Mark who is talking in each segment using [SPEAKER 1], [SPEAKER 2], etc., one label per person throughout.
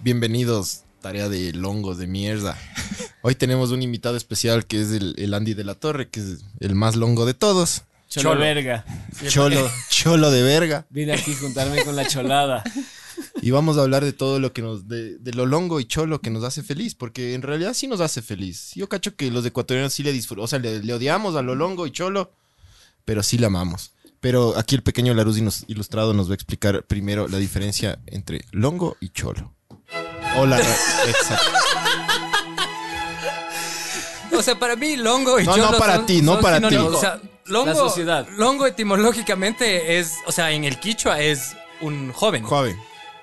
[SPEAKER 1] Bienvenidos, tarea de longos de mierda. Hoy tenemos un invitado especial que es el, el Andy de la Torre, que es el más longo de todos.
[SPEAKER 2] Cholo, verga.
[SPEAKER 1] Cholo, cholo de verga.
[SPEAKER 2] Vine aquí a juntarme con la cholada.
[SPEAKER 1] Y vamos a hablar de todo lo que nos, de, de lo longo y cholo que nos hace feliz, porque en realidad sí nos hace feliz. Yo cacho que los ecuatorianos sí le disfrutamos, o sea, le, le odiamos a lo longo y cholo, pero sí la amamos. Pero aquí el pequeño Laruz nos- ilustrado nos va a explicar primero la diferencia entre longo y cholo. Hola, exacto.
[SPEAKER 3] O sea, para mí, longo y
[SPEAKER 1] No,
[SPEAKER 3] cholo
[SPEAKER 1] no para
[SPEAKER 3] son-
[SPEAKER 1] ti, no
[SPEAKER 3] son
[SPEAKER 1] para ti.
[SPEAKER 3] sinónimos. O sea, longo,
[SPEAKER 2] La sociedad.
[SPEAKER 3] longo etimológicamente es, o sea, en el quichua es un joven.
[SPEAKER 1] Joven.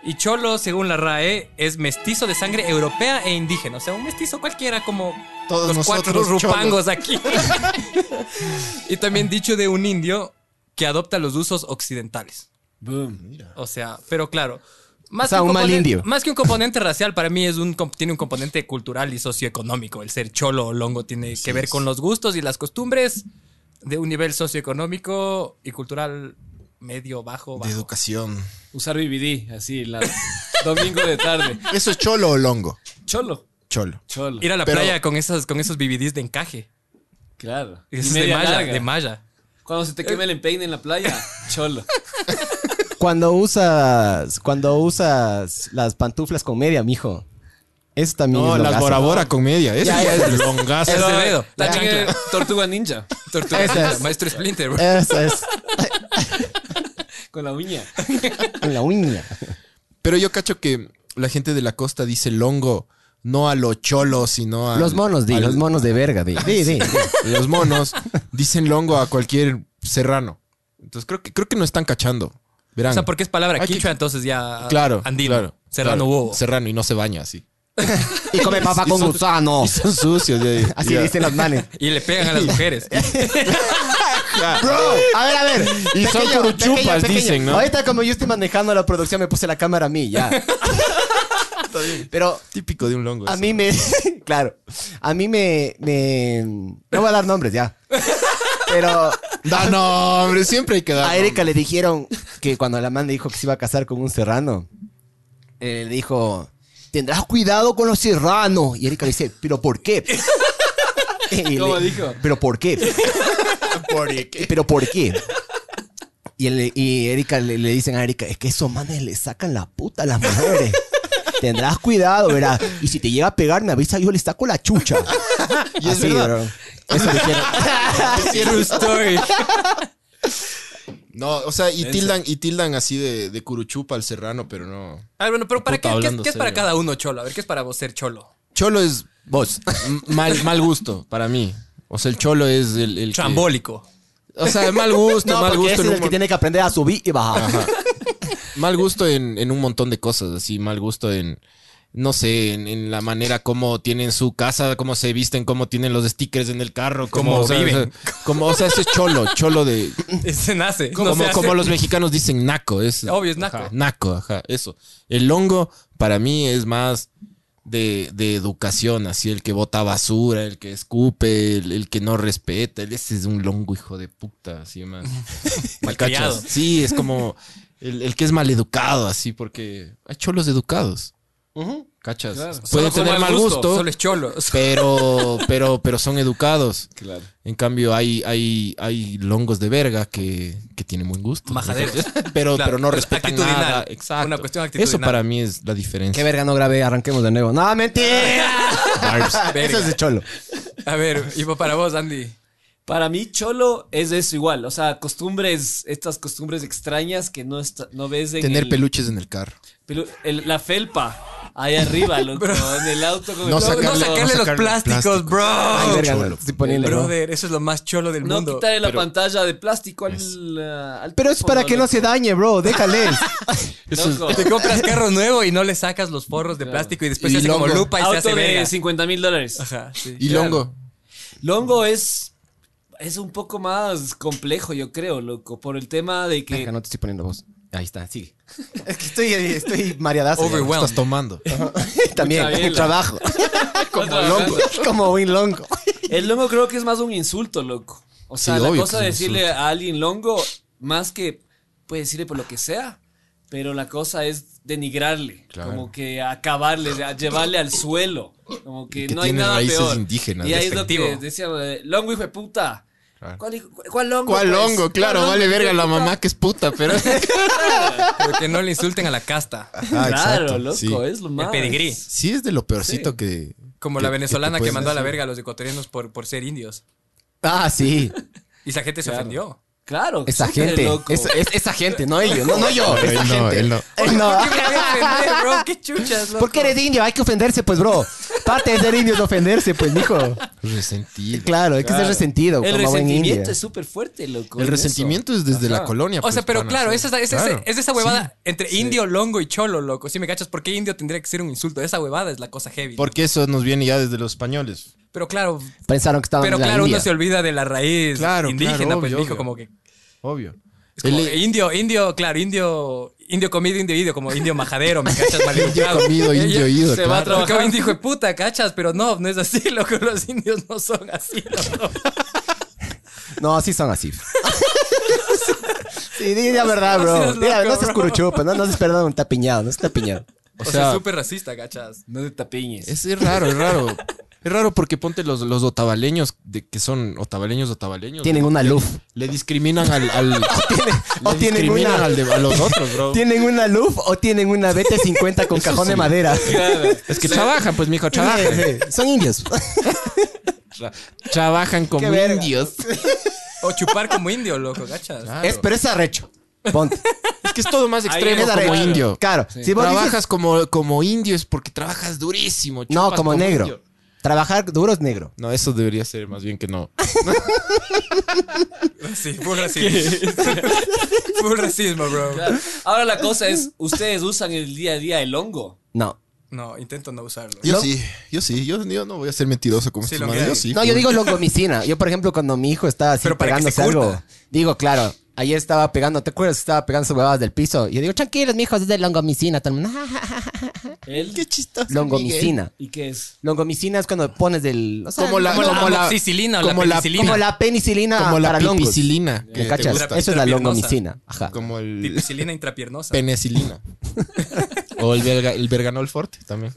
[SPEAKER 3] Y cholo, según la RAE, es mestizo de sangre europea e indígena. O sea, un mestizo cualquiera como
[SPEAKER 1] Todos
[SPEAKER 3] los cuatro
[SPEAKER 1] nosotros,
[SPEAKER 3] rupangos aquí. y también dicho de un indio que adopta los usos occidentales.
[SPEAKER 2] Boom.
[SPEAKER 3] O sea, pero claro. Más
[SPEAKER 4] O sea,
[SPEAKER 3] que
[SPEAKER 4] un mal
[SPEAKER 3] componen-
[SPEAKER 4] indio.
[SPEAKER 3] Más que un componente racial, para mí es un, comp- tiene un componente cultural y socioeconómico. El ser cholo o longo tiene que ver con los gustos y las costumbres de un nivel socioeconómico y cultural medio, bajo,
[SPEAKER 1] De
[SPEAKER 3] bajo.
[SPEAKER 1] educación.
[SPEAKER 2] Usar BBD, así, la- domingo de tarde.
[SPEAKER 1] ¿Eso es cholo o longo?
[SPEAKER 2] Cholo.
[SPEAKER 1] Cholo.
[SPEAKER 2] Cholo.
[SPEAKER 3] Ir a la
[SPEAKER 1] Pero-
[SPEAKER 3] playa con, esas, con esos BBDs de encaje.
[SPEAKER 2] Claro. Y
[SPEAKER 3] Esos de
[SPEAKER 2] media
[SPEAKER 3] malla,
[SPEAKER 2] larga.
[SPEAKER 3] de malla.
[SPEAKER 2] Cuando se te queme el empeine en la playa, cholo.
[SPEAKER 4] Cuando usas, cuando usas las pantuflas con media, mijo. Eso también
[SPEAKER 1] No,
[SPEAKER 4] es
[SPEAKER 1] las
[SPEAKER 4] longazo.
[SPEAKER 1] Bora Bora con media. Eso
[SPEAKER 4] Ya,
[SPEAKER 1] ya,
[SPEAKER 4] ya,
[SPEAKER 1] es longazo.
[SPEAKER 3] Ese dedo, la
[SPEAKER 2] También
[SPEAKER 3] chancla.
[SPEAKER 2] el Tortuga ninja.
[SPEAKER 3] Tortuga
[SPEAKER 4] Esa
[SPEAKER 3] ninja,
[SPEAKER 4] es. Eh,
[SPEAKER 3] Maestro Splinter, bro.
[SPEAKER 4] Eso es
[SPEAKER 2] Con la uña.
[SPEAKER 4] con la uña.
[SPEAKER 1] Pero yo cacho que la gente de la costa dice longo, no a lo cholo, sino a...
[SPEAKER 4] Los monos, di,
[SPEAKER 1] a-
[SPEAKER 4] los monos de verga, di. Di, di, di.
[SPEAKER 1] Los monos dicen longo a cualquier serrano. Entonces creo que, creo que no están cachando. Verán.
[SPEAKER 3] O sea, porque es palabra
[SPEAKER 1] Aquí-
[SPEAKER 3] quichua, entonces ya
[SPEAKER 1] Claro,
[SPEAKER 3] andino,
[SPEAKER 1] claro,
[SPEAKER 3] serrano
[SPEAKER 1] claro.
[SPEAKER 3] huevo.
[SPEAKER 1] Serrano y no se baña así.
[SPEAKER 4] Y come papa Ah, con gusano.
[SPEAKER 1] Y son sucios. ya, ya.
[SPEAKER 4] Así
[SPEAKER 1] Ya.
[SPEAKER 4] dicen los manes.
[SPEAKER 3] Y le pegan a las mujeres.
[SPEAKER 4] Bro, a ver, a ver.
[SPEAKER 1] Y son curuchupas, dicen, ¿no?
[SPEAKER 4] Ahorita como yo estoy manejando la producción, me puse la cámara a mí, ya. Pero
[SPEAKER 1] Típico de un longo.
[SPEAKER 4] a
[SPEAKER 1] eso.
[SPEAKER 4] mí me... Claro. A mí me... me no voy a dar nombres, ya. Pero
[SPEAKER 1] Da nombre, Ah, siempre hay que dar.
[SPEAKER 4] a Erika le dijeron que cuando la man le dijo que se iba a casar con un serrano, eh, le dijo, tendrás cuidado con los serranos. Y Erika le dice, ¿pero por qué? Y
[SPEAKER 2] ¿Cómo dijo?
[SPEAKER 4] ¿Pero por qué? ¿Pero por qué? Y, él- y Erika le, le dicen a Erika, es que esos manes le sacan la puta a las mujeres. Tendrás cuidado, verás. Y si te llega a pegar, me avisa, yo le saco la chucha.
[SPEAKER 1] Y es verdad.
[SPEAKER 4] bro. Eso dijeron.
[SPEAKER 3] True story.
[SPEAKER 1] No, o sea, y
[SPEAKER 2] Densa.
[SPEAKER 1] tildan, y tildan así de, de curuchupa al serrano, pero no.
[SPEAKER 3] Ah, bueno, pero
[SPEAKER 1] Puta,
[SPEAKER 3] ¿para qué? ¿Qué, es-
[SPEAKER 1] hablando
[SPEAKER 3] qué es para
[SPEAKER 1] serio.
[SPEAKER 3] cada uno, Cholo? A ver, ¿qué es para vos ser Cholo?
[SPEAKER 1] Cholo es vos. Mal, mal gusto para mí. O sea, el cholo es el. el que-
[SPEAKER 3] Trambólico.
[SPEAKER 1] o sea, mal gusto,
[SPEAKER 4] No,
[SPEAKER 1] mal
[SPEAKER 4] porque
[SPEAKER 1] gusto.
[SPEAKER 4] ese
[SPEAKER 1] en
[SPEAKER 4] es
[SPEAKER 1] un
[SPEAKER 4] el que
[SPEAKER 1] mon-
[SPEAKER 4] tiene que aprender a subir y bajar.
[SPEAKER 1] Mal gusto en, en un montón de cosas, así, mal gusto en, no sé, en, en la manera como tienen su casa, cómo se visten, cómo tienen los stickers en el carro, cómo,
[SPEAKER 3] Cómo
[SPEAKER 1] o sea,
[SPEAKER 3] viven.
[SPEAKER 1] o sea, como, o sea, ese es cholo, cholo de,
[SPEAKER 3] Se nace.
[SPEAKER 1] Mm. como,
[SPEAKER 3] no se hace.
[SPEAKER 1] como los mexicanos dicen naco, es
[SPEAKER 3] Obvio, es naco.
[SPEAKER 1] ajá, naco, ajá, eso. El longo para mí es más de, de educación, así, el que bota basura, el que escupe, el, el que no respeta, el- ese es un longo hijo de puta, así más. ¿Me
[SPEAKER 3] Malcriado.
[SPEAKER 1] cachas? Sí, es como el, el que es maleducado, así, porque hay cholos educados. ¿Cachas?
[SPEAKER 2] Claro.
[SPEAKER 1] Pueden
[SPEAKER 3] Solo con
[SPEAKER 1] tener mal gusto,
[SPEAKER 3] Solo es Cholo.
[SPEAKER 1] pero, pero, pero son educados.
[SPEAKER 2] Claro.
[SPEAKER 1] En cambio, hay, hay, hay longos de verga que, que tienen buen gusto.
[SPEAKER 3] Majaderos.
[SPEAKER 1] Pero,
[SPEAKER 3] Claro,
[SPEAKER 1] pero no
[SPEAKER 3] es
[SPEAKER 1] respetan
[SPEAKER 3] actitudinal.
[SPEAKER 1] nada. Exacto.
[SPEAKER 3] Una cuestión
[SPEAKER 1] Eso
[SPEAKER 3] actitudinal.
[SPEAKER 1] para mí es la
[SPEAKER 4] Qué
[SPEAKER 1] diferencia.
[SPEAKER 4] verga no grabé, arranquemos de nuevo. No, mentira.
[SPEAKER 1] Barbs.
[SPEAKER 4] Eso es de cholo.
[SPEAKER 3] A ver, y vos- para vos, Andy.
[SPEAKER 2] Para mí, cholo es eso igual. O sea, costumbres, estas costumbres extrañas que no, está- no ves en
[SPEAKER 1] Tener
[SPEAKER 2] el-
[SPEAKER 1] peluches en el carro.
[SPEAKER 2] pelu- el- la felpa. Ahí arriba, loco, en el auto. Con
[SPEAKER 1] No
[SPEAKER 2] el-
[SPEAKER 1] sacarle-
[SPEAKER 3] no sacarle los
[SPEAKER 1] sacarle
[SPEAKER 3] plásticos,
[SPEAKER 1] plásticos.
[SPEAKER 3] bro.
[SPEAKER 4] Ay, verga,
[SPEAKER 1] cholo.
[SPEAKER 4] estoy poniendo, ¿no?
[SPEAKER 3] Brother, eso es lo más cholo del
[SPEAKER 2] No
[SPEAKER 3] mundo.
[SPEAKER 2] quitarle la
[SPEAKER 1] pero-
[SPEAKER 2] pantalla de plástico al, ah, al
[SPEAKER 4] Pero es para
[SPEAKER 2] teléfono,
[SPEAKER 4] que no
[SPEAKER 2] loco.
[SPEAKER 4] se dañe, bro. Déjale.
[SPEAKER 2] Loco.
[SPEAKER 3] Te compras carro nuevo y no le sacas los forros de plástico y después
[SPEAKER 1] Y
[SPEAKER 3] se hace como
[SPEAKER 1] longo.
[SPEAKER 3] lupa y se
[SPEAKER 2] Auto
[SPEAKER 3] hace
[SPEAKER 2] de
[SPEAKER 3] verga.
[SPEAKER 2] 50 mil dólares.
[SPEAKER 3] Ajá, sí.
[SPEAKER 1] Y
[SPEAKER 2] Claro.
[SPEAKER 1] Longo.
[SPEAKER 2] Longo es. Es un poco más complejo, yo creo, loco, por el tema de que.
[SPEAKER 4] Verga, no te estoy poniendo voz. Ahí está, sigue. Es que estoy, estoy mareadazo.
[SPEAKER 1] ¿Qué
[SPEAKER 3] Overwhelmed.
[SPEAKER 1] estás tomando?
[SPEAKER 4] También,
[SPEAKER 2] Mucha biela.
[SPEAKER 4] trabajo.
[SPEAKER 2] Como longo.
[SPEAKER 4] Como un longo.
[SPEAKER 2] El longo creo que es más un insulto, loco. O sea,
[SPEAKER 1] Sí,
[SPEAKER 2] la
[SPEAKER 1] obvio
[SPEAKER 2] cosa
[SPEAKER 1] que
[SPEAKER 2] de
[SPEAKER 1] es un
[SPEAKER 2] decirle a alguien longo, más que puede decirle por lo que sea, pero la cosa es denigrarle,
[SPEAKER 1] Claro.
[SPEAKER 2] como que acabarle, a llevarle al suelo, como que,
[SPEAKER 1] Y que
[SPEAKER 2] no hay
[SPEAKER 1] tiene
[SPEAKER 2] nada
[SPEAKER 1] raíces
[SPEAKER 2] peor.
[SPEAKER 1] indígenas,
[SPEAKER 2] y ahí es lo que
[SPEAKER 3] despectivo.
[SPEAKER 2] decían, eh, longo hijo de puta.
[SPEAKER 1] Claro.
[SPEAKER 2] ¿Cuál, hijo- cuál longo?
[SPEAKER 1] ¿Cuál
[SPEAKER 2] pues?
[SPEAKER 1] Longo? Claro,
[SPEAKER 2] ¿Cuál
[SPEAKER 1] vale
[SPEAKER 2] longo,
[SPEAKER 1] verga
[SPEAKER 2] hijo de
[SPEAKER 1] la
[SPEAKER 2] puta?
[SPEAKER 1] mamá que es puta, pero... Ah,
[SPEAKER 3] Pero que no le insulten a la casta.
[SPEAKER 2] Claro, loco,
[SPEAKER 1] sí.
[SPEAKER 2] es lo más.
[SPEAKER 3] pedigrí.
[SPEAKER 1] Sí, es de lo peorcito que...
[SPEAKER 3] Como
[SPEAKER 1] que-
[SPEAKER 3] la
[SPEAKER 1] te
[SPEAKER 3] venezolana que,
[SPEAKER 1] puedes
[SPEAKER 3] mandó a la
[SPEAKER 1] hacer.
[SPEAKER 3] verga a los ecuatorianos por, por ser indios.
[SPEAKER 4] Ah, sí.
[SPEAKER 3] Y esa gente se ofendió.
[SPEAKER 2] Claro,
[SPEAKER 4] Esa
[SPEAKER 2] súper
[SPEAKER 4] gente.
[SPEAKER 2] loco.
[SPEAKER 4] Es- es- esa gente, no ellos. No, no yo.
[SPEAKER 1] Pero
[SPEAKER 4] esa
[SPEAKER 1] él no,
[SPEAKER 4] gente.
[SPEAKER 1] él no.
[SPEAKER 4] Él no.
[SPEAKER 3] ¿Qué me voy a ofender, bro? ¿Qué chuchas, loco?
[SPEAKER 4] Porque eres indio, hay que ofenderse, pues, bro. Parte de ser indio es ofenderse, pues, mijo.
[SPEAKER 1] Resentido.
[SPEAKER 4] Claro, hay que ser resentido.
[SPEAKER 2] El
[SPEAKER 4] como buen indio.
[SPEAKER 2] resentimiento es súper fuerte, loco.
[SPEAKER 1] El
[SPEAKER 2] en
[SPEAKER 1] resentimiento es desde la colonia.
[SPEAKER 3] O sea,
[SPEAKER 1] pues,
[SPEAKER 3] pero
[SPEAKER 1] pana,
[SPEAKER 3] claro,
[SPEAKER 1] sí.
[SPEAKER 3] esa, es- esa-
[SPEAKER 1] Claro.
[SPEAKER 3] es esa huevada entre indio, longo y cholo, loco. Si me cachas, ¿por qué indio tendría que ser un insulto? Esa huevada es la cosa heavy.
[SPEAKER 1] Porque eso nos viene ya desde los españoles.
[SPEAKER 3] Pero claro,
[SPEAKER 4] Pensaron que estaban
[SPEAKER 3] pero
[SPEAKER 4] en la
[SPEAKER 3] claro,
[SPEAKER 4] India.
[SPEAKER 3] uno se olvida de la raíz
[SPEAKER 1] Ah, Claro,
[SPEAKER 3] indígena,
[SPEAKER 1] claro, obvio,
[SPEAKER 3] pues dijo
[SPEAKER 1] obvio.
[SPEAKER 3] como que
[SPEAKER 1] Obvio.
[SPEAKER 3] es como
[SPEAKER 1] Él-
[SPEAKER 3] indio, indio, claro, indio, indio comido, indio ido, como indio majadero, me cachas mal
[SPEAKER 1] comido, indio oído,
[SPEAKER 2] se va a
[SPEAKER 1] claro.
[SPEAKER 3] Porque
[SPEAKER 2] trabajar.
[SPEAKER 3] indio hijo de puta, cachas, pero no, no es así, loco, los indios no son así, loco.
[SPEAKER 4] No, así son así. sí, di la verdad,
[SPEAKER 3] No
[SPEAKER 4] bro.
[SPEAKER 3] seas
[SPEAKER 4] Di la-
[SPEAKER 3] loco,
[SPEAKER 4] no seas
[SPEAKER 3] bro.
[SPEAKER 4] curuchupa, no, no seas perdón, está piñado, no está piñado.
[SPEAKER 3] O,
[SPEAKER 1] sea,
[SPEAKER 3] sea, es súper racista, cachas.
[SPEAKER 2] No te tapiñes.
[SPEAKER 1] Es, es raro, es raro. Es raro porque ponte los, los otavaleños, de, que son otavaleños, otavaleños.
[SPEAKER 4] Tienen una luz.
[SPEAKER 1] Le discriminan al... al
[SPEAKER 4] o
[SPEAKER 1] le
[SPEAKER 4] tienen
[SPEAKER 1] discriminan
[SPEAKER 4] una-
[SPEAKER 1] al de- a los otros, bro.
[SPEAKER 4] ¿Tienen una luz o tienen una BT50 con cajón de madera?
[SPEAKER 1] Es que trabajan, pues, mijo, trabajan.
[SPEAKER 4] Sí, sí, Son indios.
[SPEAKER 1] Tra- trabajan como
[SPEAKER 4] verga.
[SPEAKER 1] indios.
[SPEAKER 3] O chupar como indio, loco, cachas.
[SPEAKER 4] Es, pero es arrecho. Ponte.
[SPEAKER 1] Es que es todo más extremo
[SPEAKER 4] es
[SPEAKER 1] como
[SPEAKER 4] arrecho.
[SPEAKER 1] indio.
[SPEAKER 4] Claro. Si vos
[SPEAKER 1] trabajas
[SPEAKER 4] dices-
[SPEAKER 1] como, como indio es porque trabajas durísimo.
[SPEAKER 4] no,
[SPEAKER 1] chupas
[SPEAKER 4] como, negro.
[SPEAKER 1] indio.
[SPEAKER 4] Trabajar duro es negro.
[SPEAKER 1] No, eso debería ser más bien que no.
[SPEAKER 3] Sí, full racismo. full racismo, bro.
[SPEAKER 2] Claro. Ahora la cosa es, ustedes usan el día a día el hongo.
[SPEAKER 4] No.
[SPEAKER 3] No, intento no usarlo.
[SPEAKER 1] Yo
[SPEAKER 4] ¿No?
[SPEAKER 1] sí, yo sí, yo, yo no voy a ser mentiroso como
[SPEAKER 3] Sí,
[SPEAKER 1] estos
[SPEAKER 3] lo
[SPEAKER 1] manes,
[SPEAKER 3] que
[SPEAKER 1] Yo
[SPEAKER 3] hay.
[SPEAKER 1] sí.
[SPEAKER 4] No, yo digo longomicina. Yo, por ejemplo, cuando mi hijo estaba así
[SPEAKER 3] Pero para que se
[SPEAKER 4] pegándose algo,
[SPEAKER 3] curta.
[SPEAKER 4] digo, claro, ayer estaba pegando, ¿te acuerdas? Estaba pegando sus huevadas del piso. Y yo digo, tranquilos, mi hijo, es de longomicina. Todo el mundo, "Ah, ah, ah, ah".
[SPEAKER 2] ¿El?
[SPEAKER 1] chistoso.
[SPEAKER 4] longomicina.
[SPEAKER 2] ¿Y qué es?
[SPEAKER 4] Longomicina es cuando pones del. o sea,
[SPEAKER 1] Como la,
[SPEAKER 3] Como
[SPEAKER 1] como
[SPEAKER 3] la
[SPEAKER 1] la,
[SPEAKER 3] amoxicilina o la
[SPEAKER 1] como la,
[SPEAKER 3] penicilina.
[SPEAKER 4] como la penicilina
[SPEAKER 1] como la
[SPEAKER 4] para longos.
[SPEAKER 1] pipicilina.
[SPEAKER 4] ¿Me
[SPEAKER 1] que
[SPEAKER 4] cachas?
[SPEAKER 1] te
[SPEAKER 3] gusta.
[SPEAKER 4] Eso es la
[SPEAKER 3] Pipicilina.
[SPEAKER 4] longomicina. Ajá.
[SPEAKER 1] gusta, Como el
[SPEAKER 3] Tipicilina intrapiernosa.
[SPEAKER 1] penicilina. o el, verga- el verganol forte también.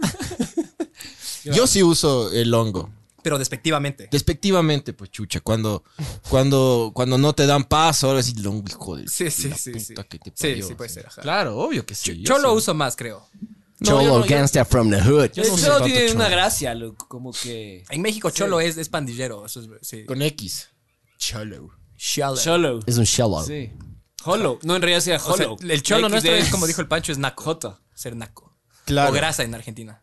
[SPEAKER 1] Yo sí uso el hongo.
[SPEAKER 3] pero despectivamente.
[SPEAKER 1] Despectivamente, pues chucha, cuando, cuando, cuando no te dan paso, ahora sí, longo hijo de
[SPEAKER 3] Sí, sí,
[SPEAKER 1] la
[SPEAKER 3] sí,
[SPEAKER 1] puta
[SPEAKER 3] sí.
[SPEAKER 1] que te
[SPEAKER 3] Sí,
[SPEAKER 1] parió,
[SPEAKER 3] sí puede
[SPEAKER 1] o sea.
[SPEAKER 3] ser, ajá.
[SPEAKER 1] Claro, obvio que sí.
[SPEAKER 3] Yo lo
[SPEAKER 1] sí.
[SPEAKER 3] uso más, creo.
[SPEAKER 1] No,
[SPEAKER 4] Cholo
[SPEAKER 1] yo no, yo-
[SPEAKER 4] gangster from the hood.
[SPEAKER 1] Yo
[SPEAKER 2] el
[SPEAKER 1] no sé
[SPEAKER 2] cholo
[SPEAKER 1] tanto
[SPEAKER 2] Eh, tiene
[SPEAKER 1] cholo.
[SPEAKER 2] una gracia, loco, como que...
[SPEAKER 3] En México cholo es, es pandillero. Eso es, sí.
[SPEAKER 1] Con X. Cholo.
[SPEAKER 3] Cholo.
[SPEAKER 2] Cholo.
[SPEAKER 4] Es un shallow.
[SPEAKER 2] Sí. Hollow. No, en realidad sea
[SPEAKER 3] O sea,
[SPEAKER 2] hollow.
[SPEAKER 3] el cholo
[SPEAKER 2] XD.
[SPEAKER 3] nuestro es, como dijo el Pancho, es naco. Ser naco.
[SPEAKER 1] Claro.
[SPEAKER 3] O grasa en Argentina.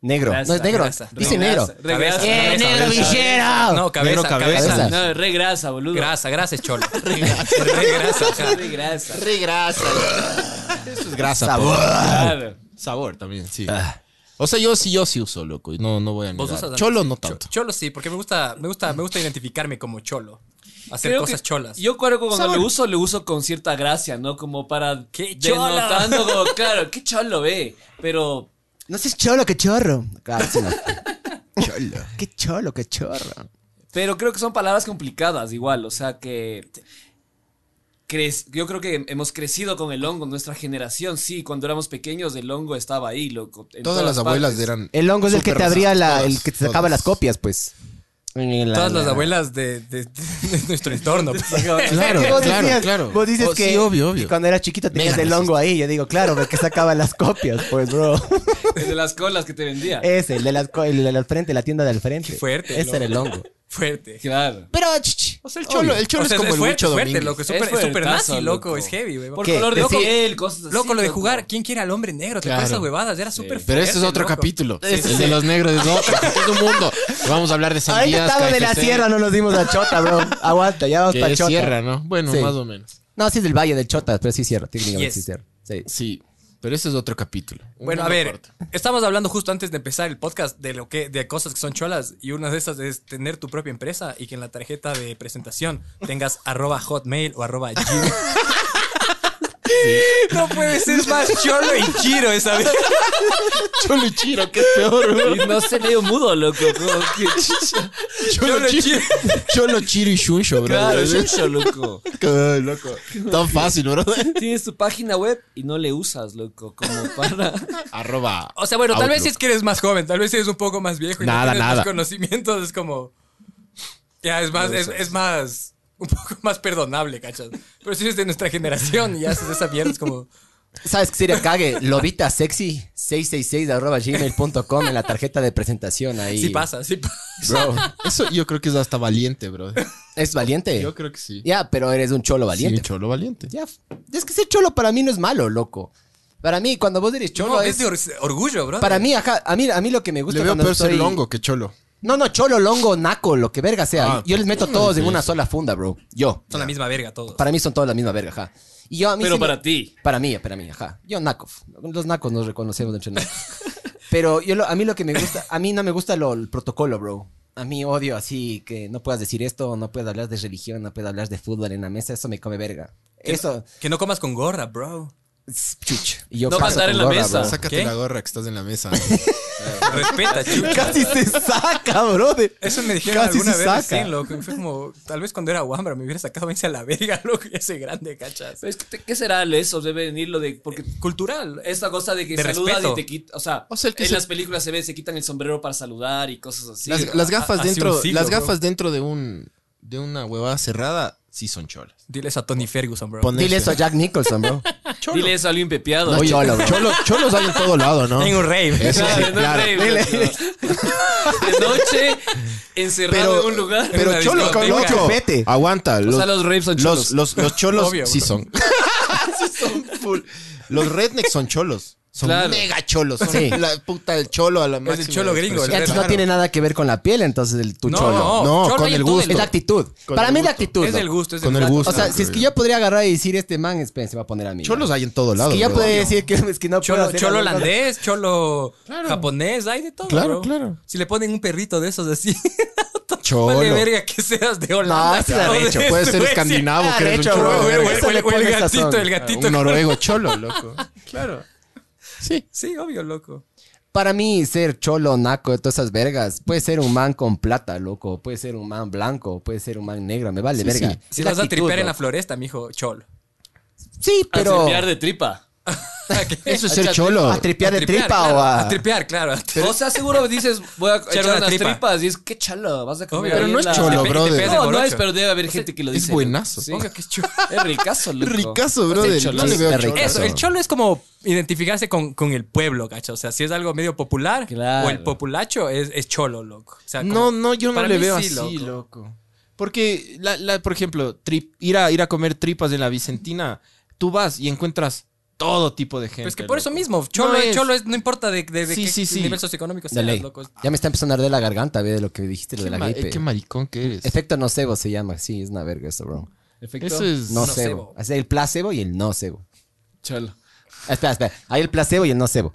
[SPEAKER 4] Negro.
[SPEAKER 2] Grasa,
[SPEAKER 4] no es negro.
[SPEAKER 3] grasa.
[SPEAKER 4] Dice
[SPEAKER 2] Regrasa,
[SPEAKER 4] negro.
[SPEAKER 2] regrasa,
[SPEAKER 3] Cabeza,
[SPEAKER 4] ¡Eh,
[SPEAKER 2] cabeza,
[SPEAKER 4] negro
[SPEAKER 2] cabeza.
[SPEAKER 4] villero!
[SPEAKER 3] No,
[SPEAKER 1] Ah,
[SPEAKER 3] cabeza,
[SPEAKER 1] Negro,
[SPEAKER 3] cabeza.
[SPEAKER 4] cabeza.
[SPEAKER 2] No, re grasa, boludo.
[SPEAKER 3] Grasa, grasa es cholo. Re grasa, ajá.
[SPEAKER 2] Re grasa.
[SPEAKER 1] Eso es grasa.
[SPEAKER 4] Sabor.
[SPEAKER 1] po.
[SPEAKER 2] pues. Claro.
[SPEAKER 1] Sabor también, sí. O sea, yo sí, yo sí uso, loco. y No, no voy a
[SPEAKER 3] ¿Vos
[SPEAKER 1] negar.
[SPEAKER 3] usas algo?
[SPEAKER 1] Cholo
[SPEAKER 3] Sí,
[SPEAKER 1] no
[SPEAKER 3] cho-
[SPEAKER 1] tanto.
[SPEAKER 3] Cholo sí, porque me gusta, me gusta, me gusta identificarme como cholo. Hacer
[SPEAKER 2] Creo
[SPEAKER 3] cosas
[SPEAKER 2] que
[SPEAKER 3] cholas.
[SPEAKER 2] Yo cuando, cuando
[SPEAKER 1] Sabor.
[SPEAKER 2] lo uso, lo uso con cierta gracia, ¿no? Como para...
[SPEAKER 3] ¡Qué cholo!
[SPEAKER 2] denotando como, claro, qué cholo, ve. Pero...
[SPEAKER 4] No seas cholo, qué chorro. Claro, sí, no. cholo. Qué cholo, qué chorro.
[SPEAKER 2] Pero creo que son palabras complicadas igual, o sea que... cre- yo creo que hemos crecido con el hongo, nuestra generación, sí, cuando éramos pequeños el hongo estaba ahí, loco. en
[SPEAKER 1] Todas las abuelas
[SPEAKER 2] partes.
[SPEAKER 1] eran.
[SPEAKER 4] El hongo es el que
[SPEAKER 1] súper
[SPEAKER 4] te abría
[SPEAKER 1] racistas,
[SPEAKER 4] la,
[SPEAKER 1] todas,
[SPEAKER 4] el que te sacaba
[SPEAKER 1] todas.
[SPEAKER 4] las copias, pues.
[SPEAKER 3] Todas las abuelas de, de- pues, de nuestro entorno.
[SPEAKER 1] Claro, claro, claro.
[SPEAKER 4] Vos dices
[SPEAKER 1] Oh,
[SPEAKER 4] que,
[SPEAKER 1] sí, obvio,
[SPEAKER 4] que
[SPEAKER 1] obvio.
[SPEAKER 4] cuando era chiquita tenías
[SPEAKER 1] Mega
[SPEAKER 4] el hongo ahí. Yo digo, claro, porque sacaba las copias, pues, bro.
[SPEAKER 2] El de las colas que te vendía.
[SPEAKER 4] Eh, Ese, el de, las co- el de la frente, la tienda del frente.
[SPEAKER 3] Qué fuerte,
[SPEAKER 4] Ese era el hongo.
[SPEAKER 3] Fuerte.
[SPEAKER 2] Claro.
[SPEAKER 4] Pero, ch, ch,
[SPEAKER 1] O sea, el cholo, el cholo
[SPEAKER 3] O sea,
[SPEAKER 1] es como el
[SPEAKER 3] fuerte,
[SPEAKER 1] Huicho
[SPEAKER 3] fuerte,
[SPEAKER 1] Domínguez.
[SPEAKER 3] loco. Es súper es súper
[SPEAKER 2] fuertazo,
[SPEAKER 3] nazi, loco. Es heavy, weón.
[SPEAKER 2] Por
[SPEAKER 4] ¿Qué?
[SPEAKER 2] color de
[SPEAKER 4] Decir-
[SPEAKER 2] piel, cosas así.
[SPEAKER 3] Loco, lo de jugar, ¿quién quiere al hombre negro? Te
[SPEAKER 1] Claro.
[SPEAKER 3] pasas huevadas, era súper
[SPEAKER 1] Pero este es
[SPEAKER 3] fuerte,
[SPEAKER 1] otro
[SPEAKER 3] loco.
[SPEAKER 1] capítulo. El de los negros es otro. Este es un mundo. Vamos a hablar de
[SPEAKER 4] Ahorita
[SPEAKER 1] sandías.
[SPEAKER 4] estamos de la
[SPEAKER 1] KFC,
[SPEAKER 4] sierra, no nos dimos a Chota, bro. Aguanta, ya vamos
[SPEAKER 1] Que
[SPEAKER 4] para
[SPEAKER 1] es
[SPEAKER 4] Chota.
[SPEAKER 1] sierra, ¿no? Bueno,
[SPEAKER 4] Sí.
[SPEAKER 1] más o menos.
[SPEAKER 4] No, sí es del Valle del Chota, pero sí es sierra, técnicamente
[SPEAKER 3] Yes.
[SPEAKER 4] sí es sierra. Sí.
[SPEAKER 1] Sí. Pero ese es otro capítulo. Un
[SPEAKER 3] Bueno, a
[SPEAKER 1] mundo
[SPEAKER 3] ver,
[SPEAKER 1] aparte.
[SPEAKER 3] estábamos hablando justo antes de empezar el podcast de lo que de cosas que son cholas y una de esas es tener tu propia empresa y que en la tarjeta de presentación tengas arroba hotmail o arroba gmail. No puede ser más cholo y chiro esa vez.
[SPEAKER 1] Cholo y Chiro, qué es peor, güey.
[SPEAKER 2] Y no sé, medio mudo, loco. como que-
[SPEAKER 1] Cholo,
[SPEAKER 3] Cholo
[SPEAKER 1] Chiro-
[SPEAKER 3] Chiro.
[SPEAKER 1] Cholo Chiro y Shuncho, bro.
[SPEAKER 2] Claro, es un show, loco.
[SPEAKER 1] Ay, loco. Tan fácil, bro.
[SPEAKER 2] Tienes tu página web y no le usas, loco, como para...
[SPEAKER 1] Arroba.
[SPEAKER 3] O sea, bueno, tal vez si
[SPEAKER 1] Outlook.
[SPEAKER 3] es que eres más joven, tal vez si eres un poco más viejo y no
[SPEAKER 1] Nada,
[SPEAKER 3] tienes
[SPEAKER 1] nada.
[SPEAKER 3] más conocimientos, es como. Ya, es más, es, es más. Un poco más perdonable, cachas. Pero si eres de nuestra generación y haces esa mierda, es como.
[SPEAKER 4] ¿Sabes qué sería cague? Lobita sexy 666 arroba gmail.com en la tarjeta de presentación ahí.
[SPEAKER 3] Sí pasa, sí pasa.
[SPEAKER 4] Bro,
[SPEAKER 1] Eso yo creo que es hasta valiente, bro.
[SPEAKER 4] es valiente.
[SPEAKER 1] Yo creo que sí.
[SPEAKER 4] Ya, pero eres un cholo valiente.
[SPEAKER 1] Sí, cholo valiente.
[SPEAKER 4] Ya, es que ser cholo para mí no es malo, loco. Para mí, cuando vos eres cholo
[SPEAKER 3] No, es
[SPEAKER 4] es...
[SPEAKER 3] de or- orgullo, bro.
[SPEAKER 4] Para mí, ajá, a mí, a mí lo que me gusta
[SPEAKER 1] Le veo
[SPEAKER 4] cuando
[SPEAKER 1] peor ser
[SPEAKER 4] estoy-
[SPEAKER 1] longo que cholo.
[SPEAKER 4] No, no, cholo, longo, naco, lo que verga sea.
[SPEAKER 1] Ah,
[SPEAKER 4] yo les meto
[SPEAKER 1] no
[SPEAKER 4] todos en
[SPEAKER 1] sé
[SPEAKER 4] una
[SPEAKER 1] eso.
[SPEAKER 4] sola funda, bro. Yo.
[SPEAKER 3] Son la misma verga todos.
[SPEAKER 4] Para mí son todos la misma verga, ajá. Y yo a mí
[SPEAKER 2] Pero
[SPEAKER 4] sí me-
[SPEAKER 2] para ti.
[SPEAKER 4] Para mí, para mí, ajá. Yo naco. Los nacos nos reconocemos entre nosotros. Pero yo lo- a mí lo que me gusta, a mí no me gusta lo, el protocolo, bro. A mí odio así que no puedas decir esto, no puedas hablar de religión, no puedas hablar de fútbol en la mesa, eso me come verga.
[SPEAKER 3] Que-
[SPEAKER 4] Eso,
[SPEAKER 3] Que no comas con gorra, bro.
[SPEAKER 4] es chuch. Y yo
[SPEAKER 2] No
[SPEAKER 4] paso
[SPEAKER 2] pasar
[SPEAKER 4] con
[SPEAKER 2] en la
[SPEAKER 4] gorra,
[SPEAKER 2] mesa.
[SPEAKER 4] bro.
[SPEAKER 1] Sácate
[SPEAKER 3] Ah, ¿Qué?
[SPEAKER 1] la gorra que estás en la mesa.
[SPEAKER 3] Respeta, chucha.
[SPEAKER 4] Casi se saca, bro. de-
[SPEAKER 3] Eso me dijeron
[SPEAKER 4] Casi
[SPEAKER 3] alguna
[SPEAKER 4] se
[SPEAKER 3] vez
[SPEAKER 4] saca.
[SPEAKER 3] recién, loco. y Fue como, tal vez cuando era Wambra me hubiera sacado, vence a la verga, loco, ya soy grande, cachas.
[SPEAKER 2] Pero es que, ¿Qué será eso? Debe venir lo de... Porque
[SPEAKER 3] Cultural.
[SPEAKER 2] esta cosa de que
[SPEAKER 3] De
[SPEAKER 2] saludan
[SPEAKER 3] respeto.
[SPEAKER 2] y te quitan... O sea,
[SPEAKER 1] O sea, el que
[SPEAKER 2] en
[SPEAKER 1] se-
[SPEAKER 2] las películas se ve, se quitan el sombrero para saludar y cosas así.
[SPEAKER 1] las, las gafas
[SPEAKER 3] hace
[SPEAKER 1] dentro,
[SPEAKER 3] un siglo,
[SPEAKER 1] las
[SPEAKER 3] bro.
[SPEAKER 1] gafas dentro de un de una huevada cerrada sí son cholas.
[SPEAKER 3] Diles a Tony Ferguson, bro.
[SPEAKER 1] Ponerse-
[SPEAKER 4] Dile eso a Jack Nicholson, bro.
[SPEAKER 2] Dile eso a alguien pepeado.
[SPEAKER 4] No,
[SPEAKER 1] Oye,
[SPEAKER 4] cholo, bro.
[SPEAKER 1] cholo- cholos hay en todo lado, ¿no?
[SPEAKER 3] En un rave.
[SPEAKER 1] Eso sí,
[SPEAKER 2] Claro, no
[SPEAKER 1] claro.
[SPEAKER 2] creo, loco. De noche, encerrado
[SPEAKER 1] Pero-
[SPEAKER 2] en un lugar.
[SPEAKER 3] en
[SPEAKER 1] Pero
[SPEAKER 3] una
[SPEAKER 1] cholo,
[SPEAKER 3] discoteca.
[SPEAKER 1] loco,
[SPEAKER 4] Vete.
[SPEAKER 1] aguanta. Los,
[SPEAKER 2] o sea, los rapes son
[SPEAKER 1] los,
[SPEAKER 2] chulos.
[SPEAKER 1] los- los cholos
[SPEAKER 3] Obvio,
[SPEAKER 1] sí
[SPEAKER 3] bro.
[SPEAKER 1] son. Sí son full. Los rednecks son cholos. Son
[SPEAKER 2] Claro.
[SPEAKER 1] mega cholos. Son
[SPEAKER 4] Sí.
[SPEAKER 1] la puta del cholo a la máxima
[SPEAKER 3] cholo gringo,
[SPEAKER 1] expresión.
[SPEAKER 3] el
[SPEAKER 4] Entonces,
[SPEAKER 3] Claro.
[SPEAKER 4] no tiene nada que ver con la piel, entonces el, tu
[SPEAKER 3] No,
[SPEAKER 4] cholo.
[SPEAKER 3] no,
[SPEAKER 1] No,
[SPEAKER 3] cholo
[SPEAKER 1] con
[SPEAKER 3] hay
[SPEAKER 1] el
[SPEAKER 3] en todo
[SPEAKER 1] gusto.
[SPEAKER 4] Es la actitud.
[SPEAKER 1] Con
[SPEAKER 4] Para
[SPEAKER 1] el
[SPEAKER 4] mí es la
[SPEAKER 1] gusto.
[SPEAKER 4] actitud.
[SPEAKER 3] Es
[SPEAKER 4] ¿no?
[SPEAKER 3] del gusto, es
[SPEAKER 1] Con
[SPEAKER 3] del
[SPEAKER 1] el
[SPEAKER 3] flaco.
[SPEAKER 1] gusto.
[SPEAKER 4] O sea,
[SPEAKER 1] Claro,
[SPEAKER 4] si es que
[SPEAKER 1] yo.
[SPEAKER 4] yo podría agarrar y decir este man, espérense, se va a poner a mí.
[SPEAKER 1] Cholos hay en todo
[SPEAKER 4] Es
[SPEAKER 1] lado.
[SPEAKER 4] que yo
[SPEAKER 1] bro.
[SPEAKER 4] podría decir que, es que no puedo
[SPEAKER 3] Cholo,
[SPEAKER 4] hacer
[SPEAKER 3] cholo
[SPEAKER 4] algo.
[SPEAKER 3] holandés, cholo japonés, hay de todo.
[SPEAKER 1] Claro,
[SPEAKER 3] bro.
[SPEAKER 1] claro.
[SPEAKER 3] Si le ponen un perrito de esos así,
[SPEAKER 1] Cholo.
[SPEAKER 3] vale verga que seas de Holanda.
[SPEAKER 4] No, ese es
[SPEAKER 3] o de
[SPEAKER 4] arrecho,
[SPEAKER 1] Puede ser
[SPEAKER 3] Suecia.
[SPEAKER 1] escandinavo,
[SPEAKER 3] Ah,
[SPEAKER 1] que eres un
[SPEAKER 4] Arrecho,
[SPEAKER 1] cholo
[SPEAKER 4] bro,
[SPEAKER 1] de
[SPEAKER 4] güey,
[SPEAKER 1] verga.
[SPEAKER 4] güey. Eso
[SPEAKER 3] O el,
[SPEAKER 4] le
[SPEAKER 3] o el
[SPEAKER 4] pone
[SPEAKER 3] gatito,
[SPEAKER 4] sazón.
[SPEAKER 3] el gatito.
[SPEAKER 1] Un noruego cholo, loco.
[SPEAKER 3] Claro.
[SPEAKER 1] Sí.
[SPEAKER 3] Sí, obvio, loco.
[SPEAKER 4] Para mí, ser cholo, naco, todas esas vergas, puede ser un man con plata, loco. Puede ser un man blanco, puede ser un man negro, me vale verga.
[SPEAKER 1] sí.
[SPEAKER 3] Si
[SPEAKER 4] Es la
[SPEAKER 3] vas a
[SPEAKER 4] actitud,
[SPEAKER 3] tripear en la
[SPEAKER 4] loco.
[SPEAKER 3] floresta, mijo, cholo.
[SPEAKER 4] Sí,
[SPEAKER 2] A
[SPEAKER 4] pero.
[SPEAKER 2] cepillar de tripa.
[SPEAKER 1] Eso es
[SPEAKER 4] A
[SPEAKER 1] ser
[SPEAKER 4] tri-
[SPEAKER 1] cholo.
[SPEAKER 4] ¿A tripear de tripa
[SPEAKER 3] claro,
[SPEAKER 4] o a.?
[SPEAKER 3] a tripear, claro. a tri-
[SPEAKER 2] o sea, seguro dices, voy a echar
[SPEAKER 3] una
[SPEAKER 2] unas
[SPEAKER 3] tripa.
[SPEAKER 2] tripas y es, qué chalo, vas a comer.
[SPEAKER 3] Obvio. Pero
[SPEAKER 2] ahí
[SPEAKER 1] no
[SPEAKER 2] en
[SPEAKER 1] es
[SPEAKER 2] la-
[SPEAKER 1] cholo,
[SPEAKER 3] Te- te
[SPEAKER 1] brother.
[SPEAKER 3] pegas de
[SPEAKER 2] No, no es,
[SPEAKER 3] morocho.
[SPEAKER 2] pero debe haber gente que lo
[SPEAKER 1] Es
[SPEAKER 2] dice.
[SPEAKER 1] buenazo.
[SPEAKER 2] Sí.
[SPEAKER 3] Obvio que es chulo.
[SPEAKER 2] Es ricazo, loco.
[SPEAKER 1] Ricazo, bro. de-
[SPEAKER 2] cholo.
[SPEAKER 1] No le veo
[SPEAKER 4] Está
[SPEAKER 1] cholo.
[SPEAKER 4] rico.
[SPEAKER 3] Eso, el cholo es como identificarse con, con el pueblo, cacho. O sea, si es algo medio popular
[SPEAKER 2] Claro.
[SPEAKER 3] o el populacho es, es cholo, loco. O sea, como-
[SPEAKER 1] No, no, yo no
[SPEAKER 3] para
[SPEAKER 1] le
[SPEAKER 3] mí
[SPEAKER 1] veo
[SPEAKER 3] sí,
[SPEAKER 1] así,
[SPEAKER 3] loco.
[SPEAKER 1] loco. Porque, la, la, por ejemplo, trip- ir, a, ir a comer tripas en la Vicentina, tú vas y encuentras todo tipo de gente.
[SPEAKER 3] Pues que por eso
[SPEAKER 1] loco.
[SPEAKER 3] mismo, cholo,
[SPEAKER 1] No
[SPEAKER 3] es,
[SPEAKER 1] es-
[SPEAKER 3] cholo es, no importa de, de- de
[SPEAKER 1] Sí,
[SPEAKER 3] qué
[SPEAKER 1] sí, sí.
[SPEAKER 3] nivel socioeconómico
[SPEAKER 1] pues,
[SPEAKER 4] De
[SPEAKER 3] seas,
[SPEAKER 4] ley.
[SPEAKER 3] loco.
[SPEAKER 4] Ya me está empezando a arder la garganta, ve, de lo que dijiste, lo
[SPEAKER 1] Qué,
[SPEAKER 4] de la
[SPEAKER 1] ma-
[SPEAKER 4] gripe.
[SPEAKER 1] eh, qué maricón que eres.
[SPEAKER 4] Efecto nocebo se llama, sí, es una verga eso, bro.
[SPEAKER 2] Efecto.
[SPEAKER 1] Eso es...
[SPEAKER 4] Nocebo.
[SPEAKER 3] Nocebo.
[SPEAKER 4] Así el placebo y el nocebo.
[SPEAKER 2] Cholo.
[SPEAKER 4] Ah, Espera, espera. Hay el placebo y el nocebo.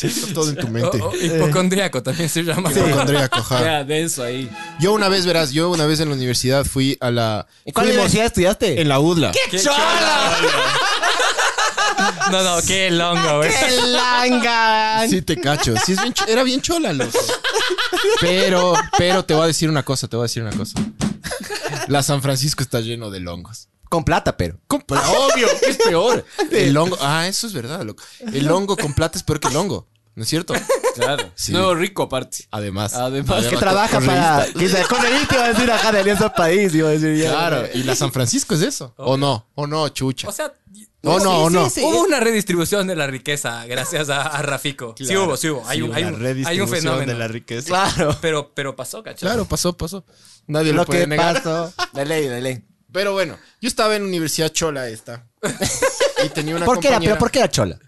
[SPEAKER 1] Está todo en tu mente.
[SPEAKER 3] O- o hipocondríaco también se llama.
[SPEAKER 1] Hipocondríaco, ajá.
[SPEAKER 2] Ya, denso ahí.
[SPEAKER 1] Yo una vez, verás, yo una vez en la universidad fui a la...
[SPEAKER 4] ¿En cuál
[SPEAKER 1] fuimos
[SPEAKER 4] universidad estudiaste?
[SPEAKER 1] En la UDLA.
[SPEAKER 3] ¡Qué chola! No, no, qué longo, güey.
[SPEAKER 4] ¡El Langan!
[SPEAKER 1] Sí, te cacho. Sí, es bien ch- era bien chola, loco. Pero, pero te voy a decir una cosa, te voy a decir una cosa. La San Francisco está lleno de longos.
[SPEAKER 4] Con plata, pero.
[SPEAKER 1] Con pla- Pues, Obvio, que es peor. El hongo. Ah, eso es verdad, loco. El hongo con plata es peor que el hongo. ¿No es cierto?
[SPEAKER 2] Claro.
[SPEAKER 1] Sí.
[SPEAKER 2] Nuevo rico, aparte.
[SPEAKER 1] Además.
[SPEAKER 2] Además,
[SPEAKER 4] Que trabaja
[SPEAKER 1] Pues, con
[SPEAKER 4] para.
[SPEAKER 1] revista.
[SPEAKER 4] Que se con el iba a decir acá de Alianza País. Iba a decir ya.
[SPEAKER 1] Claro, y la San Francisco es eso. O no, o no, chucha.
[SPEAKER 3] O sea,
[SPEAKER 1] No,
[SPEAKER 4] sí,
[SPEAKER 1] no, o
[SPEAKER 4] sí,
[SPEAKER 1] no.
[SPEAKER 4] sí.
[SPEAKER 3] hubo una redistribución de la riqueza gracias a, a Rafico. Sí
[SPEAKER 1] Claro.
[SPEAKER 3] hubo, sí hubo. Hay,
[SPEAKER 1] Sí,
[SPEAKER 3] un,
[SPEAKER 1] una
[SPEAKER 3] hay, un, hay un
[SPEAKER 1] redistribución
[SPEAKER 3] fenómeno.
[SPEAKER 1] de la riqueza.
[SPEAKER 4] Claro.
[SPEAKER 3] Pero, pero pasó, ¿cachai?
[SPEAKER 1] Claro, pasó, pasó. Nadie lo,
[SPEAKER 4] Lo
[SPEAKER 1] puede
[SPEAKER 4] que
[SPEAKER 1] negar.
[SPEAKER 4] pasó. De ley, de ley.
[SPEAKER 1] Pero bueno, yo estaba en Universidad Chola esta. Y tenía una
[SPEAKER 4] ¿Por qué, era, pero
[SPEAKER 1] compañera-
[SPEAKER 4] ¿Por qué era chola?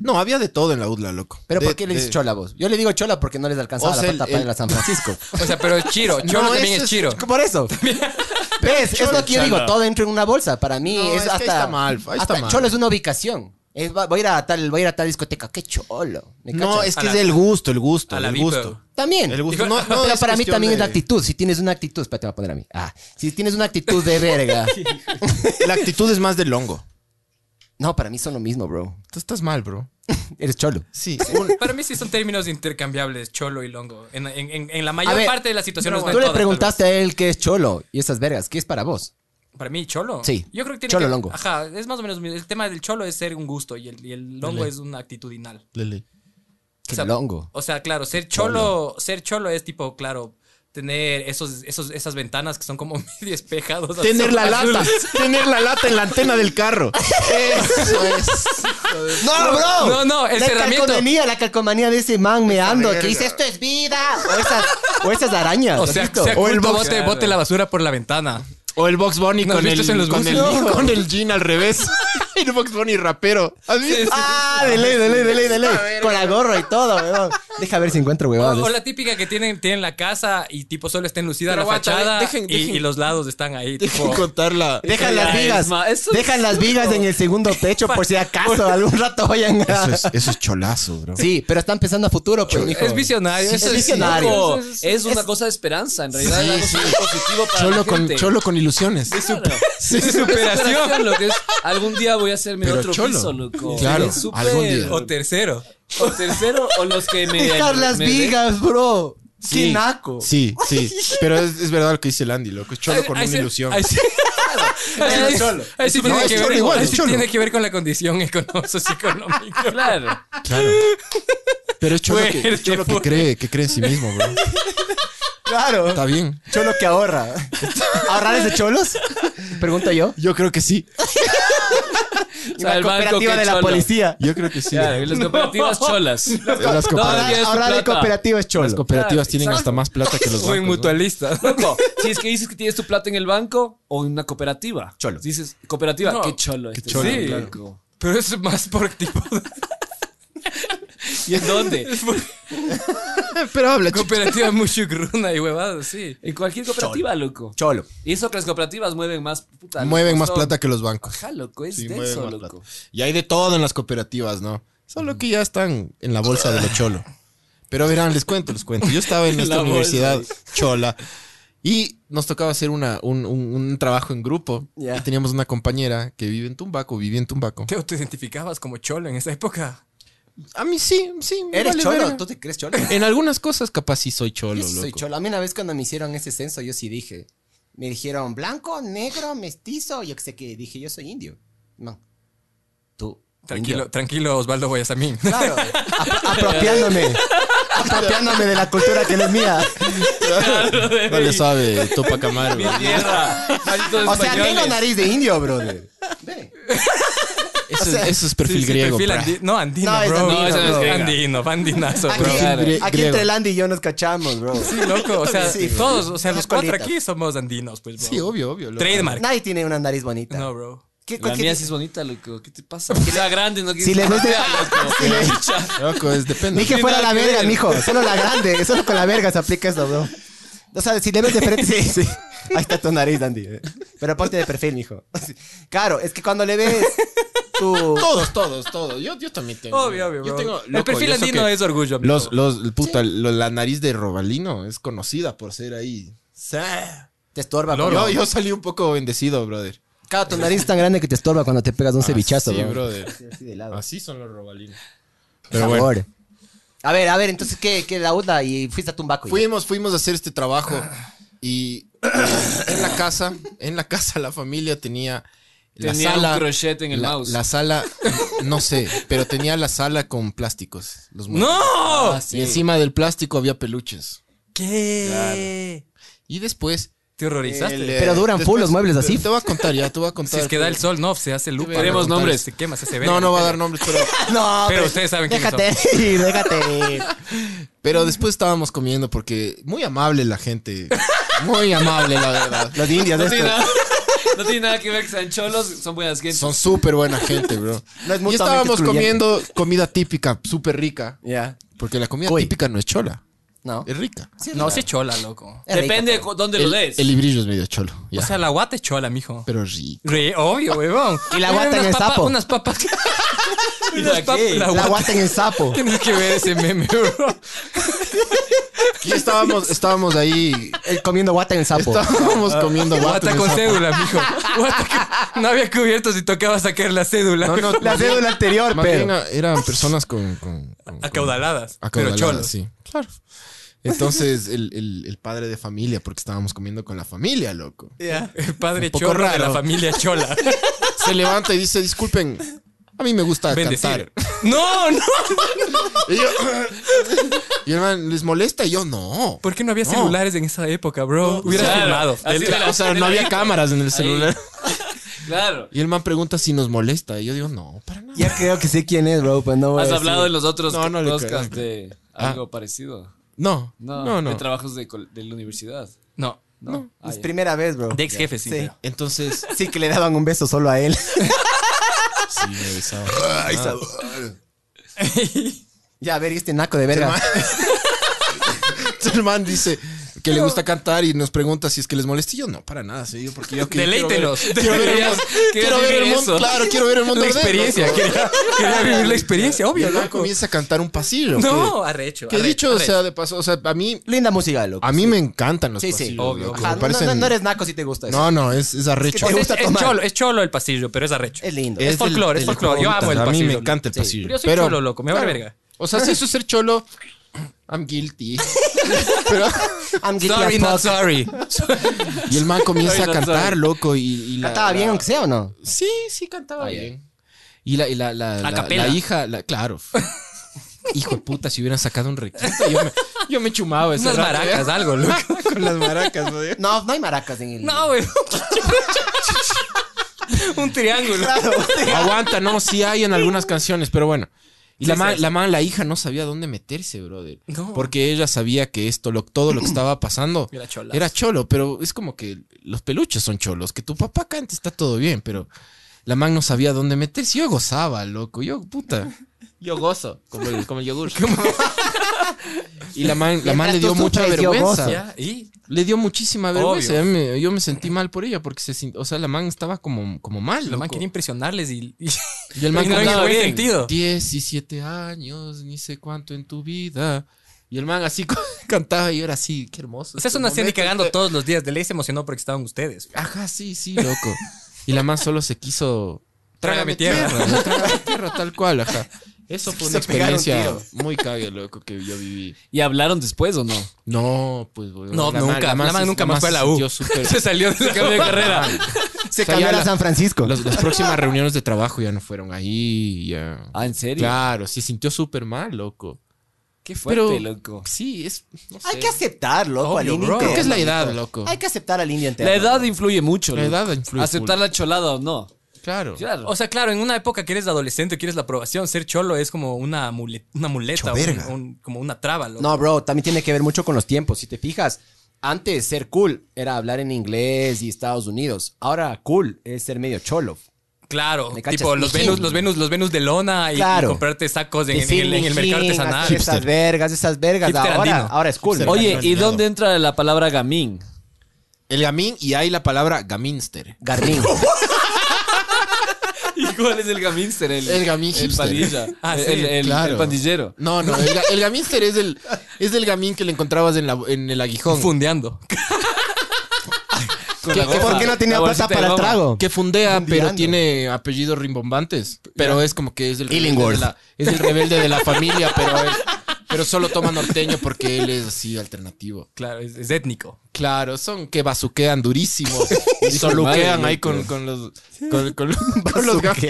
[SPEAKER 1] No, había de todo en la UDLA, loco.
[SPEAKER 4] ¿Pero
[SPEAKER 1] De-
[SPEAKER 4] por qué le dices
[SPEAKER 1] de-
[SPEAKER 4] chola a vos? Yo le digo chola porque no les alcanzaba
[SPEAKER 1] O sea,
[SPEAKER 4] la
[SPEAKER 1] el-
[SPEAKER 4] plata para
[SPEAKER 1] el-
[SPEAKER 4] ir a San Francisco.
[SPEAKER 3] O sea, pero es chiro. Cholo
[SPEAKER 1] No,
[SPEAKER 3] también
[SPEAKER 1] ese
[SPEAKER 3] es
[SPEAKER 1] es-
[SPEAKER 3] chiro.
[SPEAKER 4] Por eso. ¿Ves? Es lo que
[SPEAKER 1] Chola.
[SPEAKER 4] yo digo. Todo entra en una bolsa. Para mí
[SPEAKER 1] No,
[SPEAKER 4] es,
[SPEAKER 1] es que ahí
[SPEAKER 4] hasta.
[SPEAKER 1] está mal, ahí está
[SPEAKER 4] hasta
[SPEAKER 1] mal.
[SPEAKER 4] Cholo es una ubicación. Es, va- voy, a ir a tal, voy a ir a tal discoteca. ¡Qué cholo! ¿Me
[SPEAKER 1] No,
[SPEAKER 4] cachas?
[SPEAKER 1] es
[SPEAKER 3] A
[SPEAKER 1] que
[SPEAKER 3] la-
[SPEAKER 1] es el gusto, el gusto,
[SPEAKER 3] a la
[SPEAKER 1] el
[SPEAKER 3] Vipo.
[SPEAKER 1] gusto.
[SPEAKER 4] También.
[SPEAKER 1] El gusto. No, no,
[SPEAKER 4] pero
[SPEAKER 1] es
[SPEAKER 4] para mí
[SPEAKER 1] cuestión
[SPEAKER 4] también es la
[SPEAKER 1] de-
[SPEAKER 4] actitud. Si tienes una actitud, espérate, me voy a poner a mí. Ah, si tienes una actitud de verga.
[SPEAKER 1] La actitud es más del longo.
[SPEAKER 4] no, para mí son lo mismo, bro.
[SPEAKER 1] Tú estás mal, bro.
[SPEAKER 4] Eres cholo.
[SPEAKER 1] Sí. un-
[SPEAKER 3] Para mí sí son términos intercambiables, cholo y longo. En, en- en- en la
[SPEAKER 4] A
[SPEAKER 3] mayor
[SPEAKER 4] ver,
[SPEAKER 3] parte de las situaciones
[SPEAKER 4] Tú
[SPEAKER 3] no en
[SPEAKER 4] le
[SPEAKER 3] todas,
[SPEAKER 4] preguntaste a él qué es cholo y esas vergas. ¿Qué es para vos?
[SPEAKER 3] tal vez. Para mí, cholo.
[SPEAKER 4] Sí,
[SPEAKER 3] Yo creo que tiene
[SPEAKER 4] cholo,
[SPEAKER 3] que-
[SPEAKER 4] longo.
[SPEAKER 3] Ajá, es más o menos. El tema del cholo es ser un gusto y el, y el longo
[SPEAKER 1] Dale.
[SPEAKER 3] es una actitudinal.
[SPEAKER 1] Lele.
[SPEAKER 4] Que
[SPEAKER 3] O sea,
[SPEAKER 4] longo.
[SPEAKER 3] O sea, claro, ser cholo, ser cholo es tipo, claro, tener esos, esos, esas ventanas que son como medio espejados.
[SPEAKER 1] Tener la
[SPEAKER 3] Azules.
[SPEAKER 1] lata. Tener la lata en la antena del carro. Eso es.
[SPEAKER 4] ¡No, bro!
[SPEAKER 3] No, no, el
[SPEAKER 4] la
[SPEAKER 3] cerramiento.
[SPEAKER 4] calcomanía, la calcomanía de ese man meando que
[SPEAKER 1] verga.
[SPEAKER 4] dice esto es vida. O esas, o esas arañas.
[SPEAKER 3] O
[SPEAKER 4] ¿has
[SPEAKER 3] sea,
[SPEAKER 4] visto?
[SPEAKER 3] sea
[SPEAKER 1] O el
[SPEAKER 3] culto,
[SPEAKER 1] box.
[SPEAKER 3] bote, bote la basura por la ventana.
[SPEAKER 1] O el Box Bunny
[SPEAKER 3] ¿No has
[SPEAKER 1] con
[SPEAKER 3] visto
[SPEAKER 1] el,
[SPEAKER 3] eso en los
[SPEAKER 1] con, el,
[SPEAKER 3] buses?
[SPEAKER 1] con el jean al revés. el Box Bunny rapero. ¿Has visto?
[SPEAKER 4] Ah, de ley, de ley, de ley, de ley. Con la gorra y todo, weón. Deja ver si encuentro,
[SPEAKER 3] O,
[SPEAKER 4] weón.
[SPEAKER 3] o la típica que tienen, tienen la casa y tipo solo está enlucida
[SPEAKER 1] Pero
[SPEAKER 3] la
[SPEAKER 1] aguanta, eh,
[SPEAKER 3] fachada
[SPEAKER 1] dejen-
[SPEAKER 3] y-
[SPEAKER 1] dejen-
[SPEAKER 3] y, los lados están ahí.
[SPEAKER 1] Dejen
[SPEAKER 3] tipo,
[SPEAKER 1] contarla.
[SPEAKER 4] Dejan las
[SPEAKER 2] Ya es
[SPEAKER 4] vigas.
[SPEAKER 2] ma- eso es
[SPEAKER 4] Dejan las vigas en el segundo techo por si acaso algún rato vayan a...
[SPEAKER 1] Eso es, eso es cholazo, bro.
[SPEAKER 4] Sí, pero están pensando a futuro, pues, mijo.
[SPEAKER 3] es visionario.
[SPEAKER 4] Sí,
[SPEAKER 3] eso
[SPEAKER 4] es
[SPEAKER 3] es
[SPEAKER 4] visionario.
[SPEAKER 2] Loco,
[SPEAKER 3] loco.
[SPEAKER 2] Es, una cosa de esperanza, en realidad.
[SPEAKER 1] Sí,
[SPEAKER 2] es algo
[SPEAKER 1] sí.
[SPEAKER 2] súper positivo para la
[SPEAKER 1] Cholo con,
[SPEAKER 2] gente.
[SPEAKER 1] cholo con ilusiones.
[SPEAKER 2] Claro.
[SPEAKER 3] Es superación.
[SPEAKER 2] Lo que es, algún día voy a hacerme
[SPEAKER 1] Pero
[SPEAKER 2] otro
[SPEAKER 1] cholo.
[SPEAKER 2] piso, loco.
[SPEAKER 1] Claro,
[SPEAKER 2] Es súper-
[SPEAKER 1] algún día.
[SPEAKER 3] O tercero.
[SPEAKER 2] O tercero, o los que me.
[SPEAKER 4] Dejar las
[SPEAKER 2] me-
[SPEAKER 4] vigas, bro.
[SPEAKER 1] Sí,
[SPEAKER 4] Qué naco.
[SPEAKER 1] Sí, sí. Pero es, es verdad lo que dice el Andy, loco. Es cholo con
[SPEAKER 3] Ahí
[SPEAKER 1] una
[SPEAKER 3] sí-
[SPEAKER 1] ilusión.
[SPEAKER 3] ahí sí- Ahí sí-
[SPEAKER 2] Es cholo.
[SPEAKER 3] ahí sí
[SPEAKER 1] No,
[SPEAKER 3] tiene
[SPEAKER 1] es
[SPEAKER 3] que
[SPEAKER 1] cholo
[SPEAKER 3] ver-
[SPEAKER 1] igual,
[SPEAKER 3] ahí
[SPEAKER 1] es
[SPEAKER 3] sí
[SPEAKER 1] cholo.
[SPEAKER 3] tiene que ver con la condición econo- socioeconómica.
[SPEAKER 2] Claro.
[SPEAKER 1] Claro. Pero es cholo, que,
[SPEAKER 3] Fuerte,
[SPEAKER 1] es cholo que
[SPEAKER 3] fuerte.
[SPEAKER 1] cree, que cree en sí mismo, bro.
[SPEAKER 4] Claro.
[SPEAKER 1] Está bien.
[SPEAKER 4] Cholo que ahorra. ¿Ahorrar es de cholos? Pregunto yo.
[SPEAKER 1] Yo creo que sí.
[SPEAKER 2] O sea, el banco
[SPEAKER 4] cooperativa
[SPEAKER 2] que
[SPEAKER 4] de la
[SPEAKER 2] cholo.
[SPEAKER 4] policía.
[SPEAKER 1] Yo creo que sí.
[SPEAKER 2] Claro, y las cooperativas cholas.
[SPEAKER 1] Las
[SPEAKER 2] No,
[SPEAKER 1] cooperativas,
[SPEAKER 2] es
[SPEAKER 4] Ahorrar de
[SPEAKER 2] plata.
[SPEAKER 4] cooperativa es
[SPEAKER 1] las
[SPEAKER 4] cholo.
[SPEAKER 1] cooperativas
[SPEAKER 2] Claro,
[SPEAKER 1] tienen
[SPEAKER 2] exacto.
[SPEAKER 1] hasta más plata que los
[SPEAKER 3] O en
[SPEAKER 1] bancos, ¿no?
[SPEAKER 3] mutualista.
[SPEAKER 2] Loco, si es que dices que tienes tu plata en el banco o en una cooperativa.
[SPEAKER 4] Cholo.
[SPEAKER 2] Dices, cooperativa,
[SPEAKER 3] No.
[SPEAKER 2] qué cholo. este.
[SPEAKER 1] cholo,
[SPEAKER 2] Sí.
[SPEAKER 1] claro.
[SPEAKER 2] loco.
[SPEAKER 3] Pero es más por tipo
[SPEAKER 2] ¿Y en dónde?
[SPEAKER 1] Pero habla, chico.
[SPEAKER 3] cooperativa mushukruna y huevadas, sí.
[SPEAKER 2] En cualquier cooperativa, loco.
[SPEAKER 4] Cholo.
[SPEAKER 2] Y eso que las cooperativas mueven más puta.
[SPEAKER 1] Mueven
[SPEAKER 2] loco,
[SPEAKER 1] más
[SPEAKER 2] son-
[SPEAKER 1] plata que los bancos.
[SPEAKER 2] Ajá, loco, es
[SPEAKER 1] Sí, mueven
[SPEAKER 2] denso,
[SPEAKER 1] más
[SPEAKER 2] loco.
[SPEAKER 1] plata. Y hay de todo en las cooperativas, ¿no? Solo que ya están en la bolsa de lo cholo. Pero verán, les cuento, les cuento. Yo estaba en esta
[SPEAKER 2] La bolsa.
[SPEAKER 1] universidad chola y nos tocaba hacer una, un, un- un trabajo en grupo.
[SPEAKER 4] Ya.
[SPEAKER 1] Y teníamos una compañera que vive en Tumbaco, vivía en Tumbaco.
[SPEAKER 3] Teo, ¿te identificabas como cholo en esa época?
[SPEAKER 1] A mí sí, sí. me
[SPEAKER 4] ¿Eres
[SPEAKER 1] vale
[SPEAKER 4] cholo?
[SPEAKER 1] verga.
[SPEAKER 4] ¿Tú te crees cholo?
[SPEAKER 1] En algunas cosas capaz sí soy cholo,
[SPEAKER 4] Yo sí soy
[SPEAKER 1] loco.
[SPEAKER 4] cholo. A mí una vez cuando me hicieron ese censo, yo sí dije. Me dijeron blanco, negro, mestizo, yo qué sé qué. Dije, yo soy indio. No. Tú.
[SPEAKER 3] Tranquilo,
[SPEAKER 4] indio.
[SPEAKER 3] tranquilo, Osvaldo Guayasamín.
[SPEAKER 4] Claro. Ap- apropiándome. apropiándome de la cultura que no es mía.
[SPEAKER 1] No le sabe Tupac Amaru.
[SPEAKER 2] Mi tierra. malditos
[SPEAKER 4] O sea, tengo
[SPEAKER 2] españoles.
[SPEAKER 4] nariz de indio, brother. Ve.
[SPEAKER 1] Eso,
[SPEAKER 4] O sea,
[SPEAKER 1] es- eso es perfil
[SPEAKER 3] Sí, sí,
[SPEAKER 1] griego.
[SPEAKER 3] perfil
[SPEAKER 1] pra.
[SPEAKER 3] andi- no, andino,
[SPEAKER 4] No, es
[SPEAKER 3] bro.
[SPEAKER 4] andino, No, esa no
[SPEAKER 2] es bro. griega.
[SPEAKER 3] andino, bandinazo,
[SPEAKER 4] Aquí,
[SPEAKER 3] bro.
[SPEAKER 1] Grie-
[SPEAKER 4] aquí
[SPEAKER 1] griego.
[SPEAKER 4] entre Landy y yo nos cachamos, bro.
[SPEAKER 3] Sí, loco, o sea,
[SPEAKER 4] Sí,
[SPEAKER 3] todos,
[SPEAKER 4] bro.
[SPEAKER 3] o sea,
[SPEAKER 4] Las
[SPEAKER 3] los cuatro
[SPEAKER 4] colitas.
[SPEAKER 3] aquí somos andinos, pues, bro.
[SPEAKER 1] Sí, obvio, obvio. loco.
[SPEAKER 3] Trademark.
[SPEAKER 4] Nadie tiene una nariz bonita.
[SPEAKER 3] No, bro.
[SPEAKER 4] ¿Qué-
[SPEAKER 2] La
[SPEAKER 4] qué-
[SPEAKER 2] mía sí es bonita, loco. ¿Qué te pasa? Que sea grande, no que
[SPEAKER 4] Si le ves de- si le-
[SPEAKER 1] Loco, es
[SPEAKER 4] Ni
[SPEAKER 1] depende.
[SPEAKER 4] que
[SPEAKER 2] tiene
[SPEAKER 4] fuera la
[SPEAKER 2] nada que
[SPEAKER 4] verga,
[SPEAKER 2] ver.
[SPEAKER 4] mijo. Solo la grande. Solo con la verga se aplica eso, bro. O sea, si le ves de frente, sí, sí. Ahí está tu nariz, Andy. Pero ponte de perfil, mijo. Claro, es que cuando le ves tu...
[SPEAKER 1] Todos, todos, todos. Yo, yo también tengo.
[SPEAKER 3] Obvio, obvio,
[SPEAKER 1] Yo
[SPEAKER 3] bro.
[SPEAKER 1] tengo-
[SPEAKER 3] El
[SPEAKER 1] loco,
[SPEAKER 3] perfil
[SPEAKER 1] yo sé
[SPEAKER 3] andino
[SPEAKER 1] que
[SPEAKER 3] es orgullo, amigo.
[SPEAKER 1] Los, los, el puta, lo- la nariz de Robalino es conocida por ser ahí. Sa-
[SPEAKER 4] Te estorba, bro.
[SPEAKER 1] Yo, yo salí un poco bendecido, brother.
[SPEAKER 4] Claro, tu nariz es tan grande que te estorba cuando te pegas un cevichazo,
[SPEAKER 1] Ah, sí,
[SPEAKER 4] bro.
[SPEAKER 1] brother.
[SPEAKER 4] Así de lado.
[SPEAKER 1] Así son los Robalinos.
[SPEAKER 4] Por
[SPEAKER 1] Pero bueno.
[SPEAKER 4] favor. A ver, a ver, entonces, ¿qué? ¿Qué la UDA? Y fuiste a Tumbaco. ya.
[SPEAKER 1] Fuimos, fuimos a hacer este trabajo y eh, en la casa, en la casa la familia tenía La
[SPEAKER 2] Tenía
[SPEAKER 1] sala,
[SPEAKER 2] un crochet en el
[SPEAKER 1] la,
[SPEAKER 2] mouse.
[SPEAKER 1] la sala, no sé, pero tenía la sala con plásticos. Los muebles.
[SPEAKER 3] ¡No!
[SPEAKER 2] Ah, sí.
[SPEAKER 1] Oh, Y encima del plástico había peluches.
[SPEAKER 3] ¿Qué?
[SPEAKER 1] Y después.
[SPEAKER 3] ¿Te horrorizaste?
[SPEAKER 1] el, eh,
[SPEAKER 4] Pero duran full los muebles así.
[SPEAKER 1] Te, te voy a contar, ya, te voy a contar.
[SPEAKER 3] si es que da el sol, no, se hace lupa.
[SPEAKER 2] Queremos
[SPEAKER 3] no,
[SPEAKER 2] nombres.
[SPEAKER 3] Se quema, se hace
[SPEAKER 1] No,
[SPEAKER 3] verga.
[SPEAKER 1] no va a dar nombres, pero.
[SPEAKER 4] No,
[SPEAKER 3] Pero ustedes saben quiénes son.
[SPEAKER 4] Déjate ir, déjate ir.
[SPEAKER 1] Pero después estábamos comiendo porque muy amable la gente. Muy amable, la verdad.
[SPEAKER 4] Los indios,
[SPEAKER 2] No
[SPEAKER 4] esto.
[SPEAKER 2] tiene, nada, no tiene nada que ver que sean cholos, son buenas gente.
[SPEAKER 1] Son súper buena gente, bro.
[SPEAKER 4] No es
[SPEAKER 1] y
[SPEAKER 4] mutuamente
[SPEAKER 1] estábamos
[SPEAKER 4] excluyente.
[SPEAKER 1] comiendo comida típica, súper rica.
[SPEAKER 4] Ya.
[SPEAKER 1] Porque la comida
[SPEAKER 4] Cuy.
[SPEAKER 1] típica no es chola,
[SPEAKER 4] No.
[SPEAKER 1] es rica.
[SPEAKER 3] No, sí es chola, loco.
[SPEAKER 4] Es rico,
[SPEAKER 2] Depende de
[SPEAKER 4] pero-
[SPEAKER 2] cu- dónde lo
[SPEAKER 1] El,
[SPEAKER 2] lees.
[SPEAKER 1] el librillo es medio cholo. ya.
[SPEAKER 3] O sea, la guata es chola, mijo.
[SPEAKER 1] pero rico.
[SPEAKER 3] Re, obvio, huevón.
[SPEAKER 4] Y la
[SPEAKER 3] Eran
[SPEAKER 4] guata en
[SPEAKER 3] unas
[SPEAKER 4] el
[SPEAKER 3] papas-
[SPEAKER 4] sapo.
[SPEAKER 3] Unas papas. unas
[SPEAKER 2] ¿La
[SPEAKER 3] papas.
[SPEAKER 2] qué?
[SPEAKER 3] La
[SPEAKER 4] La
[SPEAKER 3] guata.
[SPEAKER 4] guata en el sapo.
[SPEAKER 3] Tienes que ver ese meme, bro.
[SPEAKER 1] Y estábamos, estábamos ahí.
[SPEAKER 4] El comiendo guata en el sapo.
[SPEAKER 1] Estábamos comiendo guato
[SPEAKER 3] Guata
[SPEAKER 1] en
[SPEAKER 3] con
[SPEAKER 1] esa-
[SPEAKER 3] cédula, mijo. Guata que- no había cubierto si tocaba sacar la cédula.
[SPEAKER 1] No, no,
[SPEAKER 4] La
[SPEAKER 1] más bien-
[SPEAKER 4] cédula anterior,
[SPEAKER 1] más bien
[SPEAKER 4] pero.
[SPEAKER 1] a- eran personas con. con- con- con-
[SPEAKER 3] Acaudaladas. pero
[SPEAKER 1] acaudaladas,
[SPEAKER 3] cholos.
[SPEAKER 1] sí. Claro. Entonces, el, el- el padre de familia, porque estábamos comiendo con la familia, loco.
[SPEAKER 3] El padre
[SPEAKER 1] Un poco
[SPEAKER 3] cholo de la
[SPEAKER 1] raro.
[SPEAKER 3] familia chola.
[SPEAKER 1] Se levanta y dice: Disculpen, a mí me gusta cantar.
[SPEAKER 3] Bendecir. No, no.
[SPEAKER 1] Y yo, y el man, ¿les molesta? Y yo, no. Ah.
[SPEAKER 3] ¿Por qué no había celulares en esa época, bro? Hubiera
[SPEAKER 2] Claro.
[SPEAKER 3] filmado.
[SPEAKER 2] Así
[SPEAKER 3] El-
[SPEAKER 2] de la-
[SPEAKER 1] O sea, no había cámaras en el celular.
[SPEAKER 2] Claro.
[SPEAKER 1] Y el man pregunta si nos molesta. Y yo digo, no, para nada.
[SPEAKER 4] Ya creo que sé quién es, bro, pues no voy a
[SPEAKER 2] Has
[SPEAKER 4] decir.
[SPEAKER 2] hablado en los otros
[SPEAKER 1] No, no le
[SPEAKER 2] podcasts
[SPEAKER 1] creo.
[SPEAKER 2] de algo parecido.
[SPEAKER 1] No,
[SPEAKER 2] No,
[SPEAKER 1] no, no.
[SPEAKER 2] De trabajos de, col- de la universidad.
[SPEAKER 3] No.
[SPEAKER 2] No. Ah,
[SPEAKER 4] Es
[SPEAKER 2] ya.
[SPEAKER 4] primera vez, bro.
[SPEAKER 3] De ex jefe, sí.
[SPEAKER 4] Sí.
[SPEAKER 3] creo.
[SPEAKER 1] Entonces,
[SPEAKER 4] Sí, que le daban un beso solo a él.
[SPEAKER 1] sí, me besaba. Ah.
[SPEAKER 4] Ya, a ver, ¿y este naco de verga.
[SPEAKER 1] Entonces el man dice que le gusta cantar y nos pregunta si es que les molesta. Y yo, no, para nada, sí, yo porque yo que-
[SPEAKER 3] Deleítelos.
[SPEAKER 1] Quiero ver, quiero ver el
[SPEAKER 3] Deberías-
[SPEAKER 1] mundo,
[SPEAKER 3] querías
[SPEAKER 1] quiero ver
[SPEAKER 3] vivir
[SPEAKER 1] el mundo,
[SPEAKER 3] eso.
[SPEAKER 1] claro, quiero ver el mundo
[SPEAKER 3] La
[SPEAKER 1] arder,
[SPEAKER 3] experiencia.
[SPEAKER 1] loco.
[SPEAKER 3] Quería, quería vivir la experiencia,
[SPEAKER 1] Y
[SPEAKER 3] obvio,
[SPEAKER 1] el man
[SPEAKER 3] loco.
[SPEAKER 1] comienza a cantar un pasillo.
[SPEAKER 3] No, arrecho.
[SPEAKER 1] Que, que
[SPEAKER 3] arrecho,
[SPEAKER 1] dicho
[SPEAKER 3] arrecho.
[SPEAKER 1] sea de paso, o sea, a mí,
[SPEAKER 4] Linda música, loco.
[SPEAKER 1] a mí me encantan los
[SPEAKER 4] Sí, sí.
[SPEAKER 1] pasillos.
[SPEAKER 3] Obvio, Ah,
[SPEAKER 1] loco,
[SPEAKER 3] obvio.
[SPEAKER 1] me
[SPEAKER 4] Ajá, no,
[SPEAKER 1] parecen-
[SPEAKER 4] no, no eres naco si te gusta eso.
[SPEAKER 1] No, no, es, es arrecho.
[SPEAKER 4] Es que te
[SPEAKER 3] es,
[SPEAKER 4] gusta
[SPEAKER 3] es
[SPEAKER 4] tomar.
[SPEAKER 3] cholo, es cholo el pasillo, pero es arrecho.
[SPEAKER 4] Es lindo.
[SPEAKER 3] Es
[SPEAKER 1] del-
[SPEAKER 3] folclore, es
[SPEAKER 1] del
[SPEAKER 3] folclore. Yo
[SPEAKER 1] hijo de
[SPEAKER 3] amo el
[SPEAKER 1] puta. A mí
[SPEAKER 3] pasillo.
[SPEAKER 1] me encanta el
[SPEAKER 4] Sí.
[SPEAKER 1] pasillo.
[SPEAKER 3] Pero yo soy cholo, loco, me vale verga.
[SPEAKER 1] O sea, si eso es ser cholo, I'm guilty. Pero,
[SPEAKER 4] I'm guilty
[SPEAKER 3] Sorry,
[SPEAKER 4] as
[SPEAKER 3] not
[SPEAKER 4] fuck.
[SPEAKER 3] sorry.
[SPEAKER 1] y el man comienza a
[SPEAKER 2] Sorry, not
[SPEAKER 1] cantar,
[SPEAKER 2] sorry.
[SPEAKER 1] loco. Y, y la,
[SPEAKER 4] ¿Cantaba
[SPEAKER 1] la-
[SPEAKER 4] bien aunque sea o no?
[SPEAKER 1] Sí, sí, cantaba
[SPEAKER 4] Ah, ya.
[SPEAKER 1] bien. Y la, y la, la, la-
[SPEAKER 3] capela.
[SPEAKER 1] la hija, la- claro. Hijo de puta, si hubieran sacado un requinto, yo me, yo me chumaba ese
[SPEAKER 3] Unas
[SPEAKER 1] rato,
[SPEAKER 3] maracas, algo, loco.
[SPEAKER 1] ¿eh? Con las maracas, ¿no?
[SPEAKER 4] No, no hay maracas en el.
[SPEAKER 3] No, güey. Un triángulo.
[SPEAKER 1] Aguanta, no, sí hay en algunas canciones, pero bueno. Y
[SPEAKER 3] Sí,
[SPEAKER 1] la, man,
[SPEAKER 3] sí.
[SPEAKER 1] la man, la hija, no sabía dónde meterse, brother.
[SPEAKER 3] No.
[SPEAKER 1] Porque ella sabía que esto, lo- todo lo que estaba pasando
[SPEAKER 3] Era chola.
[SPEAKER 1] era cholo, pero es como que los peluches son cholos, que tu papá canta está todo bien, pero la man no sabía dónde meterse. Yo gozaba, loco, yo, puta. Yo gozo, como el, como el yogur. y la man, la man
[SPEAKER 4] Mientras
[SPEAKER 1] le
[SPEAKER 4] tú
[SPEAKER 1] dio mucha
[SPEAKER 4] sufres, yo
[SPEAKER 1] vergüenza.
[SPEAKER 4] gozo.
[SPEAKER 3] Ya, y
[SPEAKER 1] Le dio muchísima vergüenza. Yo
[SPEAKER 3] Obvio.
[SPEAKER 1] me, yo me sentí mal por ella porque se sint- o sea, la man estaba como, como mal.
[SPEAKER 3] la man
[SPEAKER 1] loco.
[SPEAKER 3] quería impresionarles y. y-
[SPEAKER 1] Y el man
[SPEAKER 3] Y no
[SPEAKER 1] cantaba
[SPEAKER 3] hizo
[SPEAKER 1] bien.
[SPEAKER 3] sentido.
[SPEAKER 1] 17 años, ni sé cuánto en tu vida. Y el man así cantaba y yo era así, qué hermoso.
[SPEAKER 3] O sea, eso
[SPEAKER 1] este
[SPEAKER 3] no hacían ni
[SPEAKER 1] momento.
[SPEAKER 3] cagando todos los días. De ley se emocionó porque estaban ustedes.
[SPEAKER 1] Ajá, sí, sí, loco. Y la man solo se quiso.
[SPEAKER 3] Trágame tierra.
[SPEAKER 1] ¿no? Trágame tierra, tal cual, ajá. Eso fue una
[SPEAKER 4] quiso pegar un
[SPEAKER 1] experiencia
[SPEAKER 4] tiro.
[SPEAKER 1] muy cague, loco, que yo viví.
[SPEAKER 2] ¿Y hablaron después o no?
[SPEAKER 1] No, pues, güey.
[SPEAKER 3] No,
[SPEAKER 1] man-
[SPEAKER 3] nunca. La man,
[SPEAKER 1] man se-
[SPEAKER 3] nunca más fue a la U.
[SPEAKER 1] sintió súper-
[SPEAKER 3] Se salió de la
[SPEAKER 2] Cambio de carrera.
[SPEAKER 4] Se
[SPEAKER 1] O sea,
[SPEAKER 4] cambió
[SPEAKER 1] ya
[SPEAKER 4] a
[SPEAKER 1] la-
[SPEAKER 4] San Francisco.
[SPEAKER 1] las- las próximas reuniones de trabajo ya no fueron ahí. Ya.
[SPEAKER 2] Ah, ¿en serio?
[SPEAKER 1] Claro, se sintió súper mal, loco.
[SPEAKER 2] Qué fuerte,
[SPEAKER 1] Pero-
[SPEAKER 2] loco.
[SPEAKER 1] Sí, es. no sé.
[SPEAKER 4] Hay que aceptar, loco, al
[SPEAKER 3] Obvio,
[SPEAKER 4] indio
[SPEAKER 3] bro.
[SPEAKER 1] Creo
[SPEAKER 4] interno,
[SPEAKER 1] que es la edad,
[SPEAKER 4] loco.
[SPEAKER 1] loco.
[SPEAKER 4] Hay que aceptar al indio entero.
[SPEAKER 2] La edad influye mucho.
[SPEAKER 1] La
[SPEAKER 2] loco.
[SPEAKER 1] edad influye
[SPEAKER 2] Aceptar la cholada o no.
[SPEAKER 1] Claro.
[SPEAKER 2] Claro.
[SPEAKER 3] O sea, claro, en una época que eres adolescente, quieres la aprobación, ser cholo es como una, mule- una muleta,
[SPEAKER 4] Choverga.
[SPEAKER 3] un- un- como una traba. loco.
[SPEAKER 4] No, bro, también tiene que ver mucho con los tiempos. Si te fijas, antes ser cool era hablar en inglés y Estados Unidos. Ahora cool es ser medio cholo.
[SPEAKER 3] Claro,
[SPEAKER 4] ¿Me cachas?
[SPEAKER 3] tipo los
[SPEAKER 4] Mijín.
[SPEAKER 3] Venus, los Venus, los Venus de lona y, y
[SPEAKER 4] Claro.
[SPEAKER 3] comprarte sacos en, en
[SPEAKER 4] Decir,
[SPEAKER 3] el, en el mercado
[SPEAKER 4] "Mijín, haz
[SPEAKER 3] artesanal.
[SPEAKER 4] Esas vergas, esas vergas.
[SPEAKER 3] Hipster
[SPEAKER 4] Ahora,
[SPEAKER 3] andino.
[SPEAKER 4] ahora es cool.
[SPEAKER 2] Oye, ¿y dónde entra la palabra gamín?
[SPEAKER 1] El gamín y hay la palabra gaminster.
[SPEAKER 4] Garmin.
[SPEAKER 2] ¿Y cuál es el gamínster? El,
[SPEAKER 1] El gamín
[SPEAKER 2] El
[SPEAKER 1] hipster.
[SPEAKER 2] pandilla.
[SPEAKER 3] Ah, sí,
[SPEAKER 2] el, el-
[SPEAKER 1] claro.
[SPEAKER 2] el pandillero.
[SPEAKER 1] No, no, el, ga- el gaminster es el, es el gamín que le encontrabas en, la- en el aguijón.
[SPEAKER 3] Fundeando.
[SPEAKER 2] Con
[SPEAKER 1] ¿Qué-
[SPEAKER 2] la
[SPEAKER 1] qué-
[SPEAKER 2] goma,
[SPEAKER 4] ¿Por qué no tenía
[SPEAKER 2] la
[SPEAKER 4] plata
[SPEAKER 2] bolsita de
[SPEAKER 4] para el
[SPEAKER 2] goma.
[SPEAKER 4] trago?
[SPEAKER 1] que fundea, pero
[SPEAKER 4] Fundeando.
[SPEAKER 1] tiene apellidos rimbombantes. Pero es como que es el rebelde de
[SPEAKER 4] Illingworth.
[SPEAKER 1] la, es el rebelde de la eh, familia, pero, es- pero solo toma norteño porque él es así alternativo.
[SPEAKER 3] Claro, es, es étnico.
[SPEAKER 1] Claro, son que bazuquean durísimo. y soluquean ahí con, con los. Con, con los- con los gajos.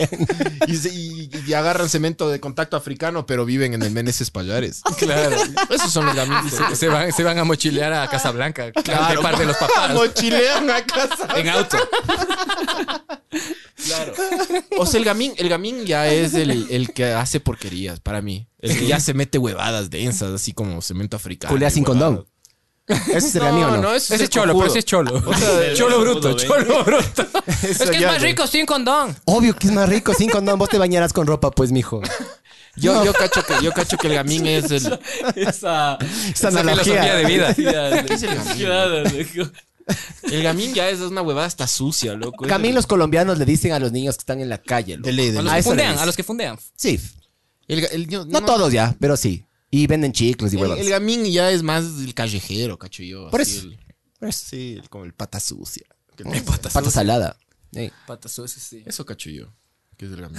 [SPEAKER 1] y, se- y- y agarran cemento de contacto africano, pero viven en el Meneses Payares.
[SPEAKER 3] Claro.
[SPEAKER 1] Esos son los gamitos.
[SPEAKER 3] Se, se van, se van a mochilear a Casablanca. Claro. par de los
[SPEAKER 4] Ah,
[SPEAKER 3] papás.
[SPEAKER 1] Mochilean a casa.
[SPEAKER 3] En auto.
[SPEAKER 1] Claro. O sea, el gamín, el gamín ya es el, el que hace porquerías para mí. El que ya se mete huevadas densas, así como cemento africano.
[SPEAKER 4] Culea sin condón. Ese sería mío, ¿no?
[SPEAKER 1] eso
[SPEAKER 3] Ese es cholo, pero ese es cholo. cholo bruto, cholo bruto. es que es más rico sin condón.
[SPEAKER 4] Obvio que es más rico sin condón. Vos te bañarás con ropa, pues, mijo.
[SPEAKER 1] Yo, yo, cacho que, yo cacho que el gamín es el.
[SPEAKER 2] Esa,
[SPEAKER 4] Esa
[SPEAKER 3] filosofía de
[SPEAKER 4] analogía.
[SPEAKER 3] vida.
[SPEAKER 2] Tía,
[SPEAKER 1] es el gamín?
[SPEAKER 2] claro, loco.
[SPEAKER 1] El gamín ya es una huevada hasta sucia, loco.
[SPEAKER 4] También los colombianos le dicen a los niños que están en la calle. loco.
[SPEAKER 1] De ley, de
[SPEAKER 3] A
[SPEAKER 1] ley.
[SPEAKER 3] los
[SPEAKER 4] Ah,
[SPEAKER 3] que
[SPEAKER 4] eso le
[SPEAKER 3] fundean,
[SPEAKER 4] dice.
[SPEAKER 3] a los que fundean.
[SPEAKER 4] Sí.
[SPEAKER 1] El, el- yo-
[SPEAKER 4] No, todos ya, pero sí. Y venden chicles y
[SPEAKER 1] El,
[SPEAKER 4] huevas.
[SPEAKER 1] el gamín ya es más el callejero, cacho yo.
[SPEAKER 4] Por
[SPEAKER 1] así
[SPEAKER 4] eso.
[SPEAKER 1] el-
[SPEAKER 4] Por eso.
[SPEAKER 1] sí, el- como el pata sucia. Que no-
[SPEAKER 4] Pata salada.
[SPEAKER 3] Patas sucias, sí.
[SPEAKER 1] Eso cacho yo. Que es el gamín.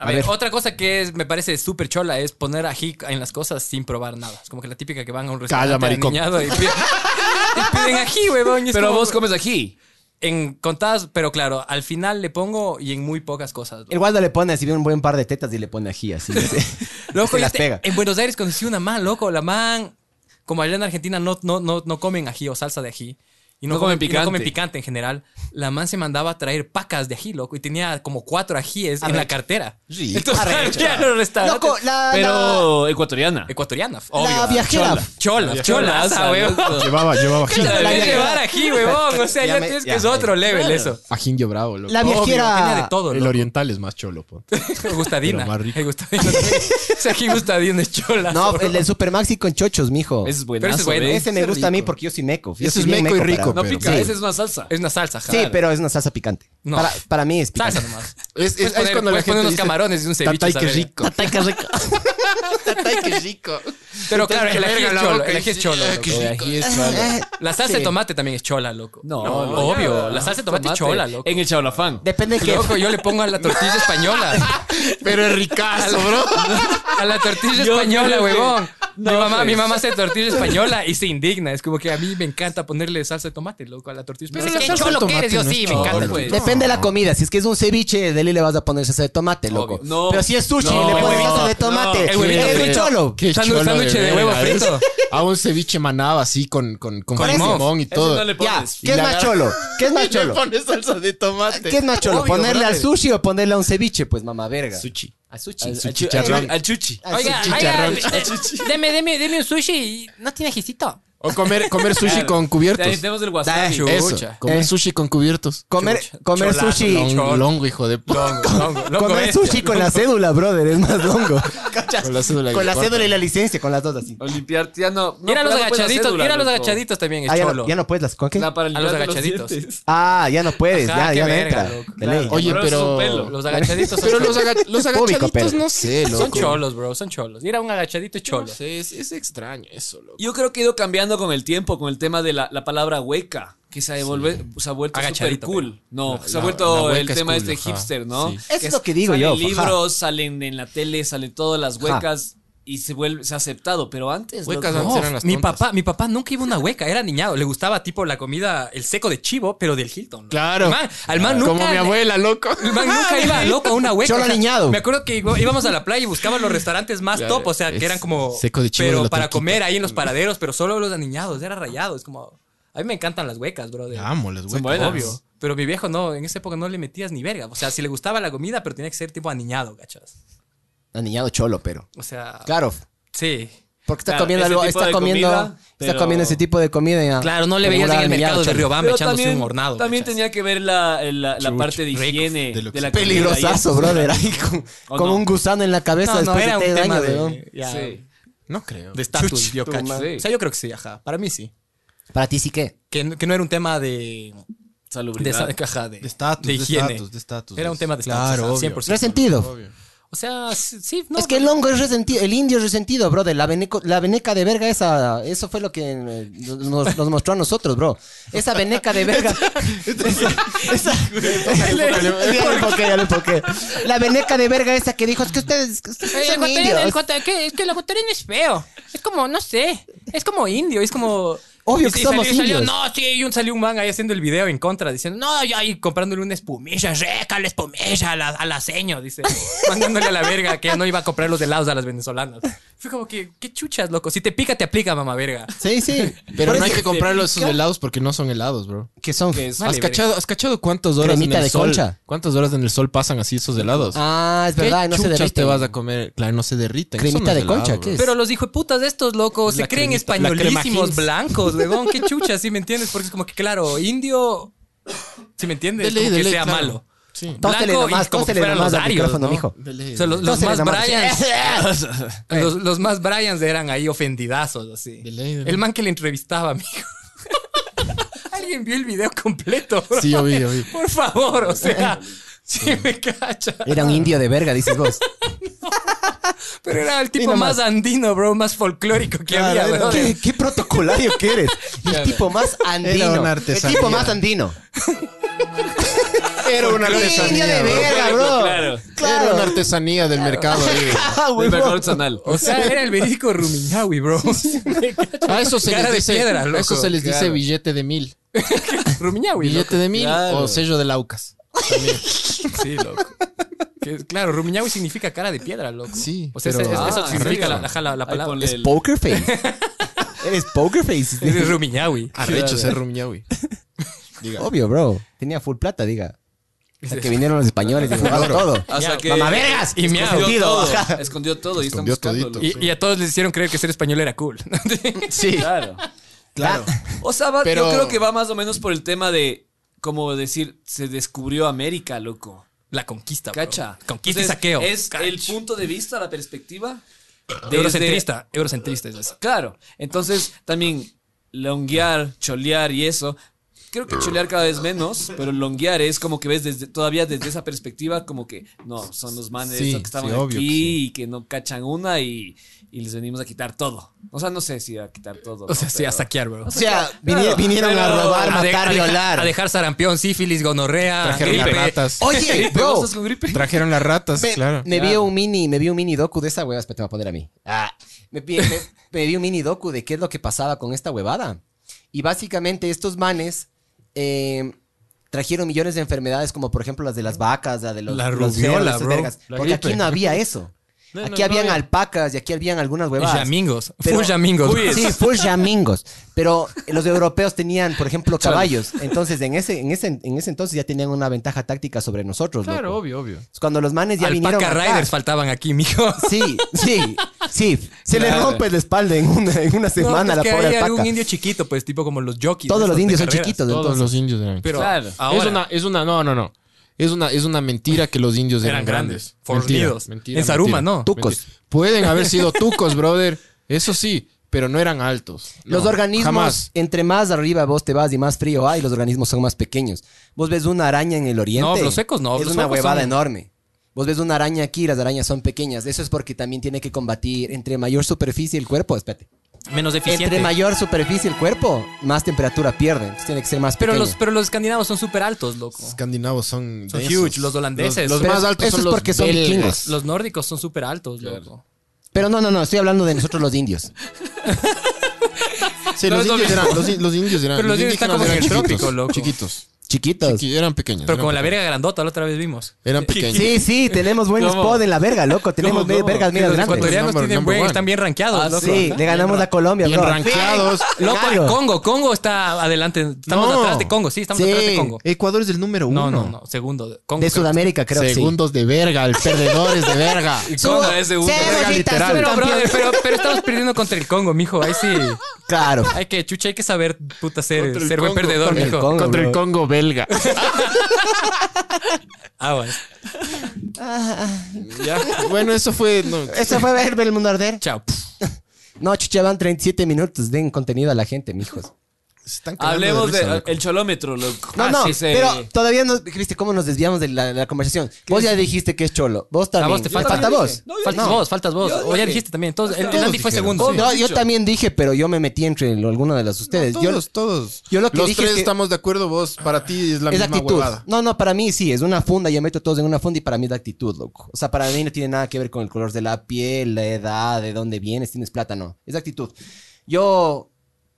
[SPEAKER 3] A,
[SPEAKER 4] A
[SPEAKER 3] ver,
[SPEAKER 4] ver.
[SPEAKER 3] otra cosa que es- me parece súper chola es poner ají en las cosas sin probar nada. Es como que la típica que van a un restaurante
[SPEAKER 1] Calla, maricón.
[SPEAKER 3] aniñado y piden, y piden ají, huevón. y es
[SPEAKER 2] Pero
[SPEAKER 3] como-
[SPEAKER 2] vos comes aquí.
[SPEAKER 3] En contadas, pero claro, al final le pongo y en muy pocas cosas.
[SPEAKER 4] El Waldo le pone así un buen par de tetas y le pone ají así. no sé.
[SPEAKER 3] Loco,
[SPEAKER 4] se
[SPEAKER 3] yo
[SPEAKER 4] las
[SPEAKER 3] te-
[SPEAKER 4] pega.
[SPEAKER 3] este, en Buenos Aires conocí una man, loco. La man, como allá en Argentina no, no, no, no comen ají o salsa de ají. Y no,
[SPEAKER 2] No comen
[SPEAKER 3] y no
[SPEAKER 2] picante.
[SPEAKER 3] comen picante en general. La man se mandaba a traer pacas de ají, loco. Y tenía como cuatro ajíes en la cartera.
[SPEAKER 1] Rico.
[SPEAKER 3] Entonces, ya en los restaurantes.
[SPEAKER 4] Loco, la, la,
[SPEAKER 2] Pero ecuatoriana.
[SPEAKER 3] Ecuatoriana, obvio.
[SPEAKER 4] la viajera.
[SPEAKER 3] Cholas, cholas,
[SPEAKER 2] Cholaza,
[SPEAKER 3] weón.
[SPEAKER 2] loco.
[SPEAKER 1] Llevaba, llevaba
[SPEAKER 3] La
[SPEAKER 4] La
[SPEAKER 3] debes
[SPEAKER 4] viajera.
[SPEAKER 3] llevar aquí, weón. O sea, ya,
[SPEAKER 4] Ya me-
[SPEAKER 3] tienes que
[SPEAKER 4] ya,
[SPEAKER 3] es otro level eso.
[SPEAKER 1] Ajín yo bravo, loco.
[SPEAKER 4] La
[SPEAKER 3] Obvio, tenía de
[SPEAKER 4] viajera.
[SPEAKER 3] todo,
[SPEAKER 1] el
[SPEAKER 3] loco.
[SPEAKER 1] oriental es más cholo, po.
[SPEAKER 3] Gustadina.
[SPEAKER 1] Pero más rico.
[SPEAKER 3] El Gustadina. O sea, aquí Gustadina es chola.
[SPEAKER 4] No,
[SPEAKER 3] bro.
[SPEAKER 4] el del Supermaxi con chochos, mijo.
[SPEAKER 2] Ese es bueno.
[SPEAKER 3] Pero ese es bueno.
[SPEAKER 4] Ese me
[SPEAKER 1] Ese
[SPEAKER 4] gusta a mí
[SPEAKER 1] rico.
[SPEAKER 4] porque yo soy meco. Yo
[SPEAKER 1] Ese
[SPEAKER 4] soy
[SPEAKER 1] es
[SPEAKER 4] bien
[SPEAKER 1] meco y rico,
[SPEAKER 4] para-
[SPEAKER 2] No
[SPEAKER 1] pero-
[SPEAKER 2] pica,
[SPEAKER 1] Sí.
[SPEAKER 2] esa es una salsa.
[SPEAKER 3] Es una salsa,
[SPEAKER 4] Sí,
[SPEAKER 3] jala.
[SPEAKER 4] pero es una salsa picante.
[SPEAKER 3] No.
[SPEAKER 4] Para, para mí es picante.
[SPEAKER 3] Salsa nomás.
[SPEAKER 1] Es,
[SPEAKER 3] Puedes poner- puedes poner unos
[SPEAKER 1] dice,
[SPEAKER 3] camarones y un ceviche,
[SPEAKER 1] "Tatay, qué
[SPEAKER 3] sabe".
[SPEAKER 1] rico. Tatay, qué rico. Tatay, qué rico.
[SPEAKER 3] Pero claro, el ají
[SPEAKER 1] verga
[SPEAKER 3] es
[SPEAKER 1] la
[SPEAKER 3] cholo.
[SPEAKER 1] boca
[SPEAKER 3] El
[SPEAKER 1] y
[SPEAKER 3] ají es
[SPEAKER 1] dice,
[SPEAKER 3] cholo.
[SPEAKER 1] "Ah,
[SPEAKER 3] loco.
[SPEAKER 1] qué rico".
[SPEAKER 2] Aquí es chola.
[SPEAKER 3] La salsa de tomate también es chola, loco.
[SPEAKER 2] No,
[SPEAKER 3] obvio. La salsa de tomate es chola, loco.
[SPEAKER 2] En el chablafán.
[SPEAKER 4] Depende de qué.
[SPEAKER 3] Loco, yo le pongo a la tortilla española.
[SPEAKER 1] Pero es ricazo, bro.
[SPEAKER 3] A la tortilla
[SPEAKER 2] Yo
[SPEAKER 3] española,
[SPEAKER 2] creo que-
[SPEAKER 3] huevón.
[SPEAKER 2] No,
[SPEAKER 3] mi mamá, mi
[SPEAKER 2] pues.
[SPEAKER 3] mamá hace tortilla española y se indigna. Es como que a mí me encanta ponerle salsa de tomate, loco, a la tortilla
[SPEAKER 1] Pero
[SPEAKER 3] española.
[SPEAKER 1] esa
[SPEAKER 3] ¿Qué
[SPEAKER 1] salsa de
[SPEAKER 3] cholo Pues que
[SPEAKER 1] tomate
[SPEAKER 3] eres? Yo
[SPEAKER 1] no es
[SPEAKER 3] sí, me
[SPEAKER 1] cholo,
[SPEAKER 3] encanta.
[SPEAKER 1] pues.
[SPEAKER 3] pues.
[SPEAKER 4] Depende de la comida. Si es que es un ceviche, de ley le vas a poner salsa de tomate, loco.
[SPEAKER 3] Obvio.
[SPEAKER 2] No.
[SPEAKER 4] Pero si es sushi,
[SPEAKER 2] No,
[SPEAKER 4] le pones
[SPEAKER 2] huevito.
[SPEAKER 4] salsa de tomate.
[SPEAKER 3] No, el huevito
[SPEAKER 4] Eres un
[SPEAKER 3] frito.
[SPEAKER 4] cholo.
[SPEAKER 3] Qué Sándwich- cholo sándwich de de huevo verga, frito. ¿ves?
[SPEAKER 1] A Ah, un ceviche manaba así con, con, con,
[SPEAKER 3] Con
[SPEAKER 1] limón.
[SPEAKER 3] limón
[SPEAKER 1] y
[SPEAKER 2] Eso
[SPEAKER 1] todo.
[SPEAKER 2] no le
[SPEAKER 4] Ya,
[SPEAKER 2] pones.
[SPEAKER 4] ¿qué
[SPEAKER 1] Y
[SPEAKER 4] es
[SPEAKER 1] la
[SPEAKER 4] más
[SPEAKER 1] agarra-
[SPEAKER 4] cholo? ¿Qué es más
[SPEAKER 1] Y le
[SPEAKER 4] cholo?
[SPEAKER 1] pones salsa de tomate.
[SPEAKER 4] ¿Qué es más cholo?
[SPEAKER 3] Obvio,
[SPEAKER 4] ¿Ponerle
[SPEAKER 3] brother.
[SPEAKER 4] al sushi o ponerle a un ceviche? Pues mamá verga.
[SPEAKER 1] Sushi.
[SPEAKER 4] A sushi.
[SPEAKER 2] Al-
[SPEAKER 1] Su
[SPEAKER 2] al-
[SPEAKER 1] chicharrón.
[SPEAKER 2] Al chuchi.
[SPEAKER 4] Al
[SPEAKER 3] Oiga,
[SPEAKER 4] sushi.
[SPEAKER 3] oiga,
[SPEAKER 1] chicharrón.
[SPEAKER 3] eh, deme, deme, deme un sushi. ¿No tiene ajicito?
[SPEAKER 1] O comer, comer sushi
[SPEAKER 2] Claro.
[SPEAKER 1] con cubiertos.
[SPEAKER 2] Tenemos el wasabi.
[SPEAKER 3] Dai.
[SPEAKER 1] Eso.
[SPEAKER 3] Chucha.
[SPEAKER 1] Comer
[SPEAKER 4] Eh.
[SPEAKER 1] sushi con cubiertos.
[SPEAKER 4] Comer,
[SPEAKER 3] Chucha.
[SPEAKER 4] comer
[SPEAKER 3] Cholazo,
[SPEAKER 4] sushi.
[SPEAKER 3] no.
[SPEAKER 1] Longo,
[SPEAKER 3] Cholo.
[SPEAKER 1] longo, hijo de puta.
[SPEAKER 3] Longo, longo, longo
[SPEAKER 4] Comer
[SPEAKER 3] bestia.
[SPEAKER 4] sushi con la cédula, brother. Es más longo. ¿Cachas?
[SPEAKER 1] Con la cédula y
[SPEAKER 4] Con
[SPEAKER 1] el
[SPEAKER 4] la
[SPEAKER 1] corte.
[SPEAKER 4] cédula y la licencia, con las dos así.
[SPEAKER 2] O limpiarte, ya no. no,
[SPEAKER 3] Mira los
[SPEAKER 2] ya no puedes
[SPEAKER 3] agachaditos,
[SPEAKER 2] hacer,
[SPEAKER 3] mira los
[SPEAKER 2] loco.
[SPEAKER 3] agachaditos también, es
[SPEAKER 4] Ah, ya,
[SPEAKER 3] cholo.
[SPEAKER 4] no, ya no puedes las con qué?
[SPEAKER 2] La para
[SPEAKER 3] los
[SPEAKER 2] limpiarte
[SPEAKER 3] agachaditos.
[SPEAKER 2] dientes.
[SPEAKER 4] Ah, ya no puedes,
[SPEAKER 3] Ajá,
[SPEAKER 4] ya,
[SPEAKER 3] qué
[SPEAKER 4] ya no
[SPEAKER 3] verga,
[SPEAKER 4] entra.
[SPEAKER 3] loco.
[SPEAKER 4] De ley.
[SPEAKER 1] Oye,
[SPEAKER 2] Pero es un
[SPEAKER 1] pero.
[SPEAKER 2] pelo.
[SPEAKER 3] Los agachaditos son
[SPEAKER 1] Pero los,
[SPEAKER 3] cholos.
[SPEAKER 1] aga- los
[SPEAKER 4] Público,
[SPEAKER 1] agachaditos
[SPEAKER 4] pero.
[SPEAKER 1] no sé, loco.
[SPEAKER 3] Son cholos, bro, son cholos. Ir a un agachadito es cholo.
[SPEAKER 1] No sé, es, es extraño eso, loco.
[SPEAKER 2] Yo creo que he ido cambiando con el tiempo, con el tema de la, la palabra hueca, que se ha, devuelve- se ha vuelto super
[SPEAKER 3] Agachadito,
[SPEAKER 2] cool. No, se ha
[SPEAKER 1] la- la
[SPEAKER 2] vuelto
[SPEAKER 1] hueca
[SPEAKER 2] el
[SPEAKER 1] es
[SPEAKER 2] tema
[SPEAKER 1] cool,
[SPEAKER 2] este
[SPEAKER 1] ajá,
[SPEAKER 2] hipster, ¿no?
[SPEAKER 1] sí.
[SPEAKER 4] Eso es lo que digo
[SPEAKER 2] salen
[SPEAKER 4] yo, ajá.
[SPEAKER 2] libros, salen en la tele, salen todas las huecas y se vuelve, se ha aceptado, pero antes.
[SPEAKER 1] Huecas
[SPEAKER 2] loco,
[SPEAKER 1] antes
[SPEAKER 3] No,
[SPEAKER 1] eran las
[SPEAKER 3] mi
[SPEAKER 1] tontas.
[SPEAKER 3] papá, mi papá nunca iba a una hueca, era niñado. Le gustaba tipo la comida, el seco de chivo, pero del Hilton. ¿no?
[SPEAKER 1] Claro.
[SPEAKER 3] El man- al man nunca.
[SPEAKER 1] Como mi abuela, loco.
[SPEAKER 3] El man nunca iba loco a una hueca.
[SPEAKER 4] Cholo niñado.
[SPEAKER 3] Me acuerdo que iba- íbamos a la playa y buscaban los restaurantes más
[SPEAKER 1] Claro,
[SPEAKER 3] top, o sea, que
[SPEAKER 1] es
[SPEAKER 3] eran como.
[SPEAKER 1] seco de chivo de
[SPEAKER 3] Pero
[SPEAKER 1] la
[SPEAKER 3] para
[SPEAKER 1] Tlaquita.
[SPEAKER 3] comer ahí en los paraderos, pero solo los aniñados, era rayado. Es como. A mí me encantan las huecas, bro.
[SPEAKER 1] Te Amo las
[SPEAKER 2] Son
[SPEAKER 1] huecas.
[SPEAKER 2] buenas.
[SPEAKER 1] Obvio.
[SPEAKER 3] Pero mi viejo no, en esa época no le metías ni verga. O sea, si le gustaba la comida, pero tenía que ser tipo aniñado, gachas.
[SPEAKER 4] Aniñado cholo, pero.
[SPEAKER 3] O sea.
[SPEAKER 4] Claro.
[SPEAKER 3] Sí.
[SPEAKER 4] Porque está
[SPEAKER 2] Claro,
[SPEAKER 4] comiendo
[SPEAKER 2] ese
[SPEAKER 4] algo,
[SPEAKER 2] tipo
[SPEAKER 4] está
[SPEAKER 2] de
[SPEAKER 4] comiendo,
[SPEAKER 2] comida, pero-
[SPEAKER 4] está comiendo ese tipo de comida. ya.
[SPEAKER 3] Claro, no le
[SPEAKER 4] Regular
[SPEAKER 3] veías en el
[SPEAKER 4] aniñado,
[SPEAKER 3] mercado de
[SPEAKER 4] cholo.
[SPEAKER 3] Riobamba
[SPEAKER 2] Pero
[SPEAKER 3] echándose
[SPEAKER 2] también-
[SPEAKER 3] un hornado.
[SPEAKER 2] También
[SPEAKER 3] gachas.
[SPEAKER 2] tenía que ver la, la, la parte de
[SPEAKER 3] rico,
[SPEAKER 2] higiene
[SPEAKER 1] de lo
[SPEAKER 2] de
[SPEAKER 1] que-
[SPEAKER 2] la comida
[SPEAKER 4] Peligrosazo, brother. Ahí con,
[SPEAKER 2] ¿O
[SPEAKER 4] con
[SPEAKER 2] no?
[SPEAKER 4] un gusano en la cabeza
[SPEAKER 3] No, no,
[SPEAKER 4] después
[SPEAKER 3] era
[SPEAKER 4] de
[SPEAKER 3] un
[SPEAKER 4] 10
[SPEAKER 3] tema
[SPEAKER 4] años,
[SPEAKER 3] de-
[SPEAKER 4] weón.
[SPEAKER 2] y-
[SPEAKER 3] ya,
[SPEAKER 2] Sí.
[SPEAKER 1] No creo.
[SPEAKER 3] de estatus,
[SPEAKER 4] Chuch,
[SPEAKER 3] yo
[SPEAKER 4] tu
[SPEAKER 3] cacho.
[SPEAKER 4] madre.
[SPEAKER 3] O sea, yo creo que sí, ajá. Para mí sí.
[SPEAKER 4] Para ti sí que.
[SPEAKER 3] Que, no- que no era un tema de. De
[SPEAKER 2] Salubridad.
[SPEAKER 3] esa caja de.
[SPEAKER 1] De estatus,
[SPEAKER 3] de
[SPEAKER 1] de
[SPEAKER 3] higiene.
[SPEAKER 1] estatus, de estatus.
[SPEAKER 3] Era un tema de
[SPEAKER 1] Claro,
[SPEAKER 3] estatus. ah,
[SPEAKER 1] obvio.
[SPEAKER 3] Claro, 100%.
[SPEAKER 4] pues, Resentido.
[SPEAKER 3] O sea, sí, sí, no.
[SPEAKER 4] es que el hongo es resentido, el indio es resentido, brother. La, veneco- la veneca de verga esa, eso fue lo que eh, nos, nos mostró a nosotros, bro. Esa veneca de verga. esa, ya lo enfoqué, ya lo enfoqué. La veneca de verga esa que dijo, es que ustedes que ustedes
[SPEAKER 3] El
[SPEAKER 4] son
[SPEAKER 3] ecuatoriano- el
[SPEAKER 4] indios.
[SPEAKER 3] ecuator- que- es que el ecuatoriano es feo. Es como, no sé. Es como indio. Es como.
[SPEAKER 4] Obvio
[SPEAKER 3] Y
[SPEAKER 4] que
[SPEAKER 3] sí,
[SPEAKER 4] somos
[SPEAKER 3] salió, y salió,
[SPEAKER 4] indios.
[SPEAKER 3] no, sí, y un, salió un man ahí haciendo el video en contra, diciendo, no, yo ahí comprándole una espumilla, reca la espumilla a la, a la seño, dice, mandándole a la verga que ya no iba a comprar los helados a las venezolanas. Fue como que, qué chuchas, loco, si te pica, te aplica, mamá verga.
[SPEAKER 4] Sí, sí.
[SPEAKER 1] Pero
[SPEAKER 4] Por
[SPEAKER 1] no hay
[SPEAKER 4] eso-
[SPEAKER 1] que comprar los- esos helados porque no son helados, bro.
[SPEAKER 4] que son.
[SPEAKER 2] que es-
[SPEAKER 3] Vale,
[SPEAKER 1] ¿Has,
[SPEAKER 3] verga.
[SPEAKER 1] cachado, ¿Has cachado cuántas horas
[SPEAKER 4] Cremita
[SPEAKER 1] en el
[SPEAKER 4] de
[SPEAKER 1] sol?
[SPEAKER 4] concha.
[SPEAKER 1] ¿Cuántas horas en el sol pasan así esos helados?
[SPEAKER 4] Ah, es
[SPEAKER 1] ¿Qué
[SPEAKER 4] verdad, no se
[SPEAKER 1] chuchas
[SPEAKER 4] derrite.
[SPEAKER 1] te vas a comer? Claro, no se derriten.
[SPEAKER 4] Cremita
[SPEAKER 1] Eso no es
[SPEAKER 4] de
[SPEAKER 1] helado,
[SPEAKER 4] concha,
[SPEAKER 1] bro.
[SPEAKER 4] ¿qué es?
[SPEAKER 3] Pero los hijueputas de estos locos
[SPEAKER 1] La
[SPEAKER 3] se creen
[SPEAKER 1] cremita- la crema
[SPEAKER 3] españolísimos
[SPEAKER 1] Heinz.
[SPEAKER 3] blancos, huevón, qué chuchas, ¿sí me entiendes? Porque es como que, claro, indio, ¿sí me entiendes?
[SPEAKER 1] De ley,
[SPEAKER 3] como
[SPEAKER 1] de
[SPEAKER 3] que
[SPEAKER 1] ley,
[SPEAKER 3] sea
[SPEAKER 1] claro.
[SPEAKER 3] malo.
[SPEAKER 1] Sí.
[SPEAKER 4] Tóstele
[SPEAKER 3] Blanco y
[SPEAKER 4] nomás,
[SPEAKER 3] como que
[SPEAKER 4] tóstele
[SPEAKER 3] fueran
[SPEAKER 4] nomás
[SPEAKER 3] los
[SPEAKER 4] al
[SPEAKER 3] arios,
[SPEAKER 4] micrófono,
[SPEAKER 3] ¿no?
[SPEAKER 4] mijo.
[SPEAKER 1] De ley,
[SPEAKER 3] O
[SPEAKER 1] de
[SPEAKER 3] sea, los,
[SPEAKER 1] ley.
[SPEAKER 3] los
[SPEAKER 4] Entonces
[SPEAKER 3] más
[SPEAKER 4] le llamamos
[SPEAKER 3] Bryans. los, los más Bryans eran ahí ofendidazos, así.
[SPEAKER 1] De ley, de ley.
[SPEAKER 3] El man que le entrevistaba, amigo. Alguien vio el video completo, bro?
[SPEAKER 1] Sí, yo vi, yo vi.
[SPEAKER 3] Por favor, o sea, si me cacha.
[SPEAKER 4] Era un indio de verga, dices vos.
[SPEAKER 3] Pero era el tipo
[SPEAKER 4] Mira más.
[SPEAKER 3] más andino, bro, más folclórico que
[SPEAKER 1] Claro,
[SPEAKER 3] había,
[SPEAKER 1] era-
[SPEAKER 3] bro.
[SPEAKER 4] Ah, ¿Qué, qué protocolario que eres? El tipo más andino.
[SPEAKER 1] una
[SPEAKER 4] el
[SPEAKER 1] artesanía.
[SPEAKER 4] tipo más andino.
[SPEAKER 1] Era una
[SPEAKER 4] Indio de
[SPEAKER 1] artesanía, bro.
[SPEAKER 4] verga, bro.
[SPEAKER 2] Claro.
[SPEAKER 1] Era una
[SPEAKER 4] Claro.
[SPEAKER 1] artesanía del mercado. ahí.
[SPEAKER 4] Ah,
[SPEAKER 2] Del mercado
[SPEAKER 4] huevón.
[SPEAKER 2] artesanal.
[SPEAKER 3] O sea, era el verídico Rumiñahui, bro.
[SPEAKER 1] A eso se
[SPEAKER 3] Cara
[SPEAKER 1] les
[SPEAKER 3] de
[SPEAKER 1] dice,
[SPEAKER 3] piedra,
[SPEAKER 1] a
[SPEAKER 3] loco,
[SPEAKER 1] eso se les
[SPEAKER 3] claro.
[SPEAKER 1] dice billete de mil.
[SPEAKER 3] Rumiñahui,
[SPEAKER 1] Billete
[SPEAKER 3] loco.
[SPEAKER 1] de mil
[SPEAKER 2] Claro.
[SPEAKER 1] o sello de laucas.
[SPEAKER 3] Sí, loco. Que, claro, Rumiñahui significa cara de piedra, loco.
[SPEAKER 1] Sí,
[SPEAKER 3] O sea,
[SPEAKER 1] pero-
[SPEAKER 3] ese- ese- eso
[SPEAKER 2] Ah,
[SPEAKER 3] significa
[SPEAKER 1] rico.
[SPEAKER 3] la, la, la, la
[SPEAKER 2] Ahí
[SPEAKER 3] palabra.
[SPEAKER 2] ponle
[SPEAKER 4] Es
[SPEAKER 2] el-
[SPEAKER 4] poker face. Eres poker face.
[SPEAKER 3] Es Rumiñahui.
[SPEAKER 1] Arrecho ser rumiñahui. Diga.
[SPEAKER 4] Obvio, bro. Tenía full plata, diga. Hasta que vinieron los españoles y nos robaron todo.
[SPEAKER 2] Hasta que-
[SPEAKER 4] Mamavergas.
[SPEAKER 3] Y miau.
[SPEAKER 2] escondió
[SPEAKER 4] Escondido.
[SPEAKER 2] todo.
[SPEAKER 4] Ajá.
[SPEAKER 2] Escondió todo y están
[SPEAKER 1] Escondió
[SPEAKER 2] buscándolo.
[SPEAKER 1] todito.
[SPEAKER 3] Y, y a todos les hicieron creer que ser español era cool.
[SPEAKER 1] Sí,
[SPEAKER 2] Claro.
[SPEAKER 1] claro.
[SPEAKER 2] O sea, va-
[SPEAKER 1] Pero-
[SPEAKER 2] yo creo que va más o menos por el tema de, como decir, se descubrió América, loco.
[SPEAKER 3] La conquista, bro.
[SPEAKER 2] Cacha.
[SPEAKER 3] Conquista
[SPEAKER 2] Entonces,
[SPEAKER 3] y saqueo.
[SPEAKER 2] Es
[SPEAKER 3] Cacha.
[SPEAKER 2] el punto de vista, la perspectiva.
[SPEAKER 3] Eurocentrista. Eurocentrista es eso.
[SPEAKER 2] Claro. Entonces, también longuear, cholear y eso. Creo que cholear cada vez menos, pero longuear es como que ves desde, todavía desde esa perspectiva, como que no, son los manes
[SPEAKER 1] Sí,
[SPEAKER 2] estos que estaban
[SPEAKER 1] sí,
[SPEAKER 2] aquí
[SPEAKER 1] obvio que sí.
[SPEAKER 2] y que no cachan una y, y les venimos a quitar todo. O sea, no sé si a quitar todo.
[SPEAKER 3] O sea, sí, a saquear, bro.
[SPEAKER 4] O sea, vinie- vinieron a robar,
[SPEAKER 3] de-
[SPEAKER 4] matar,
[SPEAKER 3] dejar-
[SPEAKER 4] violar.
[SPEAKER 3] a dejar sarampión, sífilis, gonorrea,
[SPEAKER 1] Trajeron las
[SPEAKER 3] gripe.
[SPEAKER 1] ratas.
[SPEAKER 4] Oye,
[SPEAKER 2] ¿Te
[SPEAKER 4] bro.
[SPEAKER 2] gustas con gripe?
[SPEAKER 1] Trajeron las ratas,
[SPEAKER 4] Me,
[SPEAKER 1] claro.
[SPEAKER 4] me vi
[SPEAKER 2] Claro.
[SPEAKER 4] un mini, me vi un mini docu de esa huevada. Espera, te voy a poner a mí. Ah, me, vi- me- me vi un mini docu de qué es lo que pasaba con esta huevada. Y básicamente estos manes eh, trajeron millones de enfermedades, como por ejemplo las de las vacas, la de los
[SPEAKER 3] La
[SPEAKER 4] los feos,
[SPEAKER 3] rubiola,
[SPEAKER 4] esas
[SPEAKER 3] bro.
[SPEAKER 4] vergas.
[SPEAKER 1] La
[SPEAKER 4] Porque
[SPEAKER 1] gripe.
[SPEAKER 4] aquí no había eso.
[SPEAKER 1] No, no,
[SPEAKER 4] aquí
[SPEAKER 1] no
[SPEAKER 4] habían
[SPEAKER 1] había.
[SPEAKER 4] alpacas y aquí habían algunas huevadas.
[SPEAKER 3] Yamingos.
[SPEAKER 4] Pero-
[SPEAKER 3] Full yamingos.
[SPEAKER 2] Full.
[SPEAKER 4] Sí, full yamingos. Pero los europeos tenían, por ejemplo, caballos. Entonces, en ese, en ese, en ese entonces ya tenían una ventaja táctica sobre nosotros.
[SPEAKER 1] Claro,
[SPEAKER 4] loco.
[SPEAKER 1] obvio, obvio.
[SPEAKER 4] Pues Cuando los manes ya vinieron.
[SPEAKER 3] Alpaca
[SPEAKER 4] acá-
[SPEAKER 3] Riders faltaban aquí, mijo.
[SPEAKER 4] Sí, sí, sí. Se le
[SPEAKER 2] Claro.
[SPEAKER 4] rompe la espalda en una, en una semana a
[SPEAKER 3] No,
[SPEAKER 4] la
[SPEAKER 3] pues que
[SPEAKER 4] pobre
[SPEAKER 3] había algún
[SPEAKER 4] alpaca.
[SPEAKER 3] indio chiquito, pues, tipo como los jockeys.
[SPEAKER 4] Todos
[SPEAKER 3] estos
[SPEAKER 4] los
[SPEAKER 3] de
[SPEAKER 4] indios son
[SPEAKER 3] carreras.
[SPEAKER 4] chiquitos.
[SPEAKER 1] Todos
[SPEAKER 4] entonces.
[SPEAKER 1] los indios eran.
[SPEAKER 3] Pero
[SPEAKER 2] Claro.
[SPEAKER 3] ahora,
[SPEAKER 1] Es una, es una, no, no, no. Es una, es una mentira que los indios eran,
[SPEAKER 3] Eran grandes,
[SPEAKER 1] Mentira,
[SPEAKER 3] fornidos. En Zaruma, ¿no?
[SPEAKER 4] Tucos.
[SPEAKER 1] Mentira. Pueden haber sido tucos, brother. Eso sí, pero no eran altos. No,
[SPEAKER 4] Los organismos,
[SPEAKER 1] Jamás.
[SPEAKER 4] entre más arriba vos te vas y más frío hay, los organismos son más pequeños. Vos ves una araña en el oriente.
[SPEAKER 3] No, los suecos no,
[SPEAKER 4] Es
[SPEAKER 3] los
[SPEAKER 4] una
[SPEAKER 3] suecos
[SPEAKER 4] huevada
[SPEAKER 3] son-
[SPEAKER 4] enorme. Vos ves una araña aquí y las arañas son pequeñas. Eso es porque también tiene que combatir entre mayor superficie el cuerpo. Espérate.
[SPEAKER 3] menos eficiente.
[SPEAKER 4] Entre mayor superficie el cuerpo, más temperatura pierde. Entonces tiene que ser más
[SPEAKER 3] pero,
[SPEAKER 4] pequeño.
[SPEAKER 3] los, pero los escandinavos son súper altos, loco.
[SPEAKER 1] Los escandinavos son.
[SPEAKER 3] Son
[SPEAKER 1] densos.
[SPEAKER 3] huge, los holandeses.
[SPEAKER 1] Los, los
[SPEAKER 4] Pero
[SPEAKER 1] más altos
[SPEAKER 4] eso
[SPEAKER 1] son
[SPEAKER 4] es
[SPEAKER 1] los
[SPEAKER 4] porque son
[SPEAKER 1] belgas.
[SPEAKER 4] vikingos.
[SPEAKER 3] Los nórdicos son súper altos, loco.
[SPEAKER 4] Pero no, no, no. Estoy hablando de nosotros los indios.
[SPEAKER 1] Sí,
[SPEAKER 3] No
[SPEAKER 1] los,
[SPEAKER 3] es lo
[SPEAKER 1] indios
[SPEAKER 3] mismo.
[SPEAKER 1] eran, los, in- los indios eran.
[SPEAKER 3] Pero los indios están
[SPEAKER 1] indígenas
[SPEAKER 3] como en
[SPEAKER 1] eran
[SPEAKER 3] el
[SPEAKER 1] chiquitos,
[SPEAKER 3] trópico, loco.
[SPEAKER 1] Chiquitos.
[SPEAKER 4] Chiquitos.
[SPEAKER 1] Chiqui- eran pequeños.
[SPEAKER 3] Pero
[SPEAKER 1] eran
[SPEAKER 3] como la
[SPEAKER 1] pequeños.
[SPEAKER 3] verga grandota, la otra vez vimos.
[SPEAKER 1] Eran pequeños.
[SPEAKER 4] Sí, sí, tenemos buen
[SPEAKER 2] ¿Cómo?
[SPEAKER 4] spot en la verga, loco. Tenemos
[SPEAKER 2] ¿Cómo, cómo?
[SPEAKER 4] vergas
[SPEAKER 3] Que
[SPEAKER 4] mira
[SPEAKER 3] los
[SPEAKER 4] grandes.
[SPEAKER 3] ecuatorianos
[SPEAKER 1] Number-
[SPEAKER 3] tienen
[SPEAKER 1] number
[SPEAKER 3] buen,
[SPEAKER 1] one.
[SPEAKER 3] están bien rankeados,
[SPEAKER 2] Ah,
[SPEAKER 3] loco.
[SPEAKER 4] Sí, le ganamos a Colombia,
[SPEAKER 1] Bien
[SPEAKER 4] bro.
[SPEAKER 1] rankeados.
[SPEAKER 3] Loco,
[SPEAKER 4] Claro.
[SPEAKER 3] Congo, Congo está adelante. Estamos
[SPEAKER 1] No.
[SPEAKER 3] atrás de Congo, sí, estamos
[SPEAKER 4] Sí.
[SPEAKER 3] atrás de Congo.
[SPEAKER 1] Ecuador es el número uno.
[SPEAKER 3] No, no, no, segundo. Congo,
[SPEAKER 4] De
[SPEAKER 3] creo que-
[SPEAKER 4] Sudamérica, creo que sí.
[SPEAKER 1] Segundos de verga, el perdedores de verga.
[SPEAKER 2] Y Congo es segundo.
[SPEAKER 4] Cero,
[SPEAKER 1] verga,
[SPEAKER 4] Gita,
[SPEAKER 1] literal.
[SPEAKER 3] Pero,
[SPEAKER 4] subcampeón.
[SPEAKER 3] brother, pero, pero estamos perdiendo contra el Congo, mijo. Ahí sí.
[SPEAKER 4] Claro.
[SPEAKER 3] Hay que, chucha, hay que saber, puta, ser,
[SPEAKER 1] Contra el
[SPEAKER 3] ser buen
[SPEAKER 1] Congo,
[SPEAKER 3] perdedor,
[SPEAKER 4] contra el
[SPEAKER 3] mijo.
[SPEAKER 4] Congo.
[SPEAKER 1] Contra el
[SPEAKER 4] bro.
[SPEAKER 1] Congo belga.
[SPEAKER 3] Ah, bueno.
[SPEAKER 1] Ya. Bueno, eso fue. no,
[SPEAKER 4] Eso fue ver el mundo arder.
[SPEAKER 3] Chao.
[SPEAKER 4] No, chucha, van 37 minutos. Den contenido a la gente, mijos.
[SPEAKER 1] se están cagando
[SPEAKER 2] Hablemos
[SPEAKER 1] risa,
[SPEAKER 2] del
[SPEAKER 1] loco.
[SPEAKER 2] el cholómetro, loco.
[SPEAKER 4] No,
[SPEAKER 2] Ah,
[SPEAKER 4] no,
[SPEAKER 2] sí, se-
[SPEAKER 4] pero todavía no. ¿Viste cómo nos desviamos de la, de la conversación? Vos ya dijiste que es cholo. Vos
[SPEAKER 3] A
[SPEAKER 4] también.
[SPEAKER 3] Ah, vos te falta.
[SPEAKER 4] falta vos.
[SPEAKER 2] No, yo
[SPEAKER 3] faltas
[SPEAKER 2] dije.
[SPEAKER 3] vos, faltas vos.
[SPEAKER 2] Yo
[SPEAKER 3] o ya
[SPEAKER 2] dije.
[SPEAKER 3] dijiste también. Entonces, el, el
[SPEAKER 1] Todos
[SPEAKER 3] Andy fue
[SPEAKER 1] dijeron.
[SPEAKER 3] segundo.
[SPEAKER 1] Vos,
[SPEAKER 3] sí.
[SPEAKER 4] No,
[SPEAKER 1] dicho.
[SPEAKER 4] yo también dije, pero yo me metí entre el- alguno de los ustedes.
[SPEAKER 1] Todos,
[SPEAKER 4] yo,
[SPEAKER 1] todos.
[SPEAKER 4] yo lo que
[SPEAKER 1] Los
[SPEAKER 4] dije
[SPEAKER 1] tres
[SPEAKER 4] es que-
[SPEAKER 1] estamos de acuerdo, vos. Para ti es la
[SPEAKER 4] es
[SPEAKER 1] misma
[SPEAKER 4] actitud.
[SPEAKER 1] huevada.
[SPEAKER 4] No, no, para mí sí, es una funda. Yo meto todos en una funda y para mí es la actitud, loco. O sea, para mí no tiene nada que ver con el color de la piel, la edad, de dónde vienes, tienes plata, no. Es actitud. Yo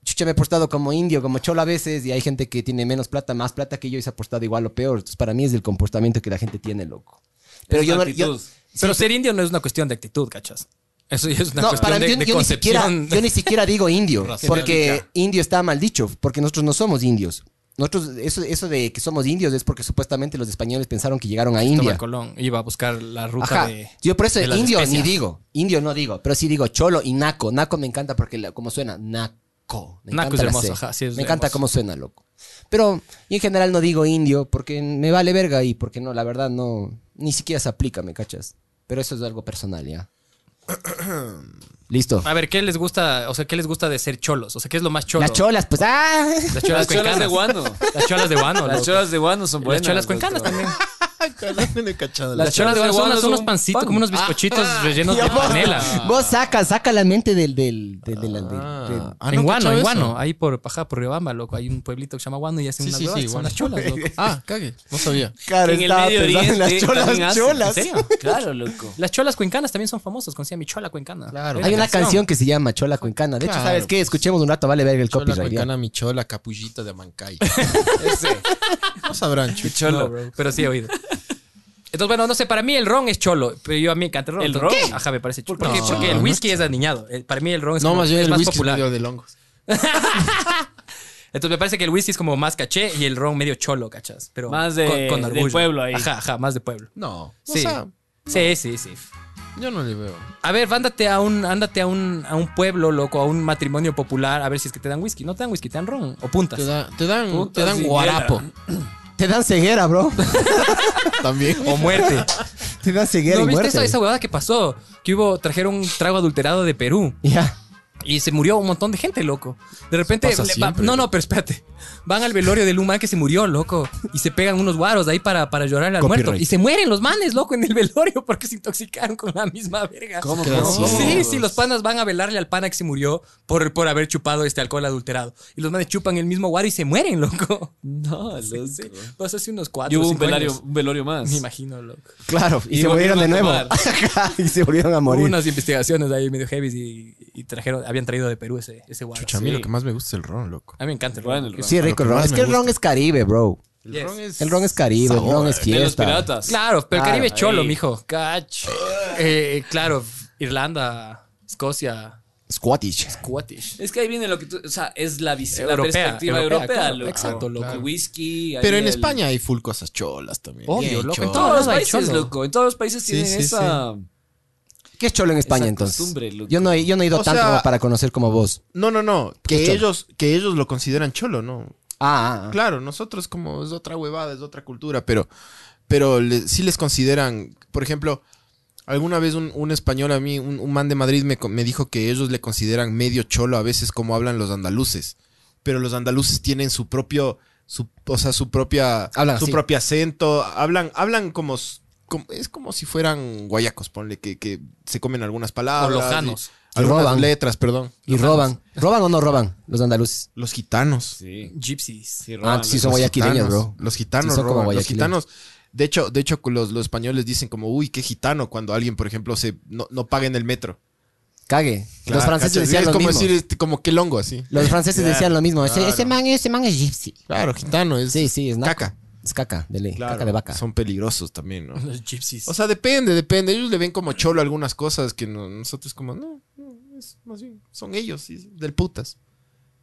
[SPEAKER 4] chucha, me he portado como indio, como cholo a veces, y hay gente que tiene menos plata, más plata que yo y se ha portado igual o peor. Entonces, para mí es el comportamiento que la gente tiene, loco. Pero
[SPEAKER 2] Es
[SPEAKER 4] yo
[SPEAKER 2] una
[SPEAKER 4] no. yo-
[SPEAKER 2] actitud.
[SPEAKER 3] Pero ser indio no es una cuestión de actitud, cachas. Eso ya es una
[SPEAKER 4] no,
[SPEAKER 3] cuestión
[SPEAKER 4] para mí,
[SPEAKER 3] de,
[SPEAKER 4] yo,
[SPEAKER 3] de
[SPEAKER 4] yo ni siquiera,
[SPEAKER 3] concepción.
[SPEAKER 4] yo ni siquiera digo indio, porque
[SPEAKER 3] Racionalidad.
[SPEAKER 4] indio está mal dicho, porque nosotros no somos indios. Nosotros, eso, eso de que somos indios es porque supuestamente los españoles pensaron que llegaron a
[SPEAKER 3] Cristóbal
[SPEAKER 4] India.
[SPEAKER 3] Colón iba a buscar la ruta
[SPEAKER 4] Ajá.
[SPEAKER 3] de.
[SPEAKER 4] Yo por eso
[SPEAKER 3] de las
[SPEAKER 4] indio
[SPEAKER 3] especias.
[SPEAKER 4] ni digo. Indio no digo. Pero sí digo cholo y naco. Naco me encanta porque la- como suena. Naco. Me
[SPEAKER 3] Naco
[SPEAKER 4] encanta
[SPEAKER 3] es
[SPEAKER 4] la
[SPEAKER 3] hermoso,
[SPEAKER 4] C.
[SPEAKER 3] ajá, sí, es
[SPEAKER 4] me encanta
[SPEAKER 3] hermoso.
[SPEAKER 4] cómo suena, loco. Pero y en general no digo indio porque me vale verga y porque no, la verdad no. Ni siquiera se aplica, ¿me cachas? Pero eso es algo personal ya. Listo.
[SPEAKER 3] A ver, ¿qué les gusta? O sea, ¿qué les gusta de ser cholos? O sea, ¿qué es lo más cholo?
[SPEAKER 4] Las cholas, pues. ¡ah!
[SPEAKER 3] Las
[SPEAKER 2] Las cholas de
[SPEAKER 3] cuencanas.
[SPEAKER 2] guano.
[SPEAKER 3] Las cholas de guano.
[SPEAKER 2] Las
[SPEAKER 3] loco.
[SPEAKER 2] cholas de guano son buenas.
[SPEAKER 3] Las cholas cuencanas
[SPEAKER 2] loco.
[SPEAKER 3] también.
[SPEAKER 1] no le he cachado.
[SPEAKER 3] Las cholas de guano son, unas-
[SPEAKER 2] son
[SPEAKER 3] unos
[SPEAKER 2] un
[SPEAKER 3] pancitos,
[SPEAKER 2] pan. Ah.
[SPEAKER 3] como unos bizcochitos rellenos de
[SPEAKER 4] vos,
[SPEAKER 3] panela.
[SPEAKER 4] vos saca, saca la mente del. del, del, del- del- del-
[SPEAKER 1] Ah, ah, no
[SPEAKER 3] en Guano,
[SPEAKER 1] cachaba
[SPEAKER 3] en
[SPEAKER 1] eso.
[SPEAKER 3] Guano, ahí por Paja, por Riobamba, loco. Hay un pueblito que se llama Guano y hacen
[SPEAKER 1] Sí,
[SPEAKER 3] unas
[SPEAKER 1] sí,
[SPEAKER 3] huevas
[SPEAKER 1] sí,
[SPEAKER 3] que son
[SPEAKER 1] Guano.
[SPEAKER 3] las cholas, loco.
[SPEAKER 1] Ah, cague, no sabía.
[SPEAKER 4] Claro,
[SPEAKER 2] En el
[SPEAKER 4] estaba
[SPEAKER 2] Medio
[SPEAKER 4] pensando
[SPEAKER 2] Oriente
[SPEAKER 4] en las
[SPEAKER 2] también
[SPEAKER 4] cholas,
[SPEAKER 2] hacen.
[SPEAKER 4] cholas.
[SPEAKER 3] ¿En serio?
[SPEAKER 2] Claro, loco.
[SPEAKER 3] Las cholas cuencanas también son famosas, conocía mi chola cuencana.
[SPEAKER 1] Claro.
[SPEAKER 3] Hay
[SPEAKER 4] Hay una canción que se llama Chola Cuencana. De hecho,
[SPEAKER 1] Claro,
[SPEAKER 4] ¿sabes qué? Escuchemos un rato, vale ver el
[SPEAKER 1] Chola
[SPEAKER 4] copyright. ya.
[SPEAKER 1] cuencana, mi chola, capullita de Mancay. Ese. No sabrán, chucho.
[SPEAKER 3] cholo, pero sí he oído. Entonces, bueno, no sé, para mí el ron es cholo, pero yo a mí me encanta el ron.
[SPEAKER 2] ¿El
[SPEAKER 3] Entonces,
[SPEAKER 2] ron?
[SPEAKER 3] Ajá, me parece chulo.
[SPEAKER 2] ¿Por
[SPEAKER 3] Porque,
[SPEAKER 2] qué?
[SPEAKER 3] porque el
[SPEAKER 1] No, no
[SPEAKER 3] whisky es aniñado. Eh, Para mí el ron es,
[SPEAKER 1] No,
[SPEAKER 3] como-
[SPEAKER 1] más bien
[SPEAKER 3] es
[SPEAKER 1] el
[SPEAKER 3] más
[SPEAKER 1] whisky
[SPEAKER 3] popular.
[SPEAKER 1] medio de longos.
[SPEAKER 3] Entonces me parece que el whisky es como más caché y el ron medio cholo, ¿cachas? Pero
[SPEAKER 2] Más de- del pueblo ahí.
[SPEAKER 3] Ajá, ajá, más de pueblo.
[SPEAKER 1] No,
[SPEAKER 3] Sí.
[SPEAKER 1] o sea,
[SPEAKER 3] Sí, sí, sí.
[SPEAKER 1] yo no le veo.
[SPEAKER 3] A ver, vándate a un, ándate a un, a un pueblo, loco, a un matrimonio popular, a ver si es que te dan whisky. No te dan whisky, te dan ron o puntas.
[SPEAKER 1] Te, da- te dan,
[SPEAKER 2] Puta,
[SPEAKER 1] te dan
[SPEAKER 2] sí,
[SPEAKER 1] guarapo
[SPEAKER 4] Te dan ceguera, bro.
[SPEAKER 1] también.
[SPEAKER 3] O muerte.
[SPEAKER 4] Te dan ceguera
[SPEAKER 3] ¿No
[SPEAKER 4] y
[SPEAKER 3] viste
[SPEAKER 4] muerte.
[SPEAKER 3] esa, esa huevada que pasó? Que hubo, trajeron un trago adulterado de Perú.
[SPEAKER 4] Ya.
[SPEAKER 3] Y se murió un montón de gente, loco. De repente.
[SPEAKER 1] pasa
[SPEAKER 3] le- va-
[SPEAKER 1] siempre.
[SPEAKER 3] no, no, pero espérate. Van al velorio del humano que se murió, loco. Y se pegan unos guaros ahí para, para llorar al
[SPEAKER 1] Copyright.
[SPEAKER 3] muerto. Y se mueren los manes, loco, en el velorio porque se intoxicaron con la misma verga.
[SPEAKER 1] ¿Cómo
[SPEAKER 3] Sí,
[SPEAKER 1] que no?
[SPEAKER 3] Sí, sí, los panas van a velarle al pana que se murió por, por haber chupado este alcohol adulterado. Y los manes chupan el mismo guaro y se mueren, loco. No, loco. Pasó hace unos cuatro.
[SPEAKER 2] Y hubo un
[SPEAKER 3] cinco
[SPEAKER 2] velario,
[SPEAKER 3] años.
[SPEAKER 2] un velorio más.
[SPEAKER 3] Me imagino, loco.
[SPEAKER 4] Claro. Y,
[SPEAKER 2] Y
[SPEAKER 4] se murieron de nuevo.
[SPEAKER 2] volvieron a
[SPEAKER 4] y se volvieron a
[SPEAKER 3] Hubo
[SPEAKER 4] morir.
[SPEAKER 3] unas investigaciones ahí medio heavy y, y trajeron, habían traído de Perú ese, ese guaro.
[SPEAKER 1] Chucha, a mí
[SPEAKER 2] Sí.
[SPEAKER 1] lo que más me gusta es el ron, loco.
[SPEAKER 3] A mí me encanta el
[SPEAKER 2] Bueno,
[SPEAKER 3] ron.
[SPEAKER 2] el ron.
[SPEAKER 4] Sí, rico el ron.
[SPEAKER 1] más
[SPEAKER 4] Es
[SPEAKER 1] me
[SPEAKER 4] que el ron es Caribe, bro.
[SPEAKER 1] El
[SPEAKER 3] Yes.
[SPEAKER 1] es.
[SPEAKER 4] El ron es Caribe, el ron es
[SPEAKER 2] de los
[SPEAKER 4] fiesta.
[SPEAKER 2] piratas.
[SPEAKER 3] Claro, pero el
[SPEAKER 4] Claro,
[SPEAKER 3] Caribe es cholo,
[SPEAKER 2] ahí.
[SPEAKER 3] mijo. Cach. Eh, claro, Irlanda, Escocia,
[SPEAKER 4] Squatish.
[SPEAKER 3] Scottish.
[SPEAKER 2] Es que ahí viene lo que tú. O sea, es la visión, la
[SPEAKER 3] Europea,
[SPEAKER 2] perspectiva
[SPEAKER 3] europea,
[SPEAKER 2] europea,
[SPEAKER 3] claro,
[SPEAKER 2] loco.
[SPEAKER 3] exacto, loco.
[SPEAKER 2] El whisky. ahí
[SPEAKER 1] Pero en
[SPEAKER 2] el-
[SPEAKER 1] España hay full cosas cholas también.
[SPEAKER 3] Obvio,
[SPEAKER 1] Bien
[SPEAKER 3] loco, en
[SPEAKER 1] cholas.
[SPEAKER 2] En todos los
[SPEAKER 3] Hay
[SPEAKER 2] países,
[SPEAKER 3] cholo.
[SPEAKER 2] loco. En todos los países tienen
[SPEAKER 1] sí,
[SPEAKER 2] esa.
[SPEAKER 4] ¿Qué es cholo en España
[SPEAKER 2] Esa
[SPEAKER 4] entonces?
[SPEAKER 2] costumbre, loco.
[SPEAKER 4] Yo no, he- yo no he ido
[SPEAKER 1] O
[SPEAKER 4] tanto
[SPEAKER 1] sea-
[SPEAKER 4] como para conocer como vos.
[SPEAKER 1] No, no, no.
[SPEAKER 4] es
[SPEAKER 1] Que
[SPEAKER 4] cholo?
[SPEAKER 1] ellos, que ellos lo consideran cholo, ¿no?
[SPEAKER 4] Ah, ah, ah.
[SPEAKER 1] Claro, nosotros como es otra huevada, es otra cultura, pero, pero le- sí les consideran, por ejemplo, alguna vez un, un español a mí, un, un man de Madrid me, co- me dijo que ellos le consideran medio cholo a veces como hablan los andaluces, pero los andaluces tienen su propio, su, o sea, su propia,
[SPEAKER 4] Hablan
[SPEAKER 1] su
[SPEAKER 4] así.
[SPEAKER 1] propio acento, hablan, hablan como, s- como- es como si fueran guayacos, ponle que, que se comen algunas palabras,
[SPEAKER 3] O lojanos.
[SPEAKER 1] y- algunas
[SPEAKER 4] Roban.
[SPEAKER 1] letras, perdón,
[SPEAKER 4] Y roban. ¿Roban o no roban los andaluces?
[SPEAKER 1] los gitanos.
[SPEAKER 2] Sí.
[SPEAKER 3] Gypsies.
[SPEAKER 4] Ah,
[SPEAKER 2] roban,
[SPEAKER 4] sí
[SPEAKER 2] loco.
[SPEAKER 4] son guayaquileños,
[SPEAKER 1] gitanos,
[SPEAKER 4] bro.
[SPEAKER 1] Los gitanos,
[SPEAKER 4] Sí, son como
[SPEAKER 1] roban, los
[SPEAKER 4] guayaquileños.
[SPEAKER 1] gitanos. De hecho, de hecho los, los españoles dicen como, uy, qué gitano cuando alguien, por ejemplo, se no, no paga en el metro.
[SPEAKER 4] Cague.
[SPEAKER 1] Claro,
[SPEAKER 4] los
[SPEAKER 1] ¿cachas?
[SPEAKER 4] franceses decían
[SPEAKER 1] es
[SPEAKER 4] lo
[SPEAKER 1] como
[SPEAKER 4] mismo.
[SPEAKER 1] decir, este, como que longo así.
[SPEAKER 4] Los franceses decían lo mismo. Ese,
[SPEAKER 1] claro.
[SPEAKER 4] ese man, ese man es gypsy.
[SPEAKER 1] Claro, gitano es
[SPEAKER 4] Sí, sí, es naco.
[SPEAKER 1] caca.
[SPEAKER 4] Es caca de ley.
[SPEAKER 1] Claro,
[SPEAKER 4] Caca de vaca.
[SPEAKER 1] Son peligrosos también, ¿no?
[SPEAKER 3] Los gypsies.
[SPEAKER 1] O sea, depende, depende. Ellos le ven como cholo algunas cosas que no- nosotros como, no, no, es más bien, son ellos, sí, del putas.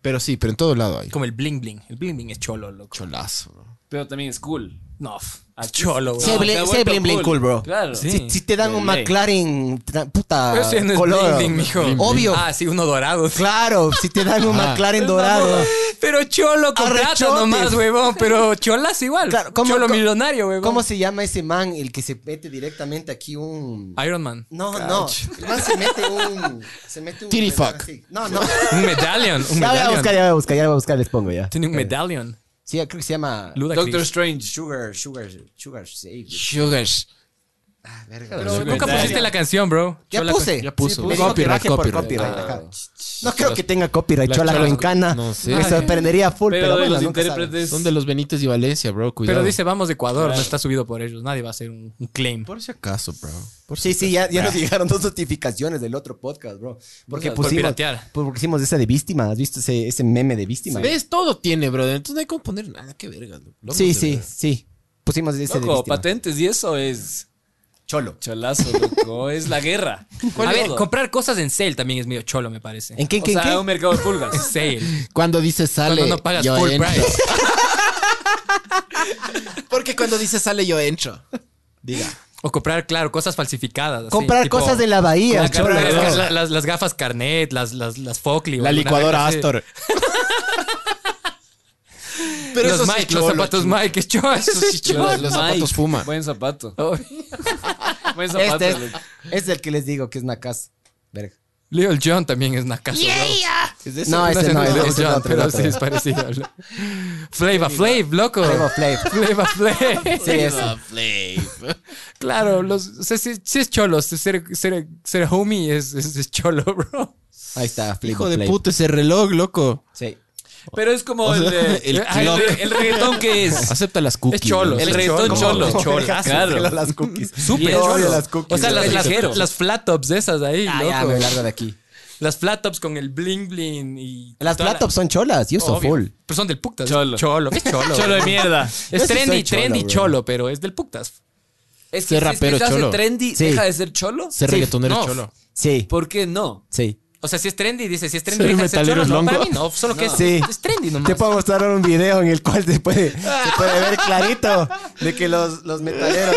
[SPEAKER 1] Pero sí, pero en todo lado hay.
[SPEAKER 3] como el bling bling. El bling bling es cholo, loco.
[SPEAKER 1] Cholazo, bro.
[SPEAKER 2] Pero también es cool.
[SPEAKER 3] No, f- cholo, güey.
[SPEAKER 4] Ah, Sí,
[SPEAKER 2] No,
[SPEAKER 4] bling-
[SPEAKER 2] se ha
[SPEAKER 4] sí,
[SPEAKER 2] vuelto
[SPEAKER 4] bling, bling, cool, bro.
[SPEAKER 2] Claro.
[SPEAKER 3] Sí.
[SPEAKER 4] Si, si te dan un
[SPEAKER 2] Dele.
[SPEAKER 4] McLaren, tra- puta,
[SPEAKER 3] Ese no es
[SPEAKER 4] Ah, color.
[SPEAKER 3] bling bling, mijo.
[SPEAKER 4] Obvio.
[SPEAKER 3] Ah, sí, uno dorado.
[SPEAKER 4] Claro, si te dan un
[SPEAKER 1] Ah.
[SPEAKER 4] McLaren dorado.
[SPEAKER 3] Pero cholo con
[SPEAKER 4] Arrechote.
[SPEAKER 3] plata nomás, huevón. Pero cholas igual.
[SPEAKER 4] Claro, ¿cómo-
[SPEAKER 3] cholo
[SPEAKER 4] cómo-
[SPEAKER 3] millonario, huevón.
[SPEAKER 4] ¿Cómo se llama ese man el que se mete directamente aquí un
[SPEAKER 3] Iron Man.
[SPEAKER 4] No, no, el man se mete un se mete un
[SPEAKER 1] Titty fuck.
[SPEAKER 4] así. No, no.
[SPEAKER 3] Un medallion. Un
[SPEAKER 4] Ya Eh. voy a
[SPEAKER 3] medallion.
[SPEAKER 4] buscar, ya voy a buscar, ya voy a buscar, les pongo ya.
[SPEAKER 3] Tiene un medallion.
[SPEAKER 4] Sí, creo que se llama
[SPEAKER 3] Ludacris.
[SPEAKER 2] Doctor Strange.
[SPEAKER 4] Sugar, Sugar, Sugar Save.
[SPEAKER 1] Sugars. Ah, verga.
[SPEAKER 3] Pero
[SPEAKER 2] Pero
[SPEAKER 3] nunca
[SPEAKER 2] verdad.
[SPEAKER 3] pusiste la canción, bro.
[SPEAKER 4] Ya
[SPEAKER 3] Chola-
[SPEAKER 4] puse.
[SPEAKER 1] Ya puso.
[SPEAKER 4] Me dijo que
[SPEAKER 1] Copyright,
[SPEAKER 4] baje por
[SPEAKER 1] copyright.
[SPEAKER 4] copyright, ajá.
[SPEAKER 2] Ah.
[SPEAKER 4] No creo que tenga copyright
[SPEAKER 1] la
[SPEAKER 4] Chola
[SPEAKER 1] Chola-
[SPEAKER 4] Cuencana.
[SPEAKER 1] no sé.
[SPEAKER 4] Me sorprendería full,
[SPEAKER 2] Pero,
[SPEAKER 4] pero,
[SPEAKER 2] de
[SPEAKER 4] bueno,
[SPEAKER 2] los
[SPEAKER 4] nunca sabes.
[SPEAKER 2] intérpretes.
[SPEAKER 1] Son de los Benítez y Valencia, bro. Cuidado.
[SPEAKER 3] Pero dice, vamos de Ecuador,
[SPEAKER 2] Claro.
[SPEAKER 3] no está subido por ellos. Nadie va a hacer un, un claim.
[SPEAKER 1] Por si acaso, bro. Por
[SPEAKER 4] Sí,
[SPEAKER 1] si
[SPEAKER 4] sí, ya, ya nos llegaron dos notificaciones del otro podcast, bro. Porque
[SPEAKER 3] sea, por
[SPEAKER 4] pusimos,
[SPEAKER 3] piratear.
[SPEAKER 4] por- porque hicimos esa de víctima. ¿Has visto ese, ese meme de víctima?
[SPEAKER 1] acaso. ¿Ves? Todo tiene, bro. Entonces no hay como poner nada. Qué verga. loco.
[SPEAKER 4] Sí,
[SPEAKER 1] De
[SPEAKER 4] sí,
[SPEAKER 1] verdad.
[SPEAKER 4] sí. Pusimos ese de
[SPEAKER 2] Loco,
[SPEAKER 4] víctima.
[SPEAKER 2] patentes y eso es
[SPEAKER 4] Cholo.
[SPEAKER 2] cholazo, loco. es la guerra.
[SPEAKER 3] A ver,
[SPEAKER 2] Todo.
[SPEAKER 3] comprar cosas en sale también es medio cholo, me parece.
[SPEAKER 4] ¿En qué, en
[SPEAKER 2] o
[SPEAKER 4] qué, en
[SPEAKER 2] sea,
[SPEAKER 4] qué?
[SPEAKER 2] un mercado de
[SPEAKER 3] En
[SPEAKER 2] pulgas.
[SPEAKER 3] sale.
[SPEAKER 1] Cuando dice sale.
[SPEAKER 3] Cuando no pagas
[SPEAKER 1] yo
[SPEAKER 3] full
[SPEAKER 1] entro.
[SPEAKER 3] price.
[SPEAKER 1] Porque cuando dice sale, yo entro. Diga.
[SPEAKER 3] O comprar, claro, cosas falsificadas. así,
[SPEAKER 4] Comprar
[SPEAKER 3] tipo-
[SPEAKER 4] cosas de la bahía.
[SPEAKER 3] Las,
[SPEAKER 4] Cholo.
[SPEAKER 3] las- las- las- las- las gafas carnet, las, las, las Focli. o
[SPEAKER 1] La
[SPEAKER 3] alguna
[SPEAKER 1] licuadora
[SPEAKER 3] vaina así.
[SPEAKER 1] Astor. Pero
[SPEAKER 3] Los
[SPEAKER 1] eso sí es
[SPEAKER 3] Mike, los
[SPEAKER 1] cholo,
[SPEAKER 3] zapatos
[SPEAKER 1] chino.
[SPEAKER 3] Mike, es cholo. Eso sí es
[SPEAKER 1] cholo.
[SPEAKER 3] cholo.
[SPEAKER 1] Los- los zapatos
[SPEAKER 2] Nike,
[SPEAKER 1] fuma.
[SPEAKER 2] Buen zapato.
[SPEAKER 3] Oh,
[SPEAKER 2] Buen zapato.
[SPEAKER 4] Este es,
[SPEAKER 2] loco.
[SPEAKER 4] es el que les digo que es Nakas. Verga.
[SPEAKER 3] Lil John también es nacaso.
[SPEAKER 4] No, ese no, ese
[SPEAKER 3] Lil
[SPEAKER 4] es el
[SPEAKER 3] Jon,
[SPEAKER 4] otro, el
[SPEAKER 3] pero
[SPEAKER 4] otro.
[SPEAKER 3] sí es parecido. ¿no? Flava Flav, loco.
[SPEAKER 4] Flavor Flav.
[SPEAKER 3] Flava Flav.
[SPEAKER 4] Sí, es.
[SPEAKER 1] Ah, Flav.
[SPEAKER 3] Claro, los, o sea, sí, sí es cholo. este Ser, ser, ser homie es, es- es cholo, bro.
[SPEAKER 4] Ahí está, Flavor
[SPEAKER 1] Hijo de
[SPEAKER 4] Flav.
[SPEAKER 1] puta ese reloj, loco.
[SPEAKER 4] Sí.
[SPEAKER 2] Pero es como
[SPEAKER 1] O
[SPEAKER 2] el,
[SPEAKER 1] sea,
[SPEAKER 2] eh,
[SPEAKER 1] el
[SPEAKER 2] ah, el
[SPEAKER 1] clock.
[SPEAKER 2] re- el reggaetón que es.
[SPEAKER 1] Acepta las cookies.
[SPEAKER 3] Es cholo.
[SPEAKER 1] bro.
[SPEAKER 2] El
[SPEAKER 3] Es
[SPEAKER 2] reggaetón
[SPEAKER 3] cholo.
[SPEAKER 2] cholo.
[SPEAKER 3] Como
[SPEAKER 2] Chola, claro.
[SPEAKER 4] Las cookies.
[SPEAKER 3] Súper
[SPEAKER 2] Yo odio
[SPEAKER 3] cholo.
[SPEAKER 4] las cookies,
[SPEAKER 3] o sea, las,
[SPEAKER 2] yo
[SPEAKER 3] las,
[SPEAKER 2] ligero.
[SPEAKER 3] las flat tops de esas ahí,
[SPEAKER 4] Ah,
[SPEAKER 3] loco.
[SPEAKER 4] ya, me largo de aquí.
[SPEAKER 3] Las flat tops con el bling bling y.
[SPEAKER 4] Las
[SPEAKER 3] toda la-
[SPEAKER 4] laptops son cholas. Yo soy
[SPEAKER 3] Obvio.
[SPEAKER 4] full.
[SPEAKER 3] Pero son del Puctas.
[SPEAKER 2] Cholo.
[SPEAKER 3] Cholo. ¿qué cholo.
[SPEAKER 2] Cholo de mierda.
[SPEAKER 3] Es
[SPEAKER 4] Yo sí
[SPEAKER 3] trendy,
[SPEAKER 4] soy cholo,
[SPEAKER 3] trendy
[SPEAKER 4] bro.
[SPEAKER 3] cholo, pero es del Puctas.
[SPEAKER 2] Es
[SPEAKER 1] Ser rapero
[SPEAKER 2] si es que se hace
[SPEAKER 1] cholo.
[SPEAKER 2] trendy,
[SPEAKER 4] Sí.
[SPEAKER 2] deja de ser cholo.
[SPEAKER 1] Ser
[SPEAKER 4] Sí,
[SPEAKER 1] reggaetonero
[SPEAKER 3] no.
[SPEAKER 1] cholo.
[SPEAKER 4] Sí,
[SPEAKER 2] ¿Por qué no?
[SPEAKER 4] sí.
[SPEAKER 3] O sea, si es trendy, dice, si es trendy,
[SPEAKER 1] Ser
[SPEAKER 3] deja de ser
[SPEAKER 1] metalero
[SPEAKER 3] cholo.
[SPEAKER 1] es
[SPEAKER 3] No,
[SPEAKER 1] longo.
[SPEAKER 3] para mí no, solo que es,
[SPEAKER 4] Sí.
[SPEAKER 3] es trendy nomás.
[SPEAKER 4] Te puedo mostrar ahora un video en el cual se puede, se puede ver clarito de que los, los metaleros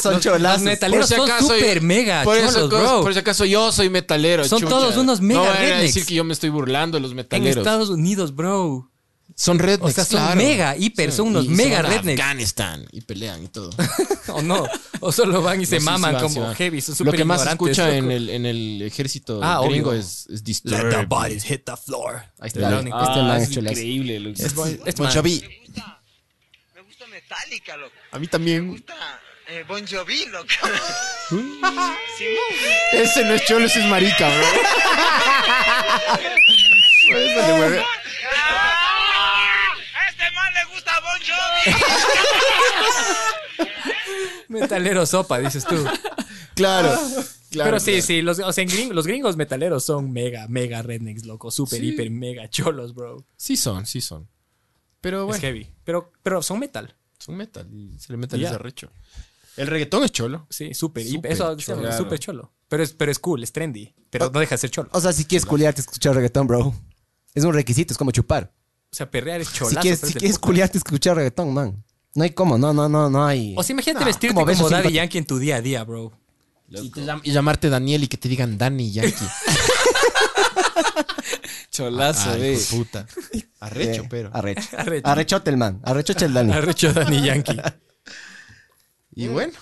[SPEAKER 4] son
[SPEAKER 3] Los
[SPEAKER 4] cholazos.
[SPEAKER 1] Por
[SPEAKER 3] metaleros
[SPEAKER 1] si
[SPEAKER 3] son
[SPEAKER 1] acaso,
[SPEAKER 3] súper
[SPEAKER 1] yo-
[SPEAKER 3] mega
[SPEAKER 1] Por,
[SPEAKER 3] cholos,
[SPEAKER 1] eso,
[SPEAKER 3] bro.
[SPEAKER 1] por si acaso yo soy metalero.
[SPEAKER 3] Son
[SPEAKER 1] chucha.
[SPEAKER 3] todos unos mega
[SPEAKER 1] No vayan a
[SPEAKER 3] rednecks.
[SPEAKER 1] decir que yo me estoy burlando de los
[SPEAKER 3] en
[SPEAKER 1] metaleros.
[SPEAKER 3] Estados Unidos, bro.
[SPEAKER 1] Son rednecks.
[SPEAKER 3] O sea, son
[SPEAKER 1] claro.
[SPEAKER 3] mega hiper, son unos
[SPEAKER 1] y
[SPEAKER 3] mega
[SPEAKER 1] se van a
[SPEAKER 3] rednecks.
[SPEAKER 1] Afganistán y pelean y todo.
[SPEAKER 3] O no. O solo van y se
[SPEAKER 1] No, sí,
[SPEAKER 3] maman
[SPEAKER 1] sí van, sí
[SPEAKER 3] como
[SPEAKER 1] van.
[SPEAKER 3] heavy. Son
[SPEAKER 1] Lo
[SPEAKER 3] súper
[SPEAKER 1] que más se
[SPEAKER 3] ignorantes,
[SPEAKER 1] escucha en
[SPEAKER 3] loco.
[SPEAKER 1] el, en el ejército
[SPEAKER 3] Ah,
[SPEAKER 1] gringo
[SPEAKER 3] obvio.
[SPEAKER 1] es, es Disturbed.
[SPEAKER 3] Let the bodies hit the floor. Ahí
[SPEAKER 4] Ah,
[SPEAKER 3] está. el único.
[SPEAKER 4] este man
[SPEAKER 2] es
[SPEAKER 4] es cholazo.
[SPEAKER 2] increíble, Luis.
[SPEAKER 3] Este
[SPEAKER 1] Bon
[SPEAKER 3] man.
[SPEAKER 1] Jovi.
[SPEAKER 5] Me gusta, me gusta Metallica, loco.
[SPEAKER 1] A mí
[SPEAKER 5] Me
[SPEAKER 1] también.
[SPEAKER 5] gusta eh, Bon Jovi, loco. Simón.
[SPEAKER 1] Ese no es cholo, ese es marica, bro. Por eso le mueve.
[SPEAKER 5] ¡Ah! ¡A este man le gusta Bon Jovi!
[SPEAKER 3] Metalero sopa, dices tú.
[SPEAKER 1] Claro, claro.
[SPEAKER 3] Pero sí,
[SPEAKER 1] claro.
[SPEAKER 3] sí, los, o sea, en gring- los gringos metaleros son mega, mega rednecks, loco. Súper, hiper, mega cholos, bro.
[SPEAKER 1] Sí son, sí son. Pero
[SPEAKER 3] Es
[SPEAKER 1] bueno,
[SPEAKER 3] heavy. Pero, pero son metal.
[SPEAKER 1] son metal y se le metal
[SPEAKER 3] Ya.
[SPEAKER 1] ese arrecho. El reggaetón es cholo.
[SPEAKER 3] Sí, súper,
[SPEAKER 1] Súper
[SPEAKER 3] hiper. Eso
[SPEAKER 1] cholo. Ah.
[SPEAKER 3] es súper cholo. Pero es, pero es cool, es trendy. Pero no deja de ser cholo.
[SPEAKER 4] O sea, si quieres culiarte, escuchar reggaetón, bro. Es un requisito, es como chupar.
[SPEAKER 3] O sea, perrear es cholazo.
[SPEAKER 4] Si quieres,
[SPEAKER 3] pero
[SPEAKER 4] si
[SPEAKER 3] es del
[SPEAKER 4] quieres
[SPEAKER 3] puto.
[SPEAKER 4] culiarte, escuchar reggaetón, man. No hay cómo, no, no, no, no hay.
[SPEAKER 3] O sea, imagínate
[SPEAKER 4] No,
[SPEAKER 3] vestirte
[SPEAKER 4] como
[SPEAKER 3] como,
[SPEAKER 4] besos sin
[SPEAKER 3] Daddy
[SPEAKER 4] bata-
[SPEAKER 3] Yankee en tu día a día, bro.
[SPEAKER 1] Y, te llam- y llamarte Daniel y que te digan Dani Yankee.
[SPEAKER 2] Cholazo,
[SPEAKER 1] Ay,
[SPEAKER 2] ve.
[SPEAKER 1] hijo de puta. Arrecho,
[SPEAKER 4] Eh,
[SPEAKER 1] pero.
[SPEAKER 4] Arrecho.
[SPEAKER 3] Arrecho.
[SPEAKER 4] Arrechote el man. Arrechote el Dani.
[SPEAKER 3] Arrecho Daddy Yankee.
[SPEAKER 1] Y bueno.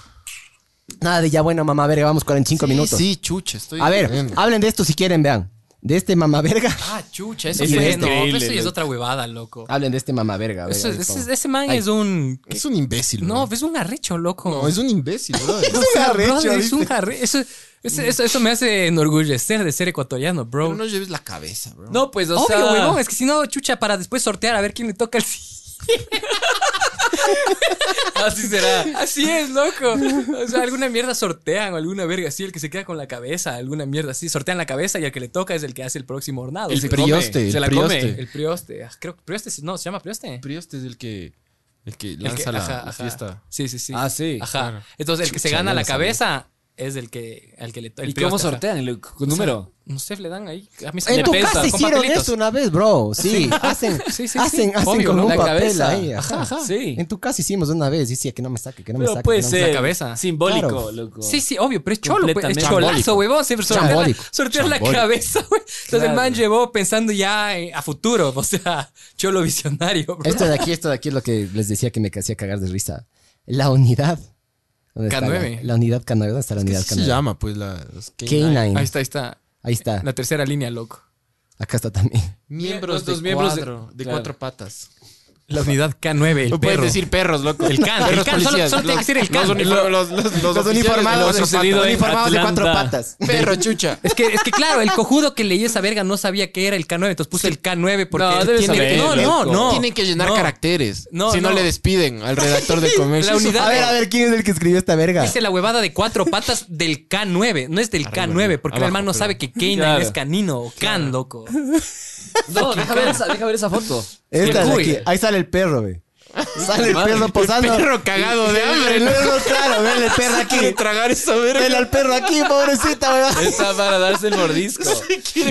[SPEAKER 4] Nada de ya bueno, mamá verga, vamos 45
[SPEAKER 1] sí,
[SPEAKER 4] minutos.
[SPEAKER 1] Sí, chucha, estoy.
[SPEAKER 4] A ver,
[SPEAKER 1] bien.
[SPEAKER 4] hablen de esto si quieren, vean. De este mamá verga.
[SPEAKER 3] Ah, chucha, eso
[SPEAKER 4] Ese
[SPEAKER 3] fue.
[SPEAKER 4] es
[SPEAKER 3] No,
[SPEAKER 2] increíble,
[SPEAKER 3] eso ya es
[SPEAKER 2] loco.
[SPEAKER 3] otra huevada, loco.
[SPEAKER 4] Hablen de este mamá verga. a ver,
[SPEAKER 3] Eso-
[SPEAKER 4] a ver
[SPEAKER 3] ese,
[SPEAKER 4] cómo.
[SPEAKER 3] ese man
[SPEAKER 4] Ay.
[SPEAKER 3] es un.
[SPEAKER 1] Es un imbécil.
[SPEAKER 3] No,
[SPEAKER 1] bro.
[SPEAKER 3] es un arrecho, loco.
[SPEAKER 1] no es un imbécil, bro.
[SPEAKER 4] arrecho,
[SPEAKER 3] Brother, es un
[SPEAKER 4] dice.
[SPEAKER 3] arre- Eso, eso, eso- eso me hace enorgullecer de ser ecuatoriano, bro.
[SPEAKER 1] Pero no lleves la cabeza, bro.
[SPEAKER 2] No, pues, o
[SPEAKER 3] Obvio,
[SPEAKER 2] sea.
[SPEAKER 3] huevón, es que si no, chucha, para después sortear a ver quién le toca el sí.
[SPEAKER 2] Así será.
[SPEAKER 3] Así es, loco. O sea, alguna mierda sortean o alguna verga así, el que se queda con la cabeza, alguna mierda así, sortean la cabeza y el que le toca es el que hace el próximo hornado.
[SPEAKER 1] El
[SPEAKER 3] Se-
[SPEAKER 1] prioste,
[SPEAKER 3] come,
[SPEAKER 1] el
[SPEAKER 3] se la
[SPEAKER 1] prioste.
[SPEAKER 3] come. El prioste. Ah, Creo que prioste, no, se llama prioste.
[SPEAKER 1] Prioste es el que. El que
[SPEAKER 3] El que-
[SPEAKER 1] lanza la,
[SPEAKER 3] ajá,
[SPEAKER 1] la
[SPEAKER 3] ajá.
[SPEAKER 1] fiesta.
[SPEAKER 3] Sí, sí, sí.
[SPEAKER 2] Ah, sí,
[SPEAKER 3] Ajá.
[SPEAKER 1] claro.
[SPEAKER 3] Entonces, el que se
[SPEAKER 1] Chucha,
[SPEAKER 3] gana
[SPEAKER 1] ya
[SPEAKER 3] la
[SPEAKER 1] lo sabía.
[SPEAKER 3] cabeza es el que, al que le toca.
[SPEAKER 2] ¿Y cómo sortean? loco? ¿Con número?
[SPEAKER 3] No sé, le dan ahí. A mí se
[SPEAKER 4] En
[SPEAKER 3] me
[SPEAKER 4] tu
[SPEAKER 3] pesa,
[SPEAKER 4] casa
[SPEAKER 3] con
[SPEAKER 4] hicieron
[SPEAKER 3] papelitos.
[SPEAKER 4] eso una vez, bro. Sí, hacen,
[SPEAKER 3] Sí, sí, sí.
[SPEAKER 4] hacen, hacen
[SPEAKER 3] Obvio,
[SPEAKER 4] con
[SPEAKER 3] ¿no?
[SPEAKER 4] un
[SPEAKER 3] La
[SPEAKER 4] papel
[SPEAKER 3] cabeza.
[SPEAKER 4] ahí. Ajá.
[SPEAKER 3] Ajá, ajá.
[SPEAKER 2] Sí.
[SPEAKER 4] En tu casa hicimos una vez. Decía que no me saque, que no me
[SPEAKER 2] Pero
[SPEAKER 4] saque.
[SPEAKER 2] puede
[SPEAKER 4] que no me
[SPEAKER 2] ser.
[SPEAKER 3] la cabeza.
[SPEAKER 2] Simbólico,
[SPEAKER 4] Claro.
[SPEAKER 2] loco.
[SPEAKER 3] Sí, sí, obvio, pero es cholo, pues, es
[SPEAKER 2] Completamente.
[SPEAKER 3] cholazo, güey. Vamos a hacer sortear, la,
[SPEAKER 4] Chambólico.
[SPEAKER 3] sortear la
[SPEAKER 1] Chambólico.
[SPEAKER 3] cabeza, güey. Entonces el man
[SPEAKER 2] Claro.
[SPEAKER 3] llevó pensando ya eh, a futuro, o sea, cholo visionario, bro.
[SPEAKER 4] Esto de aquí, esto de aquí es lo que les decía que me hacía cagar de risa. La unidad. ¿Dónde está
[SPEAKER 3] K9.
[SPEAKER 4] La, la unidad K9. ¿Dónde está la
[SPEAKER 1] ¿Qué
[SPEAKER 4] unidad
[SPEAKER 1] se
[SPEAKER 4] K9?
[SPEAKER 1] llama, pues, la. los K9?
[SPEAKER 3] Ahí
[SPEAKER 4] K9.
[SPEAKER 3] está, ahí está.
[SPEAKER 4] Ahí está.
[SPEAKER 3] La tercera línea, loco.
[SPEAKER 4] Acá está también.
[SPEAKER 1] Miembros
[SPEAKER 2] Los dos
[SPEAKER 1] de
[SPEAKER 2] miembros de-
[SPEAKER 1] cuadro, de
[SPEAKER 2] Claro.
[SPEAKER 1] cuatro patas.
[SPEAKER 3] La unidad K9, el
[SPEAKER 1] no puedes
[SPEAKER 3] perro.
[SPEAKER 1] decir perros, loco.
[SPEAKER 3] El can, el
[SPEAKER 1] Perros
[SPEAKER 3] can, solo-
[SPEAKER 1] policías.
[SPEAKER 3] solo tiene que
[SPEAKER 1] Los-
[SPEAKER 3] ser el can.
[SPEAKER 1] Los, uniform- los, los- los
[SPEAKER 4] Los
[SPEAKER 1] oficiales
[SPEAKER 4] uniformados,
[SPEAKER 1] de
[SPEAKER 2] lo
[SPEAKER 1] los
[SPEAKER 2] sucedido
[SPEAKER 1] zapatos.
[SPEAKER 2] en
[SPEAKER 4] uniformados de cuatro
[SPEAKER 2] Atlanta.
[SPEAKER 4] patas.
[SPEAKER 1] Perro, chucha.
[SPEAKER 3] Es que, es que claro, el cojudo que leí esa verga no sabía que era el K9, entonces puse el K9 porque
[SPEAKER 2] No, debes
[SPEAKER 3] tiene-
[SPEAKER 2] saber,
[SPEAKER 3] no, no,
[SPEAKER 2] loco.
[SPEAKER 3] no.
[SPEAKER 1] Tienen que llenar
[SPEAKER 3] No.
[SPEAKER 1] caracteres.
[SPEAKER 3] No,
[SPEAKER 1] si no,
[SPEAKER 3] no.
[SPEAKER 1] le despiden al redactor de comercio.
[SPEAKER 3] La unidad-
[SPEAKER 4] A ver, a ver, ¿quién es el que escribió esta verga?
[SPEAKER 3] Hice la huevada de cuatro patas del K9, no es del
[SPEAKER 1] Arriba,
[SPEAKER 3] K9,
[SPEAKER 1] arriba.
[SPEAKER 3] porque el
[SPEAKER 1] Abajo,
[SPEAKER 3] hermano no
[SPEAKER 1] arriba.
[SPEAKER 3] sabe que K9
[SPEAKER 2] Claro.
[SPEAKER 3] es canino o can, loco.
[SPEAKER 2] No, deja ver, esa, deja ver esa foto.
[SPEAKER 4] Esta de
[SPEAKER 3] Uy.
[SPEAKER 4] aquí. Ahí sale el perro, ve. Sale el
[SPEAKER 2] Madre,
[SPEAKER 4] perro posando.
[SPEAKER 1] Perro cagado de hambre.
[SPEAKER 4] El perro, claro, vele el perro aquí.
[SPEAKER 1] tragar esa verga.
[SPEAKER 4] Vele al perro aquí, pobrecita, weón.
[SPEAKER 2] Está para darse el mordisco.
[SPEAKER 1] quiere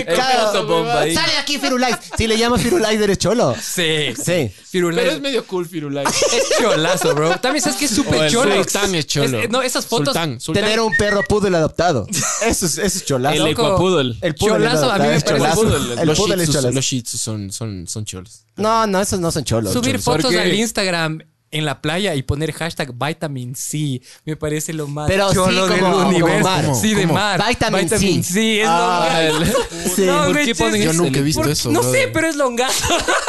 [SPEAKER 2] El
[SPEAKER 1] comer
[SPEAKER 4] Claro.
[SPEAKER 2] gato Bombay.
[SPEAKER 4] Sale de aquí, Firulais. Si le llamas Firulais, eres cholo.
[SPEAKER 3] Sí.
[SPEAKER 4] Sí.
[SPEAKER 3] Firulais.
[SPEAKER 1] Pero es medio cool, Firulai.
[SPEAKER 3] Es cholazo, bro. También sabes que es
[SPEAKER 1] O
[SPEAKER 3] súper
[SPEAKER 1] el
[SPEAKER 3] cholo.
[SPEAKER 1] sultán es cholo.
[SPEAKER 3] eh, no, esas fotos.
[SPEAKER 1] Sultán, sultán.
[SPEAKER 4] Tener un perro poodle adoptado. Eso es, eso es cholazo.
[SPEAKER 2] El
[SPEAKER 3] Loco.
[SPEAKER 2] ecuapoodle.
[SPEAKER 4] El poodle
[SPEAKER 3] cholazo,
[SPEAKER 4] adoptado
[SPEAKER 3] a mí me
[SPEAKER 4] es
[SPEAKER 3] parece
[SPEAKER 4] cholazo.
[SPEAKER 2] poodle.
[SPEAKER 4] El
[SPEAKER 1] los shih
[SPEAKER 4] poodle es
[SPEAKER 1] tzus-
[SPEAKER 4] cholazo.
[SPEAKER 1] los shih tzus son, son, son cholos.
[SPEAKER 4] No, no, esos no son cholos.
[SPEAKER 3] Subir
[SPEAKER 4] cholos.
[SPEAKER 3] fotos
[SPEAKER 2] ¿Por qué?
[SPEAKER 3] al Instagram en la playa y poner hashtag vitamin C me parece lo más
[SPEAKER 4] Pero sí,
[SPEAKER 3] cholo
[SPEAKER 4] como-
[SPEAKER 3] del
[SPEAKER 4] como
[SPEAKER 3] universo.
[SPEAKER 4] mar.
[SPEAKER 3] Sí, de
[SPEAKER 1] ¿Cómo?
[SPEAKER 3] mar.
[SPEAKER 4] Vitamin C.
[SPEAKER 3] es
[SPEAKER 4] Ah,
[SPEAKER 3] longazo.
[SPEAKER 4] sí.
[SPEAKER 3] No,
[SPEAKER 4] ¿Por
[SPEAKER 3] güey,
[SPEAKER 2] qué
[SPEAKER 3] es-
[SPEAKER 2] ponen
[SPEAKER 1] Yo nunca he visto
[SPEAKER 3] ¿por-
[SPEAKER 1] eso,
[SPEAKER 3] No
[SPEAKER 1] brother.
[SPEAKER 3] sé, pero es longazo.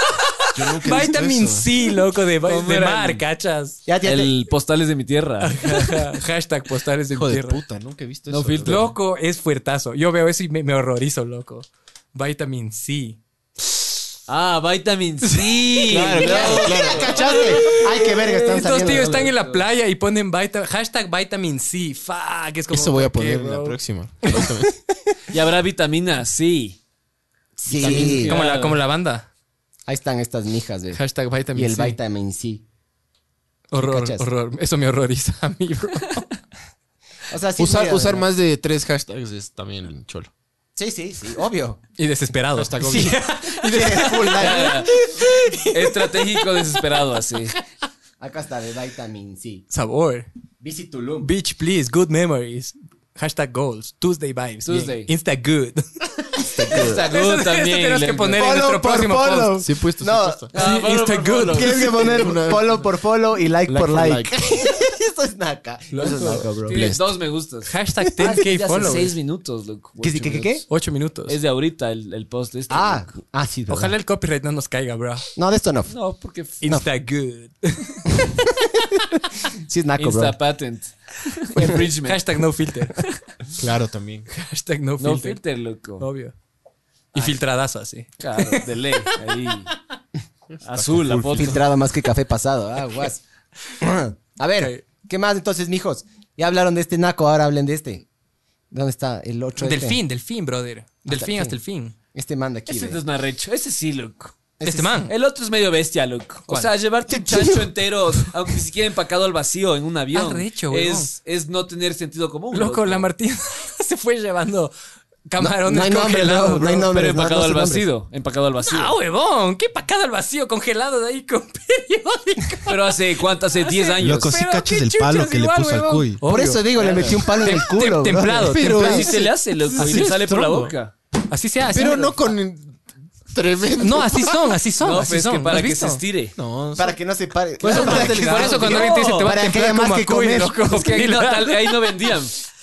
[SPEAKER 1] Yo nunca he visto
[SPEAKER 3] Vitamin
[SPEAKER 1] eso.
[SPEAKER 3] C, loco, de, de
[SPEAKER 2] Comer
[SPEAKER 3] mar,
[SPEAKER 2] al-
[SPEAKER 3] cachas.
[SPEAKER 4] Ya, ya te-
[SPEAKER 2] El postales de mi tierra.
[SPEAKER 3] hashtag postales de
[SPEAKER 1] Hijo de
[SPEAKER 3] tierra.
[SPEAKER 1] puta, nunca he visto
[SPEAKER 2] No
[SPEAKER 1] eso.
[SPEAKER 2] filtro.
[SPEAKER 1] loco.
[SPEAKER 3] Loco, es fuertazo. Yo veo eso y me, me horrorizo, loco. Vitamin C.
[SPEAKER 2] Ah, vitamin C.
[SPEAKER 1] Claro, claro, claro.
[SPEAKER 4] ¿Cachaste? Ay, qué verga, están
[SPEAKER 3] Estos
[SPEAKER 4] saliendo.
[SPEAKER 3] tíos están en la playa y ponen vita- hashtag vitamin C. Fuck, es como.
[SPEAKER 1] Eso voy a
[SPEAKER 3] ¿por qué,
[SPEAKER 1] poner en la
[SPEAKER 3] bro?
[SPEAKER 1] próxima.
[SPEAKER 2] Y habrá vitamina C.
[SPEAKER 4] Sí.
[SPEAKER 3] Como la, como la banda.
[SPEAKER 4] Ahí están estas mijas, güey.
[SPEAKER 3] Hashtag vitamin
[SPEAKER 4] Y el
[SPEAKER 3] C.
[SPEAKER 4] vitamin C.
[SPEAKER 3] horror,
[SPEAKER 4] ¿cachas?
[SPEAKER 3] horror. Eso me horroriza a mí, bro.
[SPEAKER 4] O sea, sí.
[SPEAKER 1] Usar,
[SPEAKER 4] mira,
[SPEAKER 1] usar
[SPEAKER 4] güey.
[SPEAKER 1] más de tres hashtags es también cholo.
[SPEAKER 4] Sí, sí, sí, obvio.
[SPEAKER 3] Y desesperado.
[SPEAKER 1] Hashtag
[SPEAKER 3] Sí.
[SPEAKER 2] Estratégico desesperado así.
[SPEAKER 4] Acá está de vitamin C.
[SPEAKER 3] Sabor.
[SPEAKER 4] Visit Tulum.
[SPEAKER 3] Beach, please. Good memories. Hashtag goals. Tuesday vibes. Bien.
[SPEAKER 2] Tuesday.
[SPEAKER 3] Insta good.
[SPEAKER 2] Está
[SPEAKER 3] Eso-
[SPEAKER 2] good
[SPEAKER 3] eso
[SPEAKER 2] también.
[SPEAKER 3] tenemos que
[SPEAKER 2] Lemper.
[SPEAKER 3] poner en nuestro próximo post.
[SPEAKER 1] Sí he puesto, sí he
[SPEAKER 4] No,
[SPEAKER 1] puesto.
[SPEAKER 2] Ah,
[SPEAKER 3] Sí,
[SPEAKER 2] follow
[SPEAKER 3] Insta
[SPEAKER 2] por
[SPEAKER 3] good.
[SPEAKER 2] follow.
[SPEAKER 4] tienes que poner follow por follow y like,
[SPEAKER 1] for
[SPEAKER 4] por like.
[SPEAKER 1] like.
[SPEAKER 4] Eso es naca. Eso es naca, bro.
[SPEAKER 2] Tienes dos me gustas.
[SPEAKER 3] Hashtag
[SPEAKER 2] Ah, es que
[SPEAKER 3] 10k
[SPEAKER 2] ya hace seis
[SPEAKER 3] followers.
[SPEAKER 2] minutos, loco.
[SPEAKER 4] ¿Qué,
[SPEAKER 2] Ocho
[SPEAKER 4] qué, qué, qué?
[SPEAKER 2] minutos.
[SPEAKER 3] 8 minutos.
[SPEAKER 2] Es de ahorita el, el post este.
[SPEAKER 4] Ah,
[SPEAKER 2] loco.
[SPEAKER 4] ah, sí, verdad.
[SPEAKER 3] Ojalá el copyright no nos caiga, bro.
[SPEAKER 4] No, de esto no.
[SPEAKER 2] No, porque f-
[SPEAKER 3] Insta good.
[SPEAKER 4] Sí es naco, bro.
[SPEAKER 2] Insta patent. Infringement.
[SPEAKER 3] Hashtag no filter.
[SPEAKER 1] Claro, también.
[SPEAKER 3] Hashtag no filter.
[SPEAKER 2] No filter, loco.
[SPEAKER 3] Obvio. Y filtradazo así.
[SPEAKER 2] Claro, de ley. Ahí. Azul, la foto.
[SPEAKER 4] Filtrado más que café pasado. Ah, guas. A ver, ¿qué más entonces, mijos? Ya hablaron de este naco, ahora hablen de este. ¿Dónde está el otro? este?
[SPEAKER 3] Delfín, delfín, brother. Delfín
[SPEAKER 4] el
[SPEAKER 3] hasta el
[SPEAKER 4] fin.
[SPEAKER 3] fin.
[SPEAKER 4] Este man de aquí.
[SPEAKER 2] Ese
[SPEAKER 4] ve.
[SPEAKER 2] no es narrecho. Ese sí, loco.
[SPEAKER 3] Este man.
[SPEAKER 2] El otro es medio bestia, loco. O
[SPEAKER 3] ¿Cuál?
[SPEAKER 2] sea, llevarte un chancho entero, aunque ni siquiera empacado al vacío en un avión,
[SPEAKER 3] Arrecho, huevón.
[SPEAKER 2] es, es no tener sentido común.
[SPEAKER 3] Uh, Loco, la Martina se fue llevando camarones
[SPEAKER 4] no hay nombre,
[SPEAKER 3] congelados.
[SPEAKER 4] no, no hay
[SPEAKER 3] bro.
[SPEAKER 4] nombre.
[SPEAKER 2] Pero
[SPEAKER 4] nombres, no,
[SPEAKER 2] empacado
[SPEAKER 4] no
[SPEAKER 2] al
[SPEAKER 4] son nombres.
[SPEAKER 2] vacío. Empacado al vacío.
[SPEAKER 3] Ah, huevón, qué pacada al vacío, congelado de ahí con periódico.
[SPEAKER 2] Pero hace cuánto, hace 10 años.
[SPEAKER 1] Loco, sí
[SPEAKER 3] Pero
[SPEAKER 1] cachas
[SPEAKER 3] qué
[SPEAKER 1] el palo
[SPEAKER 3] chuchas
[SPEAKER 1] que le
[SPEAKER 3] igual,
[SPEAKER 1] puso al
[SPEAKER 3] huevón.
[SPEAKER 1] cuy.
[SPEAKER 4] Por
[SPEAKER 3] Obvio.
[SPEAKER 4] eso digo, le metí un palo en el
[SPEAKER 3] Tem-
[SPEAKER 4] culo. bro.
[SPEAKER 3] templado,
[SPEAKER 1] Pero
[SPEAKER 3] templado.
[SPEAKER 2] Así se le hace, loco.
[SPEAKER 1] Así
[SPEAKER 2] Y le
[SPEAKER 1] es,
[SPEAKER 2] sale por la
[SPEAKER 1] tronco.
[SPEAKER 2] boca.
[SPEAKER 3] Así se hace.
[SPEAKER 1] Pero no con tremendo.
[SPEAKER 3] No, así son, así son,
[SPEAKER 2] No,
[SPEAKER 3] así
[SPEAKER 2] pues
[SPEAKER 3] son.
[SPEAKER 2] que
[SPEAKER 3] ¿Has
[SPEAKER 2] para que
[SPEAKER 3] visto?
[SPEAKER 2] se estire.
[SPEAKER 1] No,
[SPEAKER 4] Para que no se pare.
[SPEAKER 3] Por Pues eso, para- por eso cuando alguien te dice te va a
[SPEAKER 4] Para que
[SPEAKER 3] templar
[SPEAKER 4] haya más
[SPEAKER 3] como a
[SPEAKER 4] que
[SPEAKER 3] cuy,
[SPEAKER 4] comer.
[SPEAKER 3] loco.
[SPEAKER 2] Es que ahí no,
[SPEAKER 3] pila.
[SPEAKER 2] tal- ahí no vendían.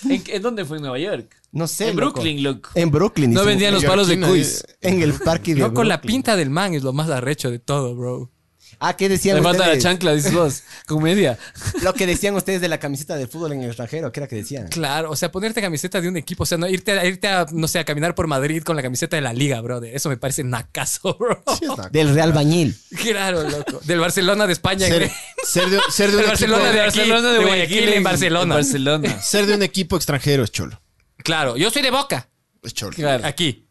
[SPEAKER 2] ¿En, en dónde fue? ¿En Nueva York?
[SPEAKER 4] No sé.
[SPEAKER 2] en
[SPEAKER 4] loco.
[SPEAKER 2] Brooklyn, loco.
[SPEAKER 4] En Brooklyn.
[SPEAKER 2] No
[SPEAKER 4] dice.
[SPEAKER 2] vendían los
[SPEAKER 1] York,
[SPEAKER 2] palos de
[SPEAKER 1] China,
[SPEAKER 2] cuis.
[SPEAKER 4] En el parque de.
[SPEAKER 3] Loco, la
[SPEAKER 4] Brooklyn.
[SPEAKER 3] pinta del man es lo más arrecho de todo, bro.
[SPEAKER 4] Ah, ¿qué decían
[SPEAKER 2] Le falta la
[SPEAKER 4] ustedes?
[SPEAKER 2] chancla, dices vos. Comedia.
[SPEAKER 4] Lo que decían ustedes de la camiseta de fútbol en el extranjero, ¿qué era que decían?
[SPEAKER 3] Claro, o sea, ponerte camiseta de un equipo, o sea, no, irte, a, irte a, no sé, a caminar por Madrid con la camiseta de la liga, brother. Eso me parece nacazo, bro.
[SPEAKER 4] Del Real Bañil.
[SPEAKER 3] Claro, loco. Del Barcelona de España.
[SPEAKER 1] eh, ser,
[SPEAKER 3] güey.
[SPEAKER 1] ser de, ser de
[SPEAKER 3] El
[SPEAKER 1] un
[SPEAKER 3] Barcelona
[SPEAKER 1] equipo,
[SPEAKER 3] de aquí, de Guayaquil en Barcelona.
[SPEAKER 2] En Barcelona.
[SPEAKER 1] ser de un equipo extranjero es cholo.
[SPEAKER 3] Claro, yo soy de Boca.
[SPEAKER 1] Es cholo.
[SPEAKER 2] Claro.
[SPEAKER 3] Aquí.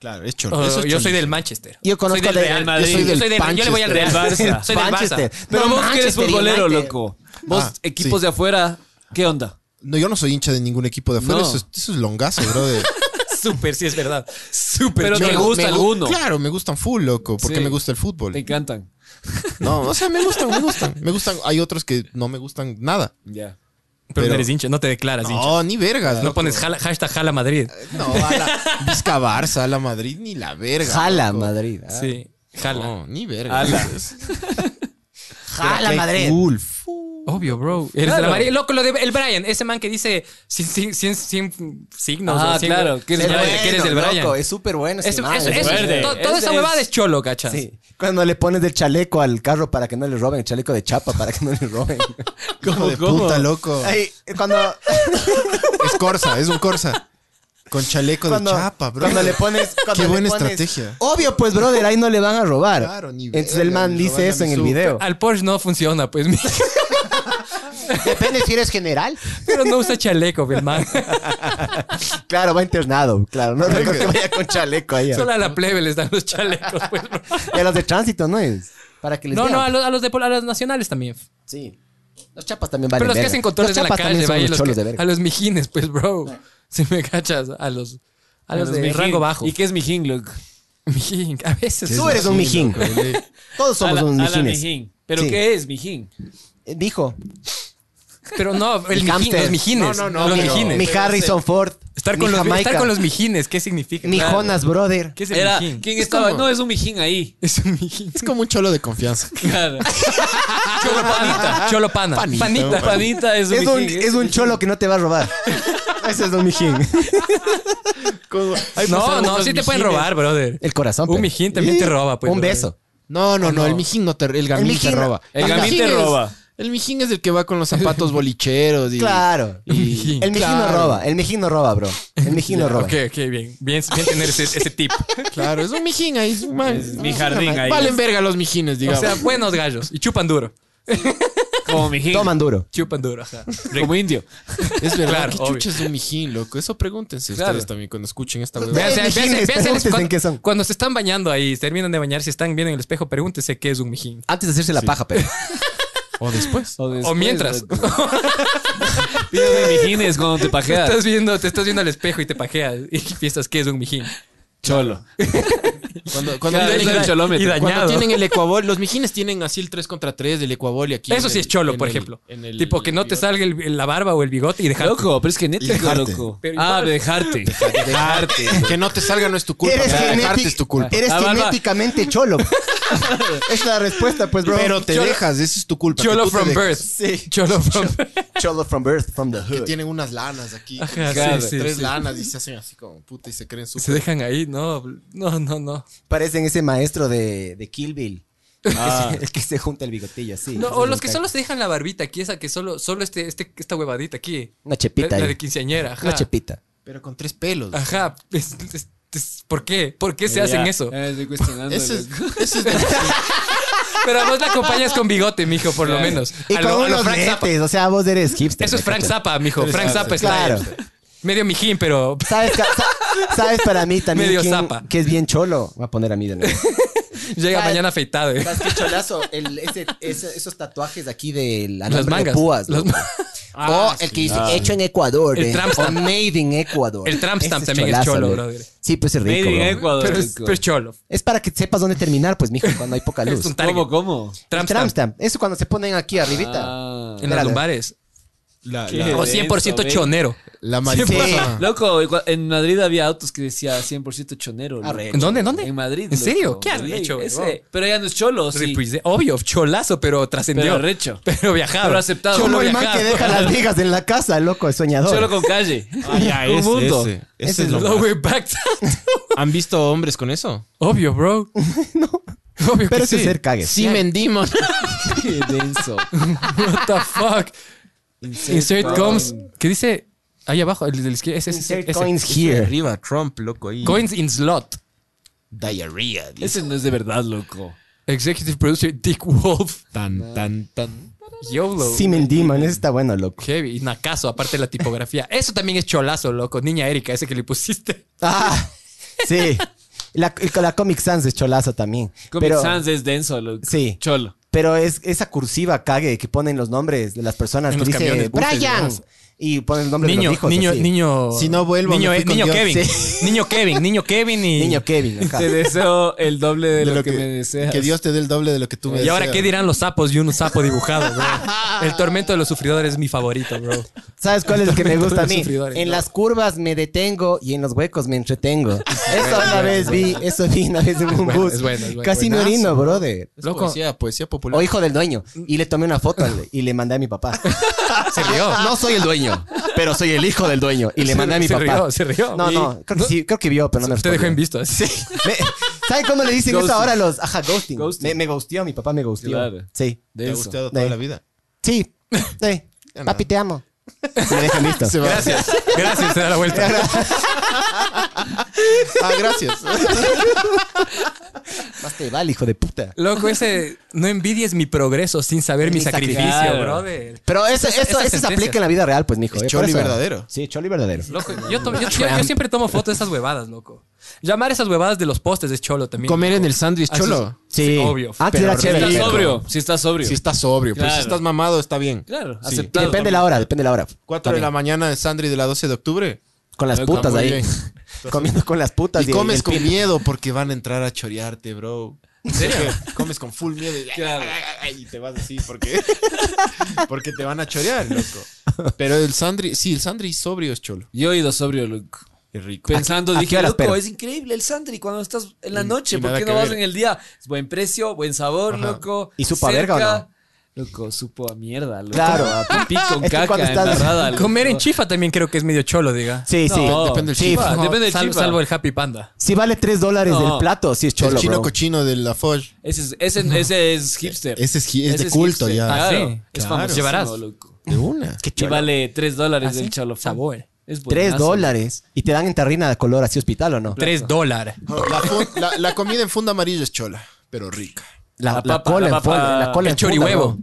[SPEAKER 1] Claro, es cholo.
[SPEAKER 3] O-
[SPEAKER 1] Eso es
[SPEAKER 3] yo soy
[SPEAKER 1] cholismo.
[SPEAKER 3] del Manchester.
[SPEAKER 4] Yo conozco
[SPEAKER 3] soy del
[SPEAKER 4] del
[SPEAKER 3] Real
[SPEAKER 4] Madrid.
[SPEAKER 3] Madrid.
[SPEAKER 1] Yo soy del
[SPEAKER 3] yo le voy al Real
[SPEAKER 1] Manchester.
[SPEAKER 3] Barça. Soy del
[SPEAKER 4] Manchester.
[SPEAKER 3] Barça.
[SPEAKER 2] Pero
[SPEAKER 4] No,
[SPEAKER 2] vos que eres
[SPEAKER 4] Manchester
[SPEAKER 2] futbolero,
[SPEAKER 4] United.
[SPEAKER 2] loco. Vos,
[SPEAKER 1] Ah,
[SPEAKER 2] equipos
[SPEAKER 1] sí.
[SPEAKER 2] de afuera, ¿qué onda?
[SPEAKER 1] No, yo no soy hincha de ningún equipo de afuera.
[SPEAKER 2] No.
[SPEAKER 1] Eso, es, eso es longazo, brother.
[SPEAKER 3] Súper, sí, es verdad. Súper.
[SPEAKER 2] Pero
[SPEAKER 3] chulo.
[SPEAKER 2] te
[SPEAKER 1] gu-
[SPEAKER 2] gusta
[SPEAKER 1] gu-
[SPEAKER 2] alguno.
[SPEAKER 1] Claro, me gustan full, loco, porque
[SPEAKER 2] Sí.
[SPEAKER 1] me gusta el fútbol.
[SPEAKER 2] Te encantan.
[SPEAKER 1] No, o sea, me gustan, me gustan. Me gustan. Hay otros que no me gustan nada.
[SPEAKER 2] Ya.
[SPEAKER 3] pero, no
[SPEAKER 1] pero-
[SPEAKER 3] eres hincha, no te declaras hincha.
[SPEAKER 1] No, ni vergas.
[SPEAKER 3] No
[SPEAKER 1] loco.
[SPEAKER 3] pones jala- hashtag jala Madrid.
[SPEAKER 1] No, a la Vizca Barça, a la Madrid, ni la verga.
[SPEAKER 4] Jala,
[SPEAKER 1] loco.
[SPEAKER 4] Madrid. ah.
[SPEAKER 3] Sí, jala.
[SPEAKER 1] No, ni verga.
[SPEAKER 2] Ala.
[SPEAKER 1] Es-
[SPEAKER 4] Jala,
[SPEAKER 1] Qué
[SPEAKER 4] Madrid.
[SPEAKER 1] Cool. Fu-
[SPEAKER 3] Obvio, bro. El,
[SPEAKER 2] Claro.
[SPEAKER 3] Mari- loco, lo de el Brian, ese man que dice sin, sin, sin- sin signos.
[SPEAKER 2] Ah,
[SPEAKER 3] o sin-
[SPEAKER 2] claro, que eres
[SPEAKER 3] sin-
[SPEAKER 2] el
[SPEAKER 3] que
[SPEAKER 2] Brian.
[SPEAKER 3] eres el Brian.
[SPEAKER 4] loco, es súper bueno. ese
[SPEAKER 3] Eso-
[SPEAKER 4] man,
[SPEAKER 3] eso-
[SPEAKER 4] es
[SPEAKER 3] eso-
[SPEAKER 4] bueno.
[SPEAKER 2] verde.
[SPEAKER 3] to- toda esa
[SPEAKER 2] Ese
[SPEAKER 3] huevada
[SPEAKER 2] es-
[SPEAKER 3] es cholo, cachas.
[SPEAKER 4] Sí. Cuando le pones del chaleco al carro para que no le roben, el chaleco de chapa para que no le roben.
[SPEAKER 1] Hijo de puta, loco.
[SPEAKER 4] Ay, cuando,
[SPEAKER 1] Es Corsa, es un Corsa. Con chaleco
[SPEAKER 4] cuando,
[SPEAKER 1] de chapa, bro.
[SPEAKER 4] cuando le pones. cuando
[SPEAKER 1] Qué
[SPEAKER 4] le
[SPEAKER 1] buena
[SPEAKER 4] pones-
[SPEAKER 1] estrategia.
[SPEAKER 4] Obvio, pues, brother, ahí no le van a robar.
[SPEAKER 1] Claro, ni
[SPEAKER 4] Entonces
[SPEAKER 1] verga,
[SPEAKER 4] el man
[SPEAKER 1] ni robarle
[SPEAKER 4] dice
[SPEAKER 1] a
[SPEAKER 4] eso en
[SPEAKER 1] mi
[SPEAKER 4] el
[SPEAKER 1] sub.
[SPEAKER 4] video.
[SPEAKER 3] Al Porsche no funciona, pues, mi-
[SPEAKER 4] Depende si eres general.
[SPEAKER 3] pero no usa chaleco, mi man.
[SPEAKER 4] Claro, va internado. Claro, no creo que vaya con chaleco ahí.
[SPEAKER 3] Solo a la plebe les dan los chalecos, pues, bro.
[SPEAKER 4] Y a los de tránsito, ¿no es? Para que les
[SPEAKER 3] No,
[SPEAKER 4] vean.
[SPEAKER 3] no, a los, a los de pol- a los nacionales también.
[SPEAKER 4] Sí. Los chapas también valen
[SPEAKER 3] pero los que
[SPEAKER 4] verga.
[SPEAKER 3] hacen controles
[SPEAKER 4] Los
[SPEAKER 3] en la
[SPEAKER 4] chapas
[SPEAKER 3] calle,
[SPEAKER 4] también son
[SPEAKER 3] vaya,
[SPEAKER 4] los
[SPEAKER 3] los
[SPEAKER 4] cholos
[SPEAKER 3] que-
[SPEAKER 4] de verga.
[SPEAKER 3] a los mijines, pues, bro. Si me cachas, a los, a los, de
[SPEAKER 2] Mijín.
[SPEAKER 3] rango bajo.
[SPEAKER 2] ¿Y qué es Mijín, loco?
[SPEAKER 3] Mijín, a veces.
[SPEAKER 4] Tú eres un mijín. Todos somos
[SPEAKER 2] Ala-
[SPEAKER 4] unos
[SPEAKER 2] Alan
[SPEAKER 4] mijines.
[SPEAKER 2] Mijín. ¿Pero
[SPEAKER 4] Sí.
[SPEAKER 2] qué es Mijín?
[SPEAKER 4] Eh, Dijo.
[SPEAKER 3] Pero no, el
[SPEAKER 4] Y
[SPEAKER 3] mijín,
[SPEAKER 4] hámster.
[SPEAKER 3] los mijines.
[SPEAKER 1] No, no, no,
[SPEAKER 3] los
[SPEAKER 1] pero-
[SPEAKER 3] mijines.
[SPEAKER 4] Mi Harrison Ford.
[SPEAKER 3] Estar
[SPEAKER 4] mi
[SPEAKER 3] con, los,
[SPEAKER 4] Jamaica,
[SPEAKER 3] estar con los mijines, ¿qué significa?
[SPEAKER 4] Mi Jonas, brother.
[SPEAKER 3] ¿Qué es el
[SPEAKER 2] Era,
[SPEAKER 3] mijín?
[SPEAKER 2] ¿Quién estaba? No, es un Mijín ahí.
[SPEAKER 3] Es un mijín.
[SPEAKER 1] Es como un cholo de confianza.
[SPEAKER 2] Claro.
[SPEAKER 4] Ah.
[SPEAKER 3] Cholo panita. Cholo pana.
[SPEAKER 1] Panita.
[SPEAKER 3] Panita.
[SPEAKER 2] Panita es un
[SPEAKER 4] Es un,
[SPEAKER 2] Mijín.
[SPEAKER 4] es un cholo que no te va a robar. Ese es un mijín.
[SPEAKER 3] No, no, sí te pueden robar, brother.
[SPEAKER 4] El corazón.
[SPEAKER 3] Un
[SPEAKER 4] pero.
[SPEAKER 3] mijín también te roba, pues.
[SPEAKER 4] Un
[SPEAKER 3] brother.
[SPEAKER 4] beso.
[SPEAKER 1] No, no, no, el mijín no te, el gamín
[SPEAKER 4] mijín
[SPEAKER 1] te
[SPEAKER 4] no.
[SPEAKER 1] roba.
[SPEAKER 2] El gamín
[SPEAKER 1] mijín
[SPEAKER 2] te
[SPEAKER 1] es-
[SPEAKER 2] roba.
[SPEAKER 1] El mijín es el que va con los zapatos bolicheros y
[SPEAKER 4] Claro.
[SPEAKER 1] y-
[SPEAKER 3] Mijín.
[SPEAKER 4] El mijín no
[SPEAKER 1] Claro.
[SPEAKER 4] roba. El mijín no roba, bro. El mijín no roba.
[SPEAKER 3] Ok, ok, bien. Bien, bien tener ese, ese tip.
[SPEAKER 1] Claro, es un mijín ahí, es un man.
[SPEAKER 2] Es mi jardín ahí.
[SPEAKER 1] Valen verga los mijines,
[SPEAKER 3] O
[SPEAKER 1] digamos.
[SPEAKER 3] sea, buenos gallos. Y chupan duro.
[SPEAKER 2] Como Mijín.
[SPEAKER 4] Toman duro.
[SPEAKER 3] Chupan duro, ajá.
[SPEAKER 4] Eh,
[SPEAKER 2] Como indio.
[SPEAKER 1] es verdad,
[SPEAKER 3] claro,
[SPEAKER 1] ¿qué
[SPEAKER 3] obvio.
[SPEAKER 1] chucha es un mijín, loco? Eso pregúntense
[SPEAKER 2] Claro.
[SPEAKER 1] ustedes también cuando escuchen esta
[SPEAKER 4] Los
[SPEAKER 1] huevada.
[SPEAKER 4] veas.
[SPEAKER 3] Véanse-
[SPEAKER 4] Mijines,
[SPEAKER 3] véanse- véanse-
[SPEAKER 4] pregúntense en qué son.
[SPEAKER 3] cuando, cuando se están bañando ahí, terminan de bañarse, están viendo en el espejo, pregúntese qué es un mijín.
[SPEAKER 4] Antes de hacerse la paja, pero.
[SPEAKER 1] O después.
[SPEAKER 2] O,
[SPEAKER 3] o mientras.
[SPEAKER 2] Pides de Mijines cuando te pajeas.
[SPEAKER 3] Estás viendo, te estás viendo al espejo y te pajeas y piensas qué es un mijín.
[SPEAKER 2] Cholo.
[SPEAKER 1] Cuando, cuando
[SPEAKER 2] Claro,
[SPEAKER 1] tienen,
[SPEAKER 2] es el cholómetro.
[SPEAKER 1] y cuando
[SPEAKER 3] dañado.
[SPEAKER 1] tienen el ecuabol, los mijines tienen así el 3 contra 3 del ecuabol y aquí.
[SPEAKER 3] Eso
[SPEAKER 1] en
[SPEAKER 3] sí
[SPEAKER 1] el-
[SPEAKER 3] es cholo,
[SPEAKER 1] en
[SPEAKER 3] por
[SPEAKER 1] el-
[SPEAKER 3] ejemplo.
[SPEAKER 1] en el-
[SPEAKER 3] tipo, que no te
[SPEAKER 1] bigote.
[SPEAKER 3] salga el- la barba o el bigote y dejar.
[SPEAKER 2] Loco, pero es genético,
[SPEAKER 1] Dejarte.
[SPEAKER 2] loco.
[SPEAKER 3] Pero
[SPEAKER 2] Ah,
[SPEAKER 3] igual.
[SPEAKER 2] dejarte. Dejarte.
[SPEAKER 1] Que no te salga no es tu culpa.
[SPEAKER 4] eres
[SPEAKER 1] pero
[SPEAKER 4] genétic-
[SPEAKER 1] dejarte es tu culpa.
[SPEAKER 4] eres
[SPEAKER 2] La barba.
[SPEAKER 4] genéticamente cholo. es la respuesta, pues, bro.
[SPEAKER 1] Pero te
[SPEAKER 3] Cholo-
[SPEAKER 1] dejas, esa es tu culpa. que
[SPEAKER 3] Cholo
[SPEAKER 1] tú te
[SPEAKER 3] from
[SPEAKER 1] dejas.
[SPEAKER 3] birth.
[SPEAKER 4] Sí.
[SPEAKER 3] Cholo from birth.
[SPEAKER 4] Cholo from birth, from the
[SPEAKER 1] Que
[SPEAKER 4] hood.
[SPEAKER 1] tienen unas lanas aquí.
[SPEAKER 3] Ajá,
[SPEAKER 1] Claro,
[SPEAKER 3] sí, sí,
[SPEAKER 1] tres
[SPEAKER 3] sí.
[SPEAKER 1] lanas y se hacen así como puta y se creen súper.
[SPEAKER 3] Se dejan ahí, no, no, no, no.
[SPEAKER 4] Parecen ese maestro de, de Kill Bill. El, que se, el que se junta el bigotillo así.
[SPEAKER 3] No, o los que solo se dejan la barbita aquí, esa que solo, solo este, este, esta huevadita aquí.
[SPEAKER 4] Una
[SPEAKER 3] La,
[SPEAKER 4] chepita.
[SPEAKER 3] la
[SPEAKER 4] ahí.
[SPEAKER 3] de quinceañera, ajá.
[SPEAKER 4] Una chepita.
[SPEAKER 1] Pero con tres pelos.
[SPEAKER 3] Ajá. Es- es- es- ¿Por qué? ¿Por qué se hacen eso?
[SPEAKER 2] Ya me estoy cuestionando.
[SPEAKER 1] Ese es,
[SPEAKER 2] loco.
[SPEAKER 1] ese es de-
[SPEAKER 3] Pero a vos la acompañas con bigote, mijo, por lo
[SPEAKER 2] Claro.
[SPEAKER 3] menos.
[SPEAKER 4] Y
[SPEAKER 3] A
[SPEAKER 4] con
[SPEAKER 3] lo- a lo
[SPEAKER 4] unos
[SPEAKER 3] Frank Zappa.
[SPEAKER 4] lentes. O sea, vos eres hipster.
[SPEAKER 3] Eso es
[SPEAKER 4] ¿me
[SPEAKER 3] Frank
[SPEAKER 4] cachas?
[SPEAKER 3] Zappa, pues, mijo. Frank Zappa es
[SPEAKER 4] Claro.
[SPEAKER 3] Slayer. Medio mijín, pero
[SPEAKER 4] ¿Sabes, ca- sa- ¿Sabes para mí también
[SPEAKER 3] Medio
[SPEAKER 4] quién-
[SPEAKER 3] zapa.
[SPEAKER 4] que es bien cholo? Voy a poner a mí de nuevo.
[SPEAKER 3] llega
[SPEAKER 4] ¿Sabes?
[SPEAKER 3] mañana afeitado. eh.
[SPEAKER 4] ¿Sabes qué cholazo? El- ese- ese- esos tatuajes aquí de la
[SPEAKER 3] Las mangas.
[SPEAKER 4] púas.
[SPEAKER 3] Los
[SPEAKER 4] loco.
[SPEAKER 3] ma-
[SPEAKER 4] o el que dice hecho en Ecuador.
[SPEAKER 3] Ah, El
[SPEAKER 4] eh,
[SPEAKER 3] tramp
[SPEAKER 4] o
[SPEAKER 3] stamp.
[SPEAKER 4] made in Ecuador.
[SPEAKER 3] El tramp
[SPEAKER 4] Ese
[SPEAKER 3] stamp también es cholo,
[SPEAKER 4] loco.
[SPEAKER 3] brother.
[SPEAKER 4] Sí, pues es rico.
[SPEAKER 2] Made in
[SPEAKER 4] bro.
[SPEAKER 2] Ecuador.
[SPEAKER 3] pero, es,
[SPEAKER 2] loco.
[SPEAKER 3] pero es cholo.
[SPEAKER 4] Es para que sepas dónde terminar, pues, mijo, cuando hay poca luz.
[SPEAKER 3] Es un target.
[SPEAKER 2] ¿Cómo, cómo?
[SPEAKER 4] El
[SPEAKER 3] Tramp
[SPEAKER 4] tramp
[SPEAKER 3] stamp.
[SPEAKER 4] stamp. Eso cuando se ponen aquí arribita.
[SPEAKER 2] Ah.
[SPEAKER 3] En las
[SPEAKER 4] Espérate.
[SPEAKER 3] lumbares.
[SPEAKER 1] la,
[SPEAKER 2] ¿Qué?
[SPEAKER 1] la-
[SPEAKER 2] Denso,
[SPEAKER 3] O
[SPEAKER 2] ¿eh?
[SPEAKER 3] 100%
[SPEAKER 2] ve.
[SPEAKER 3] chonero.
[SPEAKER 1] la
[SPEAKER 4] Sí.
[SPEAKER 1] mariposa.
[SPEAKER 2] Loco, igual- en Madrid había autos que decía 100% chonero. loco.
[SPEAKER 4] Arrecho.
[SPEAKER 3] ¿En dónde? ¿En dónde?
[SPEAKER 2] En Madrid.
[SPEAKER 3] ¿En serio?
[SPEAKER 2] loco.
[SPEAKER 3] ¿Qué has
[SPEAKER 2] Ley,
[SPEAKER 3] hecho,
[SPEAKER 2] ese.
[SPEAKER 3] huevón?
[SPEAKER 2] Pero ya no es cholo, sí.
[SPEAKER 3] Represent- Obvio, cholazo, pero trascendió.
[SPEAKER 2] Pero arrecho.
[SPEAKER 3] Pero viajado.
[SPEAKER 2] Pero aceptado.
[SPEAKER 3] Cholo
[SPEAKER 4] Como el man
[SPEAKER 3] viajado.
[SPEAKER 4] que deja las vigas en la casa, loco, es soñador.
[SPEAKER 2] Cholo con calle.
[SPEAKER 1] Ah, ese,
[SPEAKER 2] Un mundo.
[SPEAKER 1] ese. Ese
[SPEAKER 4] Ese
[SPEAKER 1] es
[SPEAKER 4] es
[SPEAKER 1] lo
[SPEAKER 3] No,
[SPEAKER 1] más.
[SPEAKER 3] güey, back-
[SPEAKER 1] ¿Han visto hombres con eso?
[SPEAKER 3] Obvio, bro. Obvio
[SPEAKER 4] Pero
[SPEAKER 3] que
[SPEAKER 4] ese
[SPEAKER 3] sí.
[SPEAKER 4] ser cague.
[SPEAKER 1] Sí, mendimos.
[SPEAKER 2] Qué denso.
[SPEAKER 3] What the fuck. Insert comes. ¿Qué dice? Ahí abajo, el de la izquierda. Ese, ese,
[SPEAKER 4] Insert
[SPEAKER 3] ese.
[SPEAKER 4] coins here.
[SPEAKER 1] Arriba, Trump, loco ahí.
[SPEAKER 3] Coins in slot.
[SPEAKER 1] Diarrea. dice.
[SPEAKER 2] Ese no es de verdad, loco.
[SPEAKER 3] Executive producer Dick Wolf.
[SPEAKER 1] Tan, tan, tan.
[SPEAKER 3] YOLO.
[SPEAKER 4] Simen Demon, ese está bueno, loco.
[SPEAKER 3] Heavy. Y Nakazo, aparte de la tipografía. Eso también es cholazo, loco. Niña Erika, ese que le pusiste.
[SPEAKER 4] Ah, sí. La, el- la Comic Sans es cholazo también.
[SPEAKER 2] Comic
[SPEAKER 4] pero,
[SPEAKER 2] Sans es denso, loco.
[SPEAKER 4] Sí.
[SPEAKER 2] Cholo.
[SPEAKER 4] Pero es esa cursiva cague que ponen los nombres de las personas
[SPEAKER 3] En
[SPEAKER 4] que
[SPEAKER 3] los
[SPEAKER 4] dice
[SPEAKER 3] camiones, buses,
[SPEAKER 4] Brian.
[SPEAKER 3] demás.
[SPEAKER 4] y ponen el nombre de
[SPEAKER 3] Niño,
[SPEAKER 4] los hijos.
[SPEAKER 3] niño,
[SPEAKER 4] así.
[SPEAKER 3] niño.
[SPEAKER 1] Si no vuelvo,
[SPEAKER 3] niño,
[SPEAKER 1] me fui con
[SPEAKER 3] niño
[SPEAKER 1] Dios.
[SPEAKER 3] Kevin. Niño Kevin, niño Kevin y.
[SPEAKER 4] Niño Kevin. ajá.
[SPEAKER 2] Te deseo el doble de, lo, que, me deseas.
[SPEAKER 1] Que Dios te dé el doble de lo que tú me
[SPEAKER 3] y ahora,
[SPEAKER 1] deseas.
[SPEAKER 3] ¿qué dirán los sapos y un sapo dibujado, bro? El tormento de los sufridores es mi favorito, bro.
[SPEAKER 4] ¿Sabes cuál es el que me gusta a mí?
[SPEAKER 3] Sufridores,
[SPEAKER 4] En
[SPEAKER 3] ¿no?
[SPEAKER 4] las curvas me detengo y en los huecos me entretengo. Eso una vez vi, eso vi una vez en un
[SPEAKER 3] bueno,
[SPEAKER 4] bus.
[SPEAKER 3] es bueno, es bueno.
[SPEAKER 4] Casi me
[SPEAKER 1] Buenazo.
[SPEAKER 4] orino, brother.
[SPEAKER 1] Es
[SPEAKER 3] Loco.
[SPEAKER 1] Poesía, poesía popular.
[SPEAKER 4] O hijo del dueño. Y le tomé una foto al- y le mandé a mi papá.
[SPEAKER 3] Se rió.
[SPEAKER 4] No soy el dueño, pero soy el hijo del dueño. Y le
[SPEAKER 3] Se-
[SPEAKER 4] mandé a mi
[SPEAKER 3] se
[SPEAKER 4] papá.
[SPEAKER 3] rió, se rió.
[SPEAKER 4] No,
[SPEAKER 3] Y-
[SPEAKER 4] no, creo que sí, creo que vio, pero no me
[SPEAKER 3] Te dejó en visto.
[SPEAKER 4] respondió.
[SPEAKER 3] ¿eh? Sí.
[SPEAKER 4] Me- ¿Saben cómo le dicen
[SPEAKER 2] Ghosting.
[SPEAKER 4] eso ahora a los? Ajá, ghosting.
[SPEAKER 2] Ghosting.
[SPEAKER 4] Me, me ghosteó, mi papá me ghosteó.
[SPEAKER 2] Claro.
[SPEAKER 4] Sí.
[SPEAKER 1] Te ha
[SPEAKER 2] Denso.
[SPEAKER 1] gustado toda
[SPEAKER 4] De-
[SPEAKER 1] la vida.
[SPEAKER 4] Sí. Sí.
[SPEAKER 1] Ya
[SPEAKER 4] Papi,
[SPEAKER 1] no.
[SPEAKER 4] te amo. Y Me dejan visto.
[SPEAKER 1] Se va.
[SPEAKER 3] Gracias, gracias, se da la vuelta.
[SPEAKER 1] Ah, gracias.
[SPEAKER 4] Más te vale, hijo de puta.
[SPEAKER 3] Loco, ese no envidies mi progreso sin saber mi,
[SPEAKER 4] Mi
[SPEAKER 3] sacrificio,
[SPEAKER 2] sacrificio.
[SPEAKER 3] brother.
[SPEAKER 4] Pero
[SPEAKER 3] Esa-
[SPEAKER 4] eso, eso,
[SPEAKER 3] esas
[SPEAKER 4] eso se
[SPEAKER 3] sentencias.
[SPEAKER 4] aplica en la vida real, pues, mijo.
[SPEAKER 1] Es
[SPEAKER 4] ¿eh?
[SPEAKER 1] choli
[SPEAKER 4] Por eso-
[SPEAKER 1] verdadero.
[SPEAKER 4] Sí, choli verdadero.
[SPEAKER 3] Loco, yo, to- yo- yo- yo siempre tomo fotos de esas huevadas, loco. Llamar esas huevadas de los postes es cholo también.
[SPEAKER 1] Comer
[SPEAKER 3] loco.
[SPEAKER 1] en el sándwich
[SPEAKER 3] Ah,
[SPEAKER 1] cholo.
[SPEAKER 3] Sí,
[SPEAKER 4] Sí.
[SPEAKER 3] obvio.
[SPEAKER 4] Antes
[SPEAKER 3] pero
[SPEAKER 4] era chévere.
[SPEAKER 2] Si
[SPEAKER 4] Pero-
[SPEAKER 2] estás sobrio, si estás sobrio.
[SPEAKER 1] Si estás sobrio, pero si
[SPEAKER 2] Claro.
[SPEAKER 1] estás mamado, está bien.
[SPEAKER 2] Claro,
[SPEAKER 1] Sí.
[SPEAKER 4] Y
[SPEAKER 2] aceptado.
[SPEAKER 4] depende de la hora, depende de la hora.
[SPEAKER 1] 4 de la mañana de Sandri de la 12 de octubre.
[SPEAKER 4] Con las
[SPEAKER 1] Está
[SPEAKER 4] putas
[SPEAKER 1] muy
[SPEAKER 4] ahí.
[SPEAKER 1] bien.
[SPEAKER 4] Comiendo con las putas.
[SPEAKER 1] Y comes
[SPEAKER 4] el
[SPEAKER 1] con
[SPEAKER 4] pin.
[SPEAKER 1] miedo porque van a entrar a chorearte, bro. ¿En
[SPEAKER 3] serio?
[SPEAKER 1] comes con full miedo y,
[SPEAKER 2] Claro.
[SPEAKER 1] y te vas así porque, porque te van a chorear, loco. Pero el Sandri, sí, el Sandri sobrio es cholo.
[SPEAKER 2] Yo he ido sobrio, loco.
[SPEAKER 1] Es rico. Ah,
[SPEAKER 2] Pensando,
[SPEAKER 4] ¿A qué- a qué
[SPEAKER 2] dije,
[SPEAKER 4] horas,
[SPEAKER 2] loco,
[SPEAKER 4] pero?
[SPEAKER 2] es increíble el Sandri cuando estás en la noche.
[SPEAKER 1] y
[SPEAKER 2] ¿Por
[SPEAKER 1] nada
[SPEAKER 2] qué
[SPEAKER 1] que
[SPEAKER 2] no vas
[SPEAKER 1] ver.
[SPEAKER 2] en el día? Es buen precio, buen sabor,
[SPEAKER 1] Ajá.
[SPEAKER 2] loco.
[SPEAKER 4] ¿Y supo a verga o
[SPEAKER 2] cerca. Loco, supo a mierda, loco.
[SPEAKER 4] Claro.
[SPEAKER 2] A pipí con
[SPEAKER 4] Es que
[SPEAKER 2] caca,
[SPEAKER 4] cuando estás-
[SPEAKER 2] embarrada, loco.
[SPEAKER 3] Comer en chifa también creo que es medio cholo, diga.
[SPEAKER 4] Sí, sí.
[SPEAKER 2] No,
[SPEAKER 1] depende del chifa.
[SPEAKER 3] No,
[SPEAKER 2] Depende del
[SPEAKER 3] sal-
[SPEAKER 2] chifa.
[SPEAKER 3] Salvo el Happy Panda.
[SPEAKER 4] Si vale 3 dólares
[SPEAKER 2] No.
[SPEAKER 4] el plato, sí es cholo,
[SPEAKER 1] el chino
[SPEAKER 4] bro.
[SPEAKER 1] cochino de la Foch.
[SPEAKER 2] Ese es, ese, ese es hipster.
[SPEAKER 1] Ese es gi- es de
[SPEAKER 2] hipster.
[SPEAKER 1] culto ya.
[SPEAKER 3] Ah, sí.
[SPEAKER 2] Claro, Es
[SPEAKER 3] Claro.
[SPEAKER 2] famosísimo,
[SPEAKER 3] Llevarás.
[SPEAKER 2] loco.
[SPEAKER 1] De una.
[SPEAKER 4] Qué
[SPEAKER 2] Y
[SPEAKER 4] cholo.
[SPEAKER 2] vale 3 dólares
[SPEAKER 3] ¿Ah,
[SPEAKER 2] el
[SPEAKER 3] sí?
[SPEAKER 2] chalofón.
[SPEAKER 3] Sabor.
[SPEAKER 2] Es
[SPEAKER 4] 3
[SPEAKER 2] buenazo.
[SPEAKER 4] dólares. Y te dan en tarrina de color, así hospital o no.
[SPEAKER 3] Tres dólares.
[SPEAKER 1] La, fun- la- la comida en funda amarilla es chola, pero rica.
[SPEAKER 4] La,
[SPEAKER 2] La
[SPEAKER 4] la
[SPEAKER 2] papa,
[SPEAKER 4] cola
[SPEAKER 2] la
[SPEAKER 4] en fondo,
[SPEAKER 2] papa,
[SPEAKER 4] la cola
[SPEAKER 3] El
[SPEAKER 4] en funda,
[SPEAKER 3] chorihuevo.
[SPEAKER 4] bro.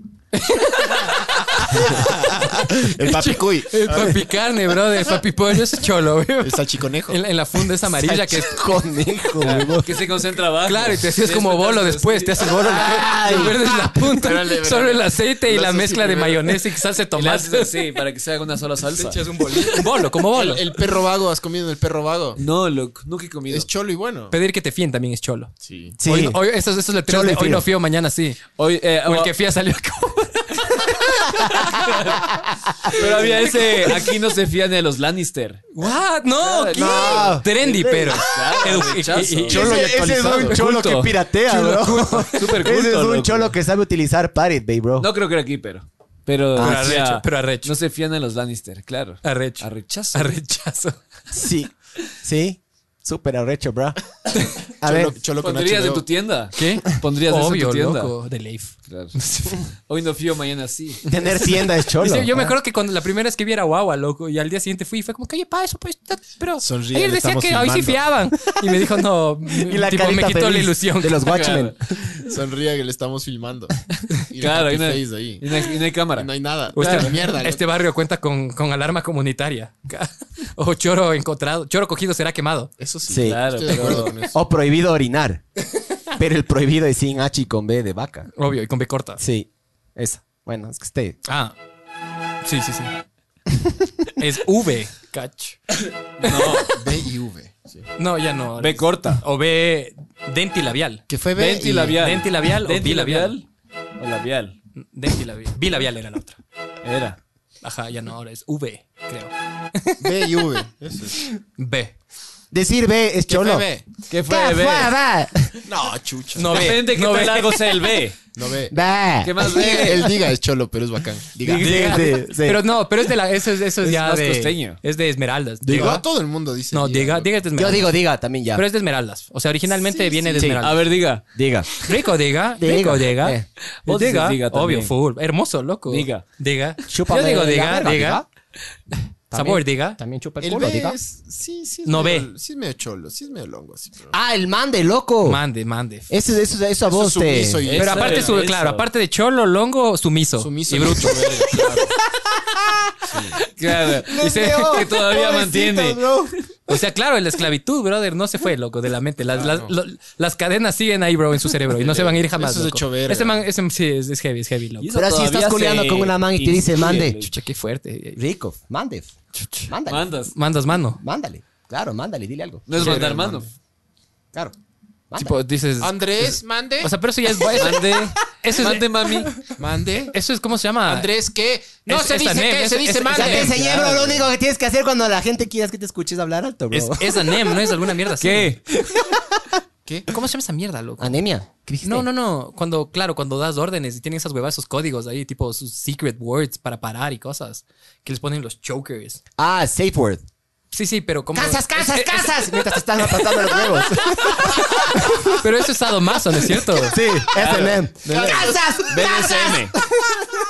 [SPEAKER 1] El papicuy.
[SPEAKER 3] El Eh, papi carne, brother. El papi pollo es cholo, güey.
[SPEAKER 1] El salchiconejo.
[SPEAKER 3] En, la- en la funda esa amarilla que es
[SPEAKER 4] Conejo, bro.
[SPEAKER 2] Que se concentra abajo.
[SPEAKER 3] Claro, y te hacías como bolo después, te haces bolo, te pierdes la punta, solo el aceite y la mezcla de mayonesa y salsa de
[SPEAKER 2] Tomás,
[SPEAKER 3] tomate.
[SPEAKER 2] sí, para que se haga una sola salsa.
[SPEAKER 3] un bolo. como bolo.
[SPEAKER 1] El, el perro vago, ¿has comido el perro vago?
[SPEAKER 2] No, loco, nunca he comido.
[SPEAKER 1] Es cholo y bueno.
[SPEAKER 3] Pedir que te fíen también es cholo.
[SPEAKER 1] Sí.
[SPEAKER 4] Sí.
[SPEAKER 3] Hoy, hoy- eso, eso es el tren
[SPEAKER 4] Cholo
[SPEAKER 3] de
[SPEAKER 4] y
[SPEAKER 3] hoy no
[SPEAKER 4] fío.
[SPEAKER 3] fío, mañana sí.
[SPEAKER 2] Hoy, eh,
[SPEAKER 3] O el
[SPEAKER 2] ah,
[SPEAKER 3] que fía salió como...
[SPEAKER 2] pero había ese. Aquí no se fían de los Lannister.
[SPEAKER 3] ¿What? No, ¿qué?
[SPEAKER 4] no.
[SPEAKER 3] Trendy, pero...
[SPEAKER 2] Ah,
[SPEAKER 3] Edu- y- y- y-
[SPEAKER 1] Cholo y
[SPEAKER 4] Ese- ese es
[SPEAKER 1] actualizado.
[SPEAKER 4] un cholo
[SPEAKER 2] Culto.
[SPEAKER 4] que piratea,
[SPEAKER 2] Chulo
[SPEAKER 4] bro.
[SPEAKER 2] culto. Súper culto,
[SPEAKER 4] Ese es un
[SPEAKER 2] loco.
[SPEAKER 4] cholo que sabe utilizar Parit, baby, bro.
[SPEAKER 2] No creo que era aquí, pero. Pero,
[SPEAKER 3] Ah,
[SPEAKER 2] decía,
[SPEAKER 3] arrecho, pero arrecho.
[SPEAKER 2] No se fían de los Lannister, claro.
[SPEAKER 3] Arrecho.
[SPEAKER 2] Arrechazo.
[SPEAKER 3] Arrechazo.
[SPEAKER 4] Sí. Sí. Súper arrecho, bro. A
[SPEAKER 1] Cholo,
[SPEAKER 4] ver.
[SPEAKER 1] cholo con
[SPEAKER 2] ¿Pondrías
[SPEAKER 1] HBO.
[SPEAKER 2] en tu tienda?
[SPEAKER 3] ¿Qué?
[SPEAKER 2] Pondrías eso en
[SPEAKER 3] Obvio,
[SPEAKER 2] tu tienda.
[SPEAKER 3] loco, de Leif.
[SPEAKER 2] Claro. Hoy no fío, mañana sí.
[SPEAKER 4] Tener tienda es cholo.
[SPEAKER 3] Dice, yo me
[SPEAKER 4] Ah.
[SPEAKER 3] acuerdo que cuando la primera vez que vi era guagua, loco, y al día siguiente fui y fue como que, oye, pa, eso pues, ta- pero
[SPEAKER 1] Sonríe,
[SPEAKER 3] ayer
[SPEAKER 1] le
[SPEAKER 3] decía
[SPEAKER 1] estamos
[SPEAKER 3] que hoy sí fiaban. Y me dijo, no,
[SPEAKER 4] Y la
[SPEAKER 3] tipo, me
[SPEAKER 4] carita
[SPEAKER 3] quitó la
[SPEAKER 4] feliz
[SPEAKER 3] ilusión.
[SPEAKER 4] De los Watchmen.
[SPEAKER 1] Sonría que le estamos filmando. Y
[SPEAKER 2] Claro,
[SPEAKER 1] claro,
[SPEAKER 2] y no, hay-
[SPEAKER 1] ahí.
[SPEAKER 2] y no hay- y no hay cámara.
[SPEAKER 1] No hay nada.
[SPEAKER 3] O
[SPEAKER 4] Ah,
[SPEAKER 3] este,
[SPEAKER 1] Claro, mierda.
[SPEAKER 3] este barrio cuenta con, con alarma comunitaria. O choro encontrado, choro cogido será quemado.
[SPEAKER 1] Eso sí.
[SPEAKER 4] Sí.
[SPEAKER 2] Claro,
[SPEAKER 1] Estoy de acuerdo
[SPEAKER 2] pero-
[SPEAKER 1] con eso.
[SPEAKER 4] O prohibido orinar. Pero el prohibido es sin H y con B de vaca.
[SPEAKER 3] Obvio, y con B corta.
[SPEAKER 4] Sí. Esa. Bueno, es que este, esté.
[SPEAKER 3] Ah, sí, sí, sí. es V, catch.
[SPEAKER 2] No,
[SPEAKER 1] B y V. sí.
[SPEAKER 3] No, ya no.
[SPEAKER 2] ve corta.
[SPEAKER 3] o B dentilabial.
[SPEAKER 1] Que fue B
[SPEAKER 2] Denti
[SPEAKER 1] y
[SPEAKER 2] labial.
[SPEAKER 3] Dentilabial o
[SPEAKER 2] Dentilabial o labial.
[SPEAKER 3] Dentilabial. Bilabial era la otra.
[SPEAKER 2] Era.
[SPEAKER 3] Ajá, ya no, ahora es V, creo.
[SPEAKER 1] B y V. Eso es.
[SPEAKER 3] B.
[SPEAKER 4] Decir B es
[SPEAKER 1] ¿Qué fue
[SPEAKER 4] cholo.
[SPEAKER 1] B?
[SPEAKER 2] ¿Qué
[SPEAKER 4] ¿Qué
[SPEAKER 2] fue?
[SPEAKER 4] fue,
[SPEAKER 2] Ve.
[SPEAKER 4] va?
[SPEAKER 1] No, chucha.
[SPEAKER 3] No B.
[SPEAKER 2] Depende que
[SPEAKER 3] no
[SPEAKER 2] tan
[SPEAKER 3] B.
[SPEAKER 2] largo sea el B.
[SPEAKER 1] No B.
[SPEAKER 4] Va.
[SPEAKER 2] ¿Qué más
[SPEAKER 1] Eh,
[SPEAKER 2] B?
[SPEAKER 1] El diga es cholo, pero es bacán. Diga.
[SPEAKER 3] Diga.
[SPEAKER 4] Diga. Sí, sí.
[SPEAKER 3] Pero no, pero es de la, eso, es- eso es,
[SPEAKER 2] Es
[SPEAKER 3] ya
[SPEAKER 2] más
[SPEAKER 3] de.
[SPEAKER 2] costeño.
[SPEAKER 3] Es de Esmeraldas. ¿ah?
[SPEAKER 1] Diga. Todo el mundo dice.
[SPEAKER 3] No, diga,
[SPEAKER 1] loco.
[SPEAKER 3] diga es de
[SPEAKER 4] Yo
[SPEAKER 3] Esmeraldas.
[SPEAKER 4] digo, diga también ya.
[SPEAKER 3] Pero es de Esmeraldas. O sea, originalmente viene de
[SPEAKER 2] A
[SPEAKER 3] Esmeraldas.
[SPEAKER 2] ver, diga.
[SPEAKER 4] Diga.
[SPEAKER 3] Rico, diga.
[SPEAKER 4] Diga.
[SPEAKER 3] Rico, diga.
[SPEAKER 4] Eh.
[SPEAKER 3] Vos
[SPEAKER 2] Dices
[SPEAKER 3] diga.
[SPEAKER 2] diga también.
[SPEAKER 3] obvio, full. Hermoso, loco.
[SPEAKER 2] Diga.
[SPEAKER 3] Diga.
[SPEAKER 4] Chúpame
[SPEAKER 3] Yo digo,
[SPEAKER 4] la
[SPEAKER 3] diga,
[SPEAKER 4] verga,
[SPEAKER 3] diga. Sabor,
[SPEAKER 4] También-
[SPEAKER 3] diga.
[SPEAKER 4] También chupa el
[SPEAKER 1] El
[SPEAKER 4] culo,
[SPEAKER 1] B
[SPEAKER 4] diga.
[SPEAKER 1] es. Sí, sí. es
[SPEAKER 3] No
[SPEAKER 1] medio-
[SPEAKER 3] B.
[SPEAKER 1] Sí, es medio cholo. Sí, es medio longo. Sí, pero-
[SPEAKER 4] Ah, el mande, loco.
[SPEAKER 3] Uh. Mande, mande.
[SPEAKER 4] Ese, eso, eso a vos
[SPEAKER 1] es
[SPEAKER 4] te.
[SPEAKER 1] sumiso y-
[SPEAKER 3] Pero
[SPEAKER 2] Eso
[SPEAKER 3] aparte,
[SPEAKER 2] era,
[SPEAKER 3] su-
[SPEAKER 2] eso.
[SPEAKER 3] claro, aparte de cholo, longo, sumiso.
[SPEAKER 1] Sumiso
[SPEAKER 3] Y bruto.
[SPEAKER 1] verga, claro.
[SPEAKER 2] Claro.
[SPEAKER 4] Les
[SPEAKER 2] Dice
[SPEAKER 4] veo,
[SPEAKER 2] que todavía
[SPEAKER 4] pobrecitos,
[SPEAKER 2] mantiene.
[SPEAKER 4] bro.
[SPEAKER 3] O sea, claro, la esclavitud, brother, no se fue, loco, de la mente. Las, las, lo- las cadenas siguen ahí, bro, en su cerebro y no se van a ir jamás.
[SPEAKER 1] Eso es
[SPEAKER 3] loco.
[SPEAKER 1] hecho verga.
[SPEAKER 3] Ese man, ese, sí, es, es heavy, es heavy, loco.
[SPEAKER 2] Y eso
[SPEAKER 4] Pero si
[SPEAKER 2] todavía
[SPEAKER 4] estás coleando
[SPEAKER 2] se
[SPEAKER 4] con una man y te dice,
[SPEAKER 2] incluye,
[SPEAKER 4] mande.
[SPEAKER 2] güey.
[SPEAKER 3] Chucha, qué fuerte.
[SPEAKER 4] Rico, mande. Mándale.
[SPEAKER 2] Mandas.
[SPEAKER 3] Mandas mano.
[SPEAKER 4] Mándale. Claro, mándale, dile algo.
[SPEAKER 2] No es
[SPEAKER 1] Sí,
[SPEAKER 2] mandar
[SPEAKER 1] hermano.
[SPEAKER 2] mano.
[SPEAKER 4] Claro. Mándale.
[SPEAKER 3] Tipo, dices.
[SPEAKER 2] Ah,
[SPEAKER 1] Andrés, mande.
[SPEAKER 3] O sea, pero eso ya es. Mande. Eso es,
[SPEAKER 2] Mande, mami.
[SPEAKER 1] mande.
[SPEAKER 3] Eso es, ¿cómo se llama?
[SPEAKER 1] Andrés, ¿qué? No
[SPEAKER 3] Es-
[SPEAKER 1] se
[SPEAKER 3] es
[SPEAKER 1] dice
[SPEAKER 3] Anem,
[SPEAKER 1] qué,
[SPEAKER 3] es-
[SPEAKER 1] se dice
[SPEAKER 3] es-
[SPEAKER 4] ya te
[SPEAKER 1] mande.
[SPEAKER 4] enseñé, bro. Lo único que tienes que hacer cuando la gente quiera es que te escuches hablar alto, bro.
[SPEAKER 3] Es, es ANEM, no es alguna mierda así.
[SPEAKER 2] ¿Qué?
[SPEAKER 1] ¿Qué?
[SPEAKER 3] ¿Cómo se llama esa mierda, loco?
[SPEAKER 4] Anemia. ¿Qué dijiste?
[SPEAKER 3] No, no, no. Cuando, claro, cuando das órdenes y tienen esas huevas, esos códigos ahí, tipo sus secret words para parar y cosas. Que les ponen los chokers.
[SPEAKER 4] Ah, safe word.
[SPEAKER 3] Sí, sí, pero como.
[SPEAKER 4] Casas, casas,
[SPEAKER 3] Es- es-
[SPEAKER 4] casas. Mientras te están matando los huevos.
[SPEAKER 3] Pero eso es sadomaso, ¿no es cierto?
[SPEAKER 4] Sí, SNM. Casas, casas.
[SPEAKER 2] BDSM.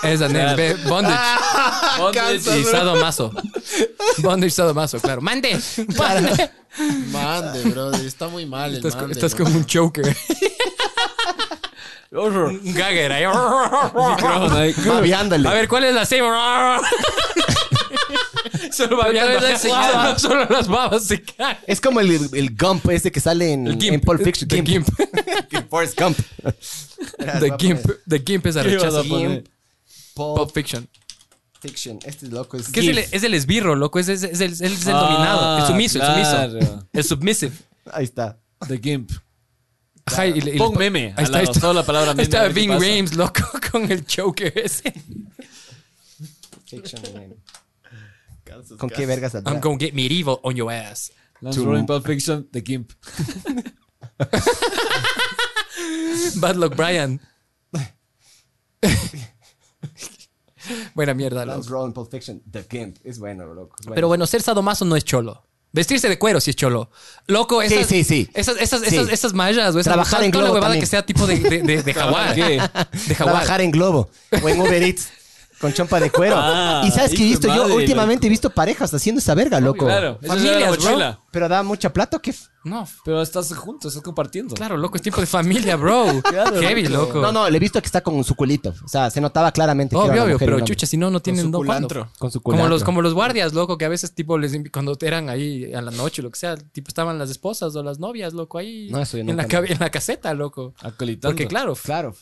[SPEAKER 3] Es ANEM. ve, Bondage
[SPEAKER 2] Bondage
[SPEAKER 3] y
[SPEAKER 2] y-
[SPEAKER 3] sadomaso. Bondage, sadomaso, claro. ¡Mande! ¡Mande!
[SPEAKER 1] Mande, brother. Está muy mal el
[SPEAKER 3] Estás,
[SPEAKER 1] mande,
[SPEAKER 3] estás
[SPEAKER 1] bro.
[SPEAKER 3] como un choker.
[SPEAKER 2] Horror.
[SPEAKER 3] Un gagger ahí.
[SPEAKER 2] Micrófono ahí.
[SPEAKER 4] Babeándole.
[SPEAKER 3] A ver, ¿cuál es la save? solo babeando.
[SPEAKER 2] Otra vez la
[SPEAKER 3] Solo, solo las babas se caen.
[SPEAKER 4] Es como el, el Gump ese que sale en,
[SPEAKER 3] El Gimp.
[SPEAKER 4] en Pulp Fiction.
[SPEAKER 3] The Gimp.
[SPEAKER 4] Forrest Gump.
[SPEAKER 3] The Gimp. The Gimp es arrechazo.
[SPEAKER 2] ibas a poner?
[SPEAKER 3] Pulp Fiction.
[SPEAKER 4] Fiction. Este loco es.
[SPEAKER 3] Que es el,
[SPEAKER 4] Gimp.
[SPEAKER 3] es el esbirro, loco. Es, es- es el, es el
[SPEAKER 2] Ah,
[SPEAKER 3] dominado. El sumiso, el
[SPEAKER 2] claro.
[SPEAKER 3] sumiso. El submissive.
[SPEAKER 4] Ahí está.
[SPEAKER 2] The Gimp.
[SPEAKER 3] Ajá, y le- y le-
[SPEAKER 2] Pon meme.
[SPEAKER 3] Ahí está, ahí está.
[SPEAKER 2] Toda la palabra meme.
[SPEAKER 3] Ahí
[SPEAKER 2] a
[SPEAKER 3] está
[SPEAKER 2] ver qué
[SPEAKER 3] Ving
[SPEAKER 2] pasa.
[SPEAKER 3] Rames, loco, con el choker ese.
[SPEAKER 4] Fiction, man. ¿Con qué vergas
[SPEAKER 3] I'm
[SPEAKER 4] saldrá?
[SPEAKER 3] gonna get medieval on your ass.
[SPEAKER 2] Lance Roy, Pulp Fiction, The Gimp.
[SPEAKER 3] Bad luck, Brian. Buena mierda, loco.
[SPEAKER 4] Lance Roll en Pulp Fiction. The Gimp. Es bueno, loco. Es bueno.
[SPEAKER 3] Pero bueno, ser sadomaso no es cholo. Vestirse de cuero sí es cholo. Loco, esas,
[SPEAKER 4] sí, sí.
[SPEAKER 3] esas, esas,
[SPEAKER 4] Sí.
[SPEAKER 3] esas, esas mallas, o esas-
[SPEAKER 4] Trabajar
[SPEAKER 3] toda-
[SPEAKER 4] en
[SPEAKER 3] toda la
[SPEAKER 4] globo
[SPEAKER 3] huevada
[SPEAKER 4] también.
[SPEAKER 3] que sea tipo de, de, de, de jaguar.
[SPEAKER 2] ¿Qué?
[SPEAKER 3] De jaguar.
[SPEAKER 4] trabajar en Globo o en Uber Eats con chompa de cuero.
[SPEAKER 2] Ah,
[SPEAKER 4] y sabes que he
[SPEAKER 2] hijo
[SPEAKER 4] visto
[SPEAKER 2] de
[SPEAKER 4] yo
[SPEAKER 2] madre,
[SPEAKER 4] últimamente he visto parejas haciendo esa verga, loco.
[SPEAKER 2] Claro. esa es la
[SPEAKER 3] Familias, bro.
[SPEAKER 2] mochila.
[SPEAKER 4] Pero da mucha plata, ¿qué? f-
[SPEAKER 3] No,
[SPEAKER 2] Pero estás juntos, estás compartiendo.
[SPEAKER 3] claro, loco, es tiempo de familia, bro. Heavy, loco.
[SPEAKER 4] No, no, le he visto que está con su culito. O sea, se notaba claramente. que era
[SPEAKER 3] Obvio,
[SPEAKER 4] una
[SPEAKER 3] obvio,
[SPEAKER 4] mujer y
[SPEAKER 3] pero
[SPEAKER 4] un hombre.
[SPEAKER 3] chucha, si no, no tienen
[SPEAKER 1] su
[SPEAKER 3] don Juan,
[SPEAKER 1] culantro.
[SPEAKER 3] loco.
[SPEAKER 4] Con su
[SPEAKER 3] Como los,
[SPEAKER 4] culantro.
[SPEAKER 3] como los guardias, loco, que a veces, tipo, les invi- cuando eran ahí a la noche, lo que sea, tipo, estaban las esposas o las novias, loco, ahí
[SPEAKER 4] No, eso yo
[SPEAKER 3] en,
[SPEAKER 4] nunca
[SPEAKER 3] la, ca- en la caseta, loco.
[SPEAKER 2] Acolitando.
[SPEAKER 3] Porque, claro,
[SPEAKER 4] Claro.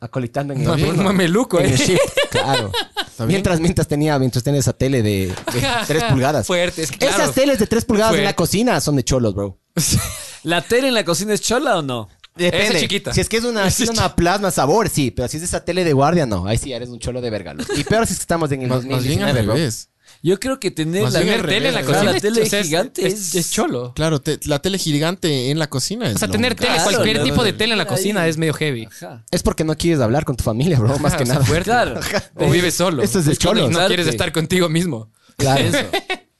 [SPEAKER 4] Acolitando en el,
[SPEAKER 3] mame-
[SPEAKER 4] en
[SPEAKER 3] mameluco,
[SPEAKER 4] el
[SPEAKER 3] eh.
[SPEAKER 4] shift. Claro.
[SPEAKER 1] bien?
[SPEAKER 4] Mientras, mientras tenía, mientras tenía esa tele de, de
[SPEAKER 3] Ajá,
[SPEAKER 4] 3
[SPEAKER 3] ajá.
[SPEAKER 4] pulgadas.
[SPEAKER 3] Fuerte, es que claro.
[SPEAKER 4] Esas teles de 3 pulgadas en la
[SPEAKER 3] Fuerte.
[SPEAKER 4] cocina son de cholos, bro.
[SPEAKER 2] ¿La tele en la cocina es chola o no?
[SPEAKER 3] Esa
[SPEAKER 4] Depende.
[SPEAKER 3] es chiquita.
[SPEAKER 4] Si es que es una, si es una plasma sabor, sí. Pero si es esa tele de guardia, no. Ahí sí eres un cholo de verga. loco. Y peor si es que estamos en el
[SPEAKER 1] Más, más bien al
[SPEAKER 4] 2019, bro.
[SPEAKER 1] revés.
[SPEAKER 2] Yo creo que tener
[SPEAKER 1] Más
[SPEAKER 2] la
[SPEAKER 1] bien al
[SPEAKER 3] Tener tele en la
[SPEAKER 1] revés,
[SPEAKER 3] cocina.
[SPEAKER 2] La tele
[SPEAKER 3] o sea, es-
[SPEAKER 2] gigante
[SPEAKER 3] es,
[SPEAKER 2] es-
[SPEAKER 3] es cholo.
[SPEAKER 1] Claro, te- la tele gigante en la cocina es
[SPEAKER 3] O sea,
[SPEAKER 1] lo-
[SPEAKER 3] tener tele,
[SPEAKER 2] Claro,
[SPEAKER 3] cualquier
[SPEAKER 2] brother.
[SPEAKER 3] tipo de tele en la cocina es medio heavy.
[SPEAKER 2] Ajá.
[SPEAKER 4] Es porque no quieres hablar con tu familia, bro, más
[SPEAKER 3] Ajá,
[SPEAKER 4] que
[SPEAKER 3] o sea,
[SPEAKER 4] nada.
[SPEAKER 3] fuerte.
[SPEAKER 2] Claro.
[SPEAKER 3] O vives solo.
[SPEAKER 4] Esto es de
[SPEAKER 3] cuando
[SPEAKER 4] cholos.
[SPEAKER 3] No quieres estar contigo mismo.
[SPEAKER 4] Claro.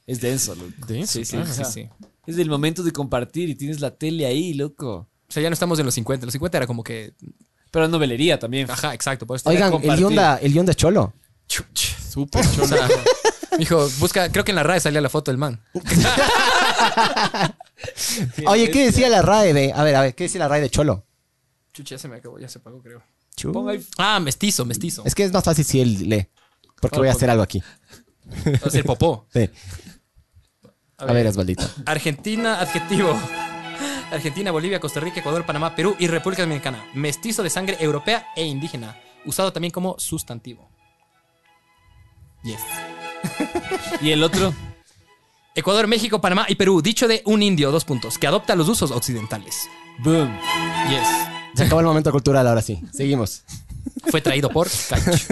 [SPEAKER 2] Es denso, loco.
[SPEAKER 1] Denso,
[SPEAKER 3] Sí, sí,
[SPEAKER 1] claro.
[SPEAKER 3] sí, sí.
[SPEAKER 2] Es del momento de compartir y tienes la tele ahí, loco.
[SPEAKER 3] O sea, ya no estamos en los 50. Los 50 era como que.
[SPEAKER 2] Pero novelería también.
[SPEAKER 3] Ajá, exacto. Por eso
[SPEAKER 4] Oigan, el
[SPEAKER 2] compartir.
[SPEAKER 4] Yonda, el Yonda es cholo.
[SPEAKER 3] Chuch.
[SPEAKER 1] Súper
[SPEAKER 3] O
[SPEAKER 1] chola.
[SPEAKER 3] sea, dijo, busca. Creo que en la RAE salía la foto del man.
[SPEAKER 4] Oye, ¿qué decía la RAE de... A ver, a ver, ¿qué decía la RAE de cholo?
[SPEAKER 3] Chucha, ya se me acabó, ya se apagó, creo.
[SPEAKER 4] Chu.
[SPEAKER 2] Ponga ahí.
[SPEAKER 3] Ah, mestizo, mestizo.
[SPEAKER 4] Es que es más fácil si él lee. Porque voy a hacer algo aquí.
[SPEAKER 3] Va a ser popó.
[SPEAKER 4] Sí.
[SPEAKER 3] A
[SPEAKER 4] A ver,
[SPEAKER 3] ver.
[SPEAKER 4] Osvaldito.
[SPEAKER 3] Argentina, adjetivo. Argentina, Bolivia, Costa Rica, Ecuador, Panamá, Perú y República Dominicana. Mestizo de sangre europea e indígena. Usado también como sustantivo. Yes.
[SPEAKER 2] Y el otro.
[SPEAKER 3] Ecuador, México, Panamá y Perú. Dicho de un indio, dos puntos, que adopta los usos occidentales.
[SPEAKER 2] Boom.
[SPEAKER 3] Yes.
[SPEAKER 4] Se acabó el momento cultural ahora sí. Seguimos.
[SPEAKER 3] Fue traído por Caich.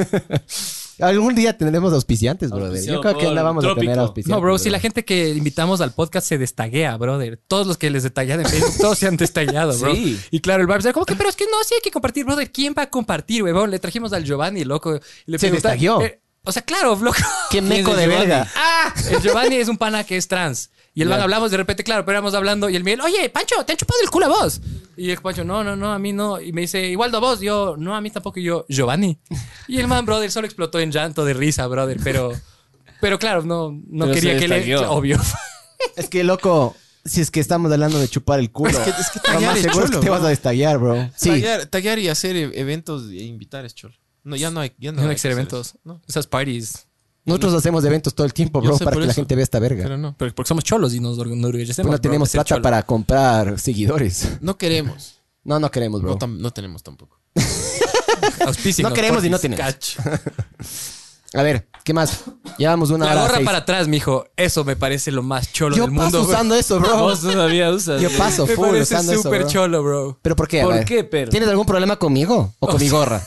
[SPEAKER 4] Algún día tendremos auspiciantes, brother.
[SPEAKER 2] Auspicio
[SPEAKER 4] Yo creo que
[SPEAKER 2] por
[SPEAKER 4] no vamos a tener
[SPEAKER 2] Trópico.
[SPEAKER 4] auspiciantes.
[SPEAKER 3] No, bro, si
[SPEAKER 4] brother.
[SPEAKER 3] la gente que invitamos al podcast se destaguea, brother. Todos los que les destaguean en Facebook, todos se han destagueado, bro.
[SPEAKER 2] Sí.
[SPEAKER 3] Y claro, el Barbs, como que, pero es que no, sí hay que compartir, brother. ¿Quién va a compartir, huevón? Le trajimos al Giovanni, loco. y le
[SPEAKER 4] Se
[SPEAKER 3] pregunta-
[SPEAKER 4] destagueó.
[SPEAKER 3] eh, o sea, claro, loco.
[SPEAKER 4] ¡Qué meco
[SPEAKER 2] es
[SPEAKER 4] de
[SPEAKER 2] Giovanni?
[SPEAKER 4] verga!
[SPEAKER 3] ¡Ah! El Giovanni es un pana que es trans. Y el man hablamos de repente, claro, pero éramos hablando. Y el Miguel, oye, Pancho, te han chupado el culo a vos. Y el Pancho, no, no, no, a mí no. Y me dice, igual a vos. Yo, no, a mí tampoco. Y yo, Giovanni. Y el man, brother, solo explotó en llanto de risa, brother. Pero, pero claro, no, no
[SPEAKER 2] Pero
[SPEAKER 3] quería
[SPEAKER 2] se
[SPEAKER 3] que le.
[SPEAKER 2] destagueó.
[SPEAKER 3] Obvio.
[SPEAKER 4] Es que, loco, si es que estamos hablando de chupar el culo.
[SPEAKER 1] que- es que
[SPEAKER 4] lo
[SPEAKER 1] tallar
[SPEAKER 4] más
[SPEAKER 1] es
[SPEAKER 4] seguro es que
[SPEAKER 1] cholo,
[SPEAKER 4] te vas
[SPEAKER 1] bro.
[SPEAKER 4] a destallar, bro. Sí.
[SPEAKER 1] Taggear, taggear y hacer e- eventos e invitar es cholo. No, ya no hay. Ya no,
[SPEAKER 3] No
[SPEAKER 1] hay que hacer
[SPEAKER 3] experimentos.
[SPEAKER 1] eso, ¿no?
[SPEAKER 3] Esas parties.
[SPEAKER 4] Nosotros hacemos eventos todo el tiempo,
[SPEAKER 1] Yo
[SPEAKER 4] bro,
[SPEAKER 1] sé
[SPEAKER 4] para
[SPEAKER 1] por
[SPEAKER 4] que la
[SPEAKER 1] eso.
[SPEAKER 4] gente vea esta verga.
[SPEAKER 1] Pero no.
[SPEAKER 3] Pero porque somos cholos y nos org- nos
[SPEAKER 4] Pues
[SPEAKER 3] orgullecemos.
[SPEAKER 4] no
[SPEAKER 3] bro,
[SPEAKER 4] tenemos
[SPEAKER 3] de ser
[SPEAKER 4] plata
[SPEAKER 3] cholo.
[SPEAKER 4] para comprar seguidores.
[SPEAKER 1] No queremos.
[SPEAKER 4] No, no queremos, bro.
[SPEAKER 1] No, tam- no tenemos tampoco.
[SPEAKER 3] Auspícienos,
[SPEAKER 4] No queremos y no
[SPEAKER 3] porfis,
[SPEAKER 4] tenemos.
[SPEAKER 3] cacho.
[SPEAKER 4] A ver, ¿qué más? Llevamos una
[SPEAKER 3] La
[SPEAKER 4] hora
[SPEAKER 3] gorra
[SPEAKER 4] seis.
[SPEAKER 3] para atrás, mijo. Eso me parece lo más cholo
[SPEAKER 4] Yo
[SPEAKER 3] del
[SPEAKER 4] paso
[SPEAKER 3] mundo. güey.
[SPEAKER 4] usando eso,
[SPEAKER 3] Ah,
[SPEAKER 4] bro.
[SPEAKER 2] Vos todavía usas.
[SPEAKER 4] Yo
[SPEAKER 2] güey.
[SPEAKER 4] paso
[SPEAKER 3] Me
[SPEAKER 4] full
[SPEAKER 3] parece
[SPEAKER 4] usando eso,
[SPEAKER 3] súper
[SPEAKER 4] bro.
[SPEAKER 3] cholo, bro.
[SPEAKER 4] ¿Pero por qué? A
[SPEAKER 2] ¿Por
[SPEAKER 4] ver.
[SPEAKER 2] qué, pero?
[SPEAKER 4] ¿Tienes algún problema conmigo o con mi gorra?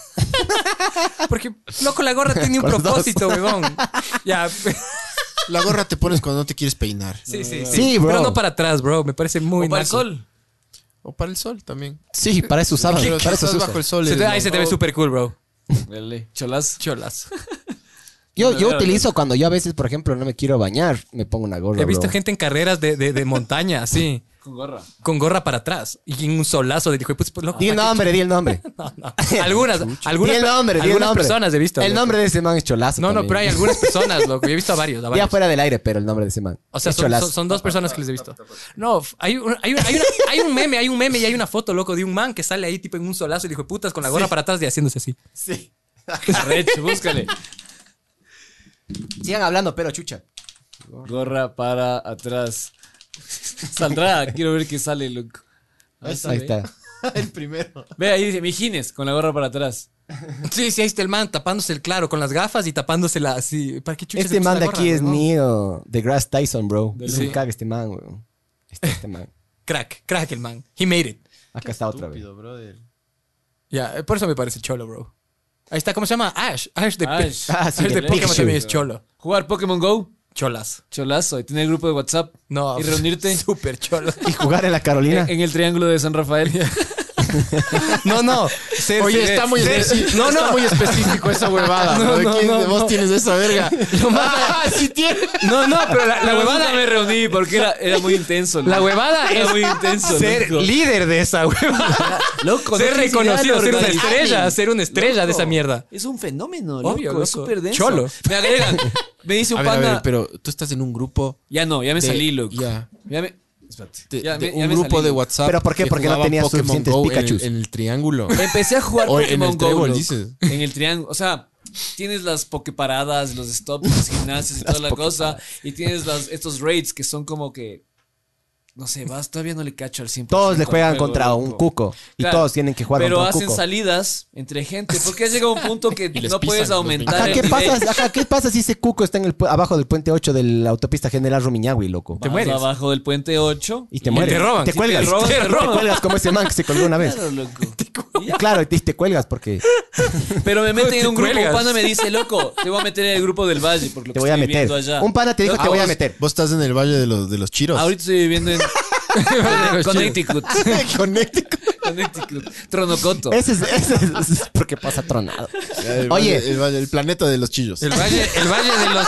[SPEAKER 3] Ah, Porque, loco, la gorra tiene un
[SPEAKER 4] Con los dos.
[SPEAKER 3] propósito, weón. Ya.
[SPEAKER 1] La gorra te pones cuando no te quieres peinar.
[SPEAKER 3] Sí, sí, sí.
[SPEAKER 4] Sí, bro.
[SPEAKER 3] Pero no para atrás, bro. Me parece muy
[SPEAKER 2] O para el
[SPEAKER 3] naco.
[SPEAKER 2] sol.
[SPEAKER 1] O para el sol también.
[SPEAKER 4] Sí, para eso usaban.
[SPEAKER 1] Pero si
[SPEAKER 4] Para eso
[SPEAKER 1] estás
[SPEAKER 4] se usa.
[SPEAKER 1] bajo el sol.
[SPEAKER 3] Se
[SPEAKER 1] eres
[SPEAKER 3] te- ahí
[SPEAKER 1] loco.
[SPEAKER 3] se te ve súper cool, bro.
[SPEAKER 2] Dale, Cholas.
[SPEAKER 3] Cholas.
[SPEAKER 4] Yo, yo
[SPEAKER 2] Claro,
[SPEAKER 4] utilizo cuando yo a veces, por ejemplo, no me quiero bañar, me pongo una gorra.
[SPEAKER 3] He visto
[SPEAKER 4] bro.
[SPEAKER 3] gente en carreras de, de, de montaña, así.
[SPEAKER 2] Con gorra.
[SPEAKER 3] Con gorra para atrás. Y en un solazo de dijo, pues, pues, loco.
[SPEAKER 4] Di el nombre, di el nombre.
[SPEAKER 3] Algunas, algunas,
[SPEAKER 4] di el
[SPEAKER 3] pe-
[SPEAKER 4] nombre, di el
[SPEAKER 3] algunas
[SPEAKER 4] nombre.
[SPEAKER 3] personas he visto.
[SPEAKER 4] El
[SPEAKER 3] loco.
[SPEAKER 4] nombre de ese man es Cholazo.
[SPEAKER 3] No, no,
[SPEAKER 4] también.
[SPEAKER 3] pero hay algunas personas, loco. Yo he visto a varios. a
[SPEAKER 4] Ya
[SPEAKER 3] varios.
[SPEAKER 4] fuera del aire, pero el nombre de ese man.
[SPEAKER 3] O sea,
[SPEAKER 4] es
[SPEAKER 3] son,
[SPEAKER 4] Cholazo.
[SPEAKER 3] son- son dos personas que les he visto. No, f- hay un, hay, un, hay, una- hay un meme, hay un meme y hay una foto, loco, de un man que sale ahí tipo en un solazo y dijo, putas, con la gorra para atrás y haciéndose así.
[SPEAKER 1] Sí.
[SPEAKER 2] Arrecho, búscale.
[SPEAKER 4] Sigan hablando, pero chucha.
[SPEAKER 2] Gorra para atrás. Saldrá, quiero ver qué sale, loco.
[SPEAKER 4] Ahí está.
[SPEAKER 1] el primero.
[SPEAKER 2] Ve ahí dice Mijines con la gorra para atrás.
[SPEAKER 3] Sí, sí, ahí está el man tapándose el claro con las gafas y tapándose la así. ¿Para qué chucha se
[SPEAKER 4] Este
[SPEAKER 3] puso
[SPEAKER 4] man de
[SPEAKER 3] la gorra,
[SPEAKER 4] aquí es
[SPEAKER 3] weón?
[SPEAKER 4] mío. De Grass Tyson, bro.
[SPEAKER 2] De
[SPEAKER 4] Es un
[SPEAKER 2] ley.
[SPEAKER 4] cague este man, weón. Este, este man.
[SPEAKER 3] Crack, crack el man. He made it.
[SPEAKER 4] Acá está otra vez.
[SPEAKER 1] Estúpido, brother.
[SPEAKER 3] Ya, eh, por eso me parece cholo, bro. Ahí está, ¿cómo se llama? Ash. Ash de,
[SPEAKER 2] Ash.
[SPEAKER 4] Ah, sí,
[SPEAKER 3] Ash
[SPEAKER 4] de
[SPEAKER 3] de Pokémon
[SPEAKER 4] Pikachu.
[SPEAKER 3] también es cholo.
[SPEAKER 2] Jugar Pokémon Go,
[SPEAKER 3] Cholas.
[SPEAKER 2] cholazo. Y tener el grupo de WhatsApp.
[SPEAKER 3] No.
[SPEAKER 2] Y reunirte
[SPEAKER 3] Súper cholo.
[SPEAKER 4] Y jugar en la Carolina.
[SPEAKER 2] en el Triángulo de San Rafael.
[SPEAKER 3] No, no. Ser-
[SPEAKER 1] Oye,
[SPEAKER 3] ser-
[SPEAKER 1] está muy,
[SPEAKER 3] ser-
[SPEAKER 1] específico,
[SPEAKER 3] No,
[SPEAKER 1] está
[SPEAKER 3] no.
[SPEAKER 1] muy específico esa huevada.
[SPEAKER 3] No,
[SPEAKER 1] ¿no? ¿De
[SPEAKER 3] no,
[SPEAKER 1] quién-
[SPEAKER 3] no,
[SPEAKER 1] de vos
[SPEAKER 3] no.
[SPEAKER 1] tienes esa verga.
[SPEAKER 3] Lo más-
[SPEAKER 1] ah, sí tienes.
[SPEAKER 3] No, no, pero la, la huevada.
[SPEAKER 2] me reuní porque era, era muy intenso.
[SPEAKER 3] La
[SPEAKER 2] loco.
[SPEAKER 3] huevada
[SPEAKER 2] Era
[SPEAKER 3] es
[SPEAKER 2] muy intenso.
[SPEAKER 3] ser
[SPEAKER 2] loco.
[SPEAKER 3] líder de esa huevada.
[SPEAKER 2] Loco,
[SPEAKER 3] ser
[SPEAKER 2] no tienes
[SPEAKER 3] reconocido,
[SPEAKER 2] idea,
[SPEAKER 3] ser una
[SPEAKER 2] organizar.
[SPEAKER 3] estrella, ser una estrella de esa
[SPEAKER 2] Loco,
[SPEAKER 3] mierda.
[SPEAKER 2] Es un fenómeno,
[SPEAKER 3] Obvio,
[SPEAKER 2] loco. Es
[SPEAKER 3] loco.
[SPEAKER 2] súper denso.
[SPEAKER 3] Cholo.
[SPEAKER 2] Me agregan. Me dice un
[SPEAKER 1] A ver, a
[SPEAKER 2] pana.
[SPEAKER 1] ver, pero tú estás en un grupo.
[SPEAKER 2] Ya no, ya me
[SPEAKER 1] de-
[SPEAKER 2] salí, loco.
[SPEAKER 1] Ya.
[SPEAKER 2] Ya me.
[SPEAKER 1] de-
[SPEAKER 2] Ya
[SPEAKER 1] de
[SPEAKER 2] me- ya
[SPEAKER 1] un
[SPEAKER 2] me
[SPEAKER 1] grupo
[SPEAKER 2] salí.
[SPEAKER 1] de WhatsApp.
[SPEAKER 4] ¿Pero por qué?
[SPEAKER 1] que
[SPEAKER 4] Porque no
[SPEAKER 1] jugaba
[SPEAKER 4] tenías
[SPEAKER 1] Pokémon
[SPEAKER 4] suficientes
[SPEAKER 1] Go en el-
[SPEAKER 4] Pikachus.
[SPEAKER 1] En el triángulo.
[SPEAKER 2] Empecé a jugar
[SPEAKER 1] O en
[SPEAKER 2] Pokémon
[SPEAKER 1] el
[SPEAKER 2] Go.
[SPEAKER 1] trébol,
[SPEAKER 2] loco.
[SPEAKER 1] dices.
[SPEAKER 2] En el triángulo. O sea, tienes las pokeparadas, los stops, los gimnasios y toda la cosa. Y tienes las- estos raids que son como que. No sé, vas, todavía no le cacho al 100%.
[SPEAKER 4] Todos le juegan
[SPEAKER 2] al juego,
[SPEAKER 4] contra un
[SPEAKER 2] loco.
[SPEAKER 4] cuco. Y
[SPEAKER 2] Claro,
[SPEAKER 4] todos tienen que jugar
[SPEAKER 2] Pero
[SPEAKER 4] contra un
[SPEAKER 2] hacen
[SPEAKER 4] cuco.
[SPEAKER 2] salidas entre gente. Porque llega un punto que
[SPEAKER 1] les
[SPEAKER 2] no puedes
[SPEAKER 1] pisan los
[SPEAKER 2] aumentar
[SPEAKER 4] Ajá,
[SPEAKER 2] el
[SPEAKER 4] ¿qué
[SPEAKER 2] nivel.
[SPEAKER 4] pasa, ajá, ¿qué pasa si ese cuco está en el pu- abajo del puente 8 de la autopista General Rumiñahui, loco?
[SPEAKER 3] Te
[SPEAKER 2] Vas
[SPEAKER 3] mueres.
[SPEAKER 2] abajo del puente 8.
[SPEAKER 4] Y te mueres.
[SPEAKER 3] te roban.
[SPEAKER 4] Te
[SPEAKER 3] Sí,
[SPEAKER 4] cuelgas.
[SPEAKER 2] te roban, te roban.
[SPEAKER 4] cuelgas como ese man que se colgó una vez.
[SPEAKER 2] Claro, loco.
[SPEAKER 4] Y Claro, y te, te cuelgas porque
[SPEAKER 2] Pero me meten en un
[SPEAKER 3] Te
[SPEAKER 2] grupo. Un
[SPEAKER 3] cuelgas.
[SPEAKER 2] pana me dice, loco, te voy a meter en el grupo del Valle. Porque lo
[SPEAKER 4] te
[SPEAKER 2] que
[SPEAKER 4] voy a
[SPEAKER 2] estoy
[SPEAKER 4] meter.
[SPEAKER 2] viviendo allá. Ah,
[SPEAKER 4] Un pana te dijo, te voy a meter.
[SPEAKER 1] Vos estás en el valle de los, de los chiros.
[SPEAKER 2] Ahorita estoy viviendo en Connecticut. este
[SPEAKER 1] Connecticut.
[SPEAKER 2] Connecticut. Tronocoto.
[SPEAKER 4] Ese es, ese es- es porque pasa tronado.
[SPEAKER 1] El
[SPEAKER 4] Oye.
[SPEAKER 1] valle- el, valle- el planeta de los chillos.
[SPEAKER 3] El valle, el valle de los,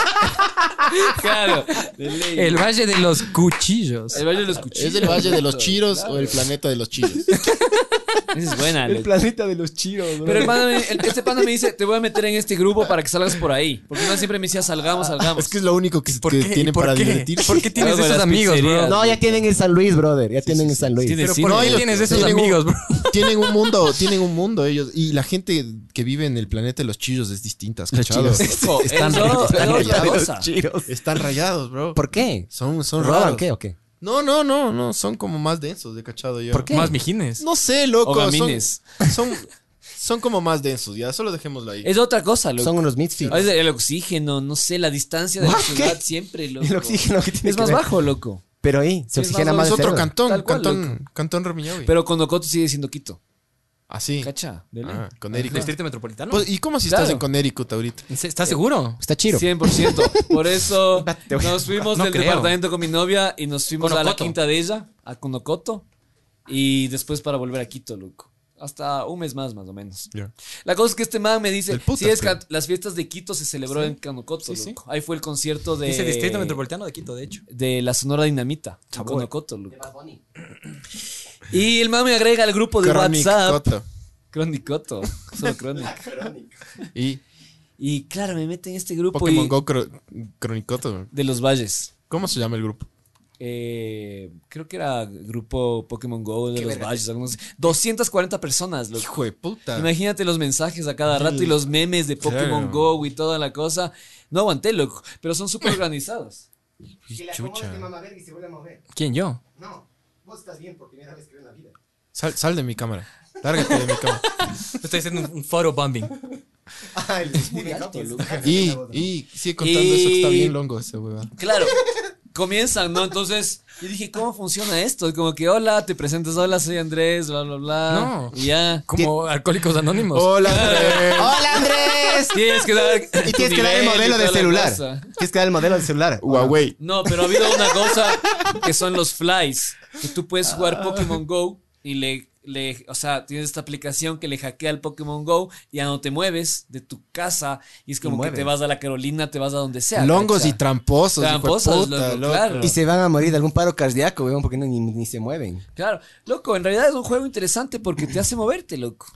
[SPEAKER 2] Claro. de ley.
[SPEAKER 3] el valle de los cuchillos.
[SPEAKER 2] El Valle de los Cuchillos.
[SPEAKER 1] ¿Es el valle de los chiros o el planeta de los chillos?
[SPEAKER 2] Esa es buena, loco.
[SPEAKER 4] planeta de los chiros,
[SPEAKER 2] Pero el pana me- el- este pana me dice, te voy a meter en este grupo para que salgas por ahí. Porque no siempre me decía, salgamos, salgamos.
[SPEAKER 1] Es que es lo único que,
[SPEAKER 3] ¿Por
[SPEAKER 1] que
[SPEAKER 3] qué?
[SPEAKER 1] tienen
[SPEAKER 3] ¿Por
[SPEAKER 1] para
[SPEAKER 3] qué?
[SPEAKER 1] divertir.
[SPEAKER 3] ¿Por qué tienes
[SPEAKER 2] Algo de
[SPEAKER 3] esos
[SPEAKER 2] las
[SPEAKER 3] amigos, bro?
[SPEAKER 2] pizzerías.
[SPEAKER 4] No, ya tienen en San Luis, brother. Ya tienen en San Luis.
[SPEAKER 2] Tiene-
[SPEAKER 3] Pero
[SPEAKER 2] Sí,
[SPEAKER 3] ¿por
[SPEAKER 2] no,
[SPEAKER 3] qué
[SPEAKER 1] ellos
[SPEAKER 3] tienes esos
[SPEAKER 1] tienen un-
[SPEAKER 3] amigos, bro?
[SPEAKER 1] Tienen un mundo, tienen un mundo ellos. Y la gente que vive en el planeta de los chillos es distinta, ¿has cachado?
[SPEAKER 2] Loco, es lo- es
[SPEAKER 4] Planeta
[SPEAKER 2] otra
[SPEAKER 4] de los
[SPEAKER 2] cosa.
[SPEAKER 4] chiros.
[SPEAKER 1] Están rayados, bro.
[SPEAKER 4] ¿Por qué?
[SPEAKER 1] Son, son
[SPEAKER 4] ¿Roban
[SPEAKER 1] raros.
[SPEAKER 4] qué o qué?
[SPEAKER 1] No, no, no, no. Son como más densos, de cachado yo.
[SPEAKER 4] ¿Por qué?
[SPEAKER 3] Más mijines.
[SPEAKER 1] No sé, loco.
[SPEAKER 2] O
[SPEAKER 1] Son,
[SPEAKER 2] gamines.
[SPEAKER 1] son, son como más densos, ya. Solo dejémoslo ahí.
[SPEAKER 2] Es otra cosa, loco.
[SPEAKER 4] Son unos
[SPEAKER 2] A
[SPEAKER 4] midfields.
[SPEAKER 2] veces el oxígeno, no sé, la distancia de la
[SPEAKER 4] ¿What?
[SPEAKER 2] ciudad
[SPEAKER 4] ¿Qué?
[SPEAKER 2] siempre, loco.
[SPEAKER 4] El oxígeno que tiene
[SPEAKER 2] es
[SPEAKER 4] que
[SPEAKER 2] más
[SPEAKER 4] ver.
[SPEAKER 2] bajo, loco.
[SPEAKER 4] Pero ahí, se
[SPEAKER 2] Es
[SPEAKER 4] oxigena
[SPEAKER 2] más-
[SPEAKER 4] más.
[SPEAKER 1] es
[SPEAKER 4] el
[SPEAKER 1] otro
[SPEAKER 4] cerebro.
[SPEAKER 1] cantón,
[SPEAKER 2] Tal cual,
[SPEAKER 1] cantón, cantón Rumiñahui.
[SPEAKER 2] Pero Conocoto sigue siendo Quito.
[SPEAKER 1] Así.
[SPEAKER 2] Cacha. Dele.
[SPEAKER 1] Ah, Connecticut.
[SPEAKER 3] Distrito metropolitano.
[SPEAKER 1] Pues, ¿Y cómo si
[SPEAKER 2] Claro.
[SPEAKER 1] estás en Connecticut ahorita?
[SPEAKER 3] ¿Estás seguro?
[SPEAKER 4] Está chiro.
[SPEAKER 2] 100%. Por eso
[SPEAKER 4] Te voy a-
[SPEAKER 2] nos fuimos
[SPEAKER 3] no
[SPEAKER 2] del
[SPEAKER 3] creo.
[SPEAKER 2] departamento con mi novia y nos fuimos a la
[SPEAKER 3] Conocoto.
[SPEAKER 2] quinta de ella, a Conocoto. Y después para volver a Quito, loco. Hasta un mes más, más o menos. La cosa es que este man me dice,
[SPEAKER 1] Del puta,
[SPEAKER 2] sí, es
[SPEAKER 1] pero-
[SPEAKER 2] que las fiestas de Quito se celebró en Conocoto, loco. Ahí fue el concierto de...
[SPEAKER 3] Dice Distrito Metropolitano de Quito, de hecho.
[SPEAKER 2] de la Sonora Dinamita. en Conocoto, loco. Y el man me agrega al grupo de WhatsApp.
[SPEAKER 1] Connecticut.
[SPEAKER 2] Cronicoto. Solo Cronic.
[SPEAKER 1] Y
[SPEAKER 2] Y claro, me meten en este grupo
[SPEAKER 1] Pokémon
[SPEAKER 2] y-
[SPEAKER 1] Go Cro- Cronicoto.
[SPEAKER 2] de los valles.
[SPEAKER 1] ¿Cómo se llama el grupo?
[SPEAKER 2] eh, creo que era grupo Pokémon Go de
[SPEAKER 4] Qué
[SPEAKER 2] los
[SPEAKER 4] verga.
[SPEAKER 2] Valles, algo así. 240 personas, loco.
[SPEAKER 1] Hijo de puta.
[SPEAKER 2] Imagínate los mensajes a cada rato y los memes de Pokémon
[SPEAKER 1] Claro.
[SPEAKER 2] Go y toda la cosa. No aguanté, loco, pero son súper organizados.
[SPEAKER 1] Y
[SPEAKER 6] Que le acomodes
[SPEAKER 1] Chucha.
[SPEAKER 6] que mamá verga y se vuelve a mover.
[SPEAKER 3] ¿Quién yo?
[SPEAKER 6] No, vos estás bien por primera vez que ves la vida.
[SPEAKER 1] Sal, sal de mi cámara. Lárgate de mi cámara.
[SPEAKER 3] Estoy haciendo un, un photo bombing.
[SPEAKER 6] Ah, el Steven
[SPEAKER 2] alto,
[SPEAKER 6] Hawking.
[SPEAKER 2] Luca.
[SPEAKER 6] Ah,
[SPEAKER 1] Y,
[SPEAKER 6] la voz, ¿no?
[SPEAKER 1] y sigue contando eso que está
[SPEAKER 2] Y-
[SPEAKER 1] bien longo ese huevón.
[SPEAKER 2] Claro, comienzan, ¿no? Entonces, yo dije, ¿cómo funciona esto? Como que, hola, te presentas, hola, soy Andrés, bla, bla, bla.
[SPEAKER 3] No.
[SPEAKER 2] Y ya.
[SPEAKER 3] Como Alcohólicos Anónimos.
[SPEAKER 1] Hola, Andrés.
[SPEAKER 4] ¡Hola, Andrés!
[SPEAKER 2] Tienes que dar,
[SPEAKER 4] Y tienes que dar el modelo de celular. Tienes que dar el modelo del celular.
[SPEAKER 1] Huawei.
[SPEAKER 2] No, pero ha habido una cosa que son los flies. Que tú puedes
[SPEAKER 1] Ah.
[SPEAKER 2] jugar Pokémon Go y le, le- O sea, tienes esta aplicación que le hackea al Pokémon Go y ya no te mueves de tu casa. Y es como que
[SPEAKER 4] mueves.
[SPEAKER 2] te vas a la Carolina, te vas a donde sea.
[SPEAKER 1] Longos
[SPEAKER 2] ¿cachai?
[SPEAKER 1] y tramposos. hijo de
[SPEAKER 2] Tramposos,
[SPEAKER 1] puta,
[SPEAKER 2] loco,
[SPEAKER 1] loco.
[SPEAKER 2] claro.
[SPEAKER 4] Y se van a morir de algún paro cardíaco, weón, porque no, ni, ni se mueven.
[SPEAKER 2] Claro, loco, en realidad es un juego interesante porque te hace moverte, loco.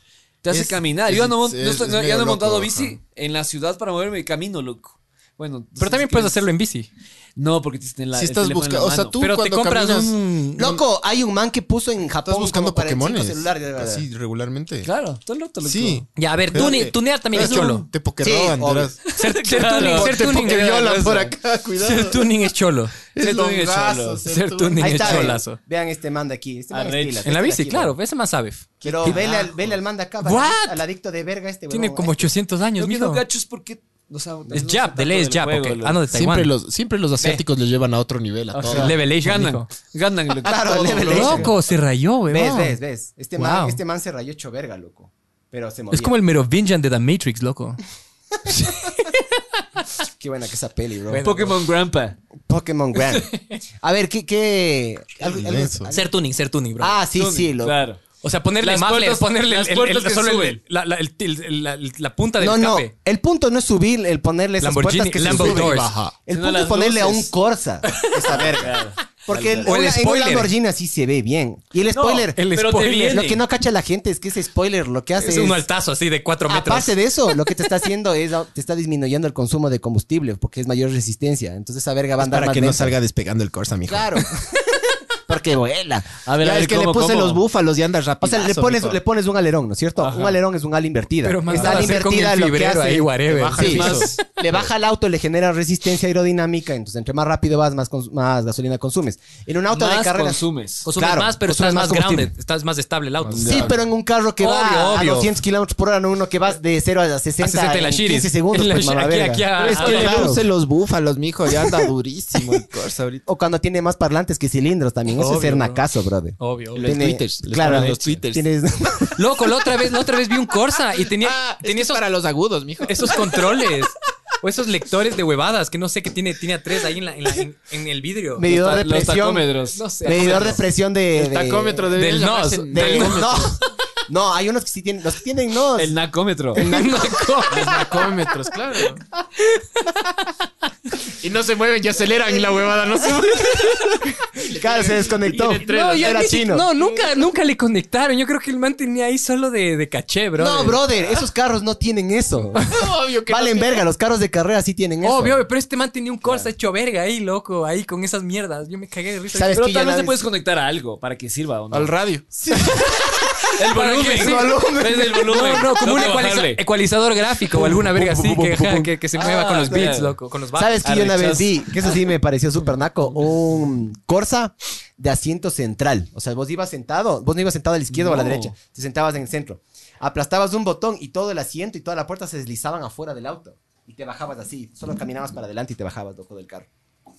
[SPEAKER 2] Te hace
[SPEAKER 1] Es-
[SPEAKER 2] caminar. Yo
[SPEAKER 1] es-
[SPEAKER 2] no, mon-
[SPEAKER 1] es-
[SPEAKER 2] no estoy-
[SPEAKER 1] es
[SPEAKER 2] no- ya
[SPEAKER 1] medio
[SPEAKER 2] no he montado
[SPEAKER 1] loco,
[SPEAKER 2] bici
[SPEAKER 1] ajá.
[SPEAKER 2] en la ciudad para moverme y camino, loco. Bueno,
[SPEAKER 3] Pero también puedes hacerlo en bici.
[SPEAKER 2] No, porque tienes la.
[SPEAKER 1] Si
[SPEAKER 2] el
[SPEAKER 1] estás
[SPEAKER 2] teléfono en la
[SPEAKER 1] buscando. O sea,
[SPEAKER 2] mano.
[SPEAKER 1] tú
[SPEAKER 3] Pero te
[SPEAKER 1] cuando
[SPEAKER 3] compras
[SPEAKER 1] caminas,
[SPEAKER 3] un.
[SPEAKER 4] Loco, hay un man que puso en Japón
[SPEAKER 1] Estás buscando
[SPEAKER 4] como 45
[SPEAKER 1] Pokémones.
[SPEAKER 4] celulares, de verdad.
[SPEAKER 1] Así regularmente.
[SPEAKER 2] Claro, todo el rato, loco.
[SPEAKER 1] Sí.
[SPEAKER 3] Ya, a ver,
[SPEAKER 1] Espérate.
[SPEAKER 3] tune- tunear también es
[SPEAKER 1] Te-
[SPEAKER 3] cholo.
[SPEAKER 1] Te pokeraban,
[SPEAKER 4] Sí,
[SPEAKER 1] verás.
[SPEAKER 3] Ser, ser
[SPEAKER 2] Claro.
[SPEAKER 3] tuning, ser
[SPEAKER 1] Te
[SPEAKER 3] tuning,
[SPEAKER 1] pokeviolan por acá,
[SPEAKER 3] Ser
[SPEAKER 1] cuidado.
[SPEAKER 3] tuning es cholo.
[SPEAKER 1] Es
[SPEAKER 2] tuning es
[SPEAKER 1] longazo,
[SPEAKER 2] cholo.
[SPEAKER 1] ser
[SPEAKER 3] Ser tuning
[SPEAKER 4] Ahí
[SPEAKER 3] es
[SPEAKER 4] está, eh.
[SPEAKER 3] cholazo.
[SPEAKER 4] vean, vean este man de aquí. Este man es
[SPEAKER 2] Arrecho.
[SPEAKER 4] pilas,
[SPEAKER 3] En la
[SPEAKER 4] este de
[SPEAKER 3] bici,
[SPEAKER 4] aquí,
[SPEAKER 3] claro,
[SPEAKER 4] weón.
[SPEAKER 3] ese más sabe.
[SPEAKER 4] Pero vele al, vele al man de acá,
[SPEAKER 3] What?
[SPEAKER 4] al adicto de verga este,
[SPEAKER 3] Tiene
[SPEAKER 4] weón.
[SPEAKER 3] como 800 años,
[SPEAKER 2] Lo que no
[SPEAKER 3] mijo.
[SPEAKER 2] cacho es porque. o sea,
[SPEAKER 3] Es
[SPEAKER 2] no sé
[SPEAKER 3] jab,
[SPEAKER 2] tanto
[SPEAKER 3] de ley es
[SPEAKER 2] del
[SPEAKER 3] jab,
[SPEAKER 2] juego,
[SPEAKER 3] ok.
[SPEAKER 2] loco.
[SPEAKER 3] Ah, no, de
[SPEAKER 1] Siempre
[SPEAKER 3] Taiwán.
[SPEAKER 1] los, siempre los asiáticos les llevan a otro nivel a
[SPEAKER 3] O sea,
[SPEAKER 1] todos.
[SPEAKER 3] Levelation,
[SPEAKER 2] Ganan,
[SPEAKER 3] mijo.
[SPEAKER 2] ganan, loco.
[SPEAKER 4] Claro,
[SPEAKER 2] Todo,
[SPEAKER 4] level
[SPEAKER 2] loco.
[SPEAKER 4] Levelation.
[SPEAKER 3] Loco, se rayó,
[SPEAKER 4] Ves,
[SPEAKER 3] weón.
[SPEAKER 4] ves, ves. Este, man,
[SPEAKER 3] Wow.
[SPEAKER 4] este man se rayó hecho verga, loco. Pero se movía.
[SPEAKER 3] Es como el Merovingian de The Matrix, loco.
[SPEAKER 4] Qué buena que esa peli, bro.
[SPEAKER 3] Bueno.
[SPEAKER 2] Pokémon Grandpa.
[SPEAKER 4] Pokémon Grand. A ver, ¿qué...? qué... algo- algo-
[SPEAKER 1] inmenso.
[SPEAKER 4] algo-
[SPEAKER 3] Ser tuning, ser tuning, bro.
[SPEAKER 4] Ah, sí, sí. Lo...
[SPEAKER 2] Claro.
[SPEAKER 3] O sea, ponerle
[SPEAKER 2] Las
[SPEAKER 3] más,
[SPEAKER 2] puertas-
[SPEAKER 3] ponerle
[SPEAKER 2] las
[SPEAKER 3] el- el-
[SPEAKER 2] puertas que
[SPEAKER 3] solo el-
[SPEAKER 2] suben.
[SPEAKER 3] la, la- el- el- la- el- la punta del
[SPEAKER 4] No, no.
[SPEAKER 3] escape.
[SPEAKER 4] El punto no es subir, el ponerle esas puertas
[SPEAKER 3] Lamborghini,
[SPEAKER 4] que se
[SPEAKER 3] Lambo
[SPEAKER 4] suben.
[SPEAKER 3] Doors.
[SPEAKER 4] El
[SPEAKER 2] Sino
[SPEAKER 4] punto
[SPEAKER 2] las
[SPEAKER 4] es ponerle a
[SPEAKER 2] luces.
[SPEAKER 4] un Corsa esa verga. Porque el,
[SPEAKER 3] O el
[SPEAKER 4] una- en un
[SPEAKER 3] spoiler.
[SPEAKER 4] Lamborghini así se ve bien. Y el spoiler.
[SPEAKER 3] el
[SPEAKER 2] pero te
[SPEAKER 3] spoiler.
[SPEAKER 2] viene.
[SPEAKER 4] Lo que no cacha la gente es que ese spoiler lo que hace
[SPEAKER 3] Es un altazo así de 4 metros.
[SPEAKER 4] Aparte de eso, lo que te está haciendo es te está disminuyendo el consumo de combustible porque es mayor resistencia. Entonces esa verga va a andar
[SPEAKER 1] Para
[SPEAKER 4] más
[SPEAKER 1] que no
[SPEAKER 4] lenta.
[SPEAKER 1] salga despegando el Corsa, mijo.
[SPEAKER 4] Claro. porque vuela.
[SPEAKER 2] A ver,
[SPEAKER 1] Ya,
[SPEAKER 2] a ver,
[SPEAKER 1] es que
[SPEAKER 2] ¿cómo,
[SPEAKER 1] le puse
[SPEAKER 2] cómo?
[SPEAKER 1] los búfalos y anda
[SPEAKER 4] O
[SPEAKER 1] rápido.
[SPEAKER 4] sea, le pones, le pones un alerón, ¿no es cierto? Un alerón es un ala invertida.
[SPEAKER 3] Pero más
[SPEAKER 4] es
[SPEAKER 3] nada
[SPEAKER 4] ala
[SPEAKER 3] hacer con
[SPEAKER 4] invertida
[SPEAKER 3] el
[SPEAKER 4] lo que
[SPEAKER 3] fibrero
[SPEAKER 4] hace.
[SPEAKER 3] ahí, whatever.
[SPEAKER 4] te baja el
[SPEAKER 3] Sí.
[SPEAKER 4] piso.
[SPEAKER 2] Más-
[SPEAKER 4] le baja el auto, le genera resistencia aerodinámica. Entonces, entre más rápido vas, más, cons- más gasolina consumes. En un auto de
[SPEAKER 2] Más
[SPEAKER 4] carreras.
[SPEAKER 2] consumes.
[SPEAKER 3] Consumes
[SPEAKER 4] Claro,
[SPEAKER 3] más, pero
[SPEAKER 4] consumes
[SPEAKER 3] estás
[SPEAKER 4] más
[SPEAKER 3] más grounded.
[SPEAKER 4] combustible.
[SPEAKER 3] Estás más estable el auto.
[SPEAKER 4] Sí, pero en un carro que va
[SPEAKER 3] Obvio,
[SPEAKER 4] a
[SPEAKER 3] obvio.
[SPEAKER 4] 200 kilómetros por hora, no uno que vas de 0 a 60,
[SPEAKER 3] A 60 en la
[SPEAKER 4] en
[SPEAKER 3] Shiris.
[SPEAKER 4] 15 segundos,
[SPEAKER 3] En la
[SPEAKER 4] pues,
[SPEAKER 3] Shi-
[SPEAKER 4] mamá
[SPEAKER 3] aquí,
[SPEAKER 4] verga.
[SPEAKER 3] aquí a-
[SPEAKER 1] Es
[SPEAKER 3] a-
[SPEAKER 1] que le
[SPEAKER 4] claro.
[SPEAKER 1] puse los búfalos, mijo. Ya anda durísimo el Corsa ahorita.
[SPEAKER 4] O cuando tiene más parlantes que cilindros también. Eso es
[SPEAKER 3] Obvio,
[SPEAKER 4] ser
[SPEAKER 3] bro.
[SPEAKER 4] nacaso, brother.
[SPEAKER 3] Obvio.
[SPEAKER 1] Los twitters, les
[SPEAKER 4] Claro,
[SPEAKER 1] ponen los twitters.
[SPEAKER 4] Tienes,
[SPEAKER 3] Loco, la otra vez, la otra vez vi un Corsa y tenía,
[SPEAKER 1] Ah,
[SPEAKER 3] tenía esos,
[SPEAKER 1] los agudos, mijo.
[SPEAKER 3] esos controles. O esos lectores de huevadas que no sé que tiene, tiene a tres ahí en, la- en la- en- en el vidrio.
[SPEAKER 4] medidor de
[SPEAKER 2] Los ta- los
[SPEAKER 4] presión.
[SPEAKER 2] tacómetros.
[SPEAKER 3] No sé.
[SPEAKER 4] Medidor de presión de. de-
[SPEAKER 3] Del
[SPEAKER 1] debería
[SPEAKER 3] nos,
[SPEAKER 1] llamarse-
[SPEAKER 4] del- no, no, hay unos que sí tienen. Los que tienen no.
[SPEAKER 2] El nacómetro.
[SPEAKER 1] Los nacómetros, claro. Y no se mueven y aceleran y la huevada no se mueve.
[SPEAKER 4] Claro, se desconectó.
[SPEAKER 3] No, yo
[SPEAKER 4] era
[SPEAKER 3] ni si-
[SPEAKER 4] chino.
[SPEAKER 3] no, nunca, nunca le conectaron. Yo creo que el man tenía ahí solo de, de caché, bro.
[SPEAKER 4] No, brother, esos carros no tienen eso.
[SPEAKER 1] Obvio que
[SPEAKER 4] Valen verga, los carros de carrera sí tienen eso.
[SPEAKER 3] Obvio, pero este man tenía un Corsa hecho verga ahí, loco, ahí con esas mierdas. Yo me cagué de risa.
[SPEAKER 4] ¿Sabes
[SPEAKER 2] Pero
[SPEAKER 4] que ya
[SPEAKER 2] tal vez
[SPEAKER 4] nadie-
[SPEAKER 2] te puedes conectar a algo para que sirva o no.
[SPEAKER 1] Al radio.
[SPEAKER 2] El
[SPEAKER 3] ¿Para qué?
[SPEAKER 2] volumen.
[SPEAKER 3] El volumen.
[SPEAKER 2] Ves el volumen.
[SPEAKER 3] No, no, como un
[SPEAKER 2] Tengo que
[SPEAKER 3] ecualiza-
[SPEAKER 2] bajarle.
[SPEAKER 3] ecualizador gráfico o alguna verga así que, ajá, que, que se mueva
[SPEAKER 2] Ah,
[SPEAKER 3] con los beats,
[SPEAKER 2] claro.
[SPEAKER 3] loco, con los bajos.
[SPEAKER 4] ¿Sabes que yo una vez
[SPEAKER 2] Arrechas.
[SPEAKER 4] vi? Que eso sí me pareció súper naco. Un Corsa de asiento central. O sea, vos ibas sentado, vos no ibas sentado a la izquierda o a la
[SPEAKER 2] No.
[SPEAKER 4] derecha. Te sentabas en el centro. Aplastabas un botón y todo el asiento y toda la puerta se deslizaban afuera del auto. Y te bajabas así. Solo caminabas para adelante y te bajabas, loco, del carro.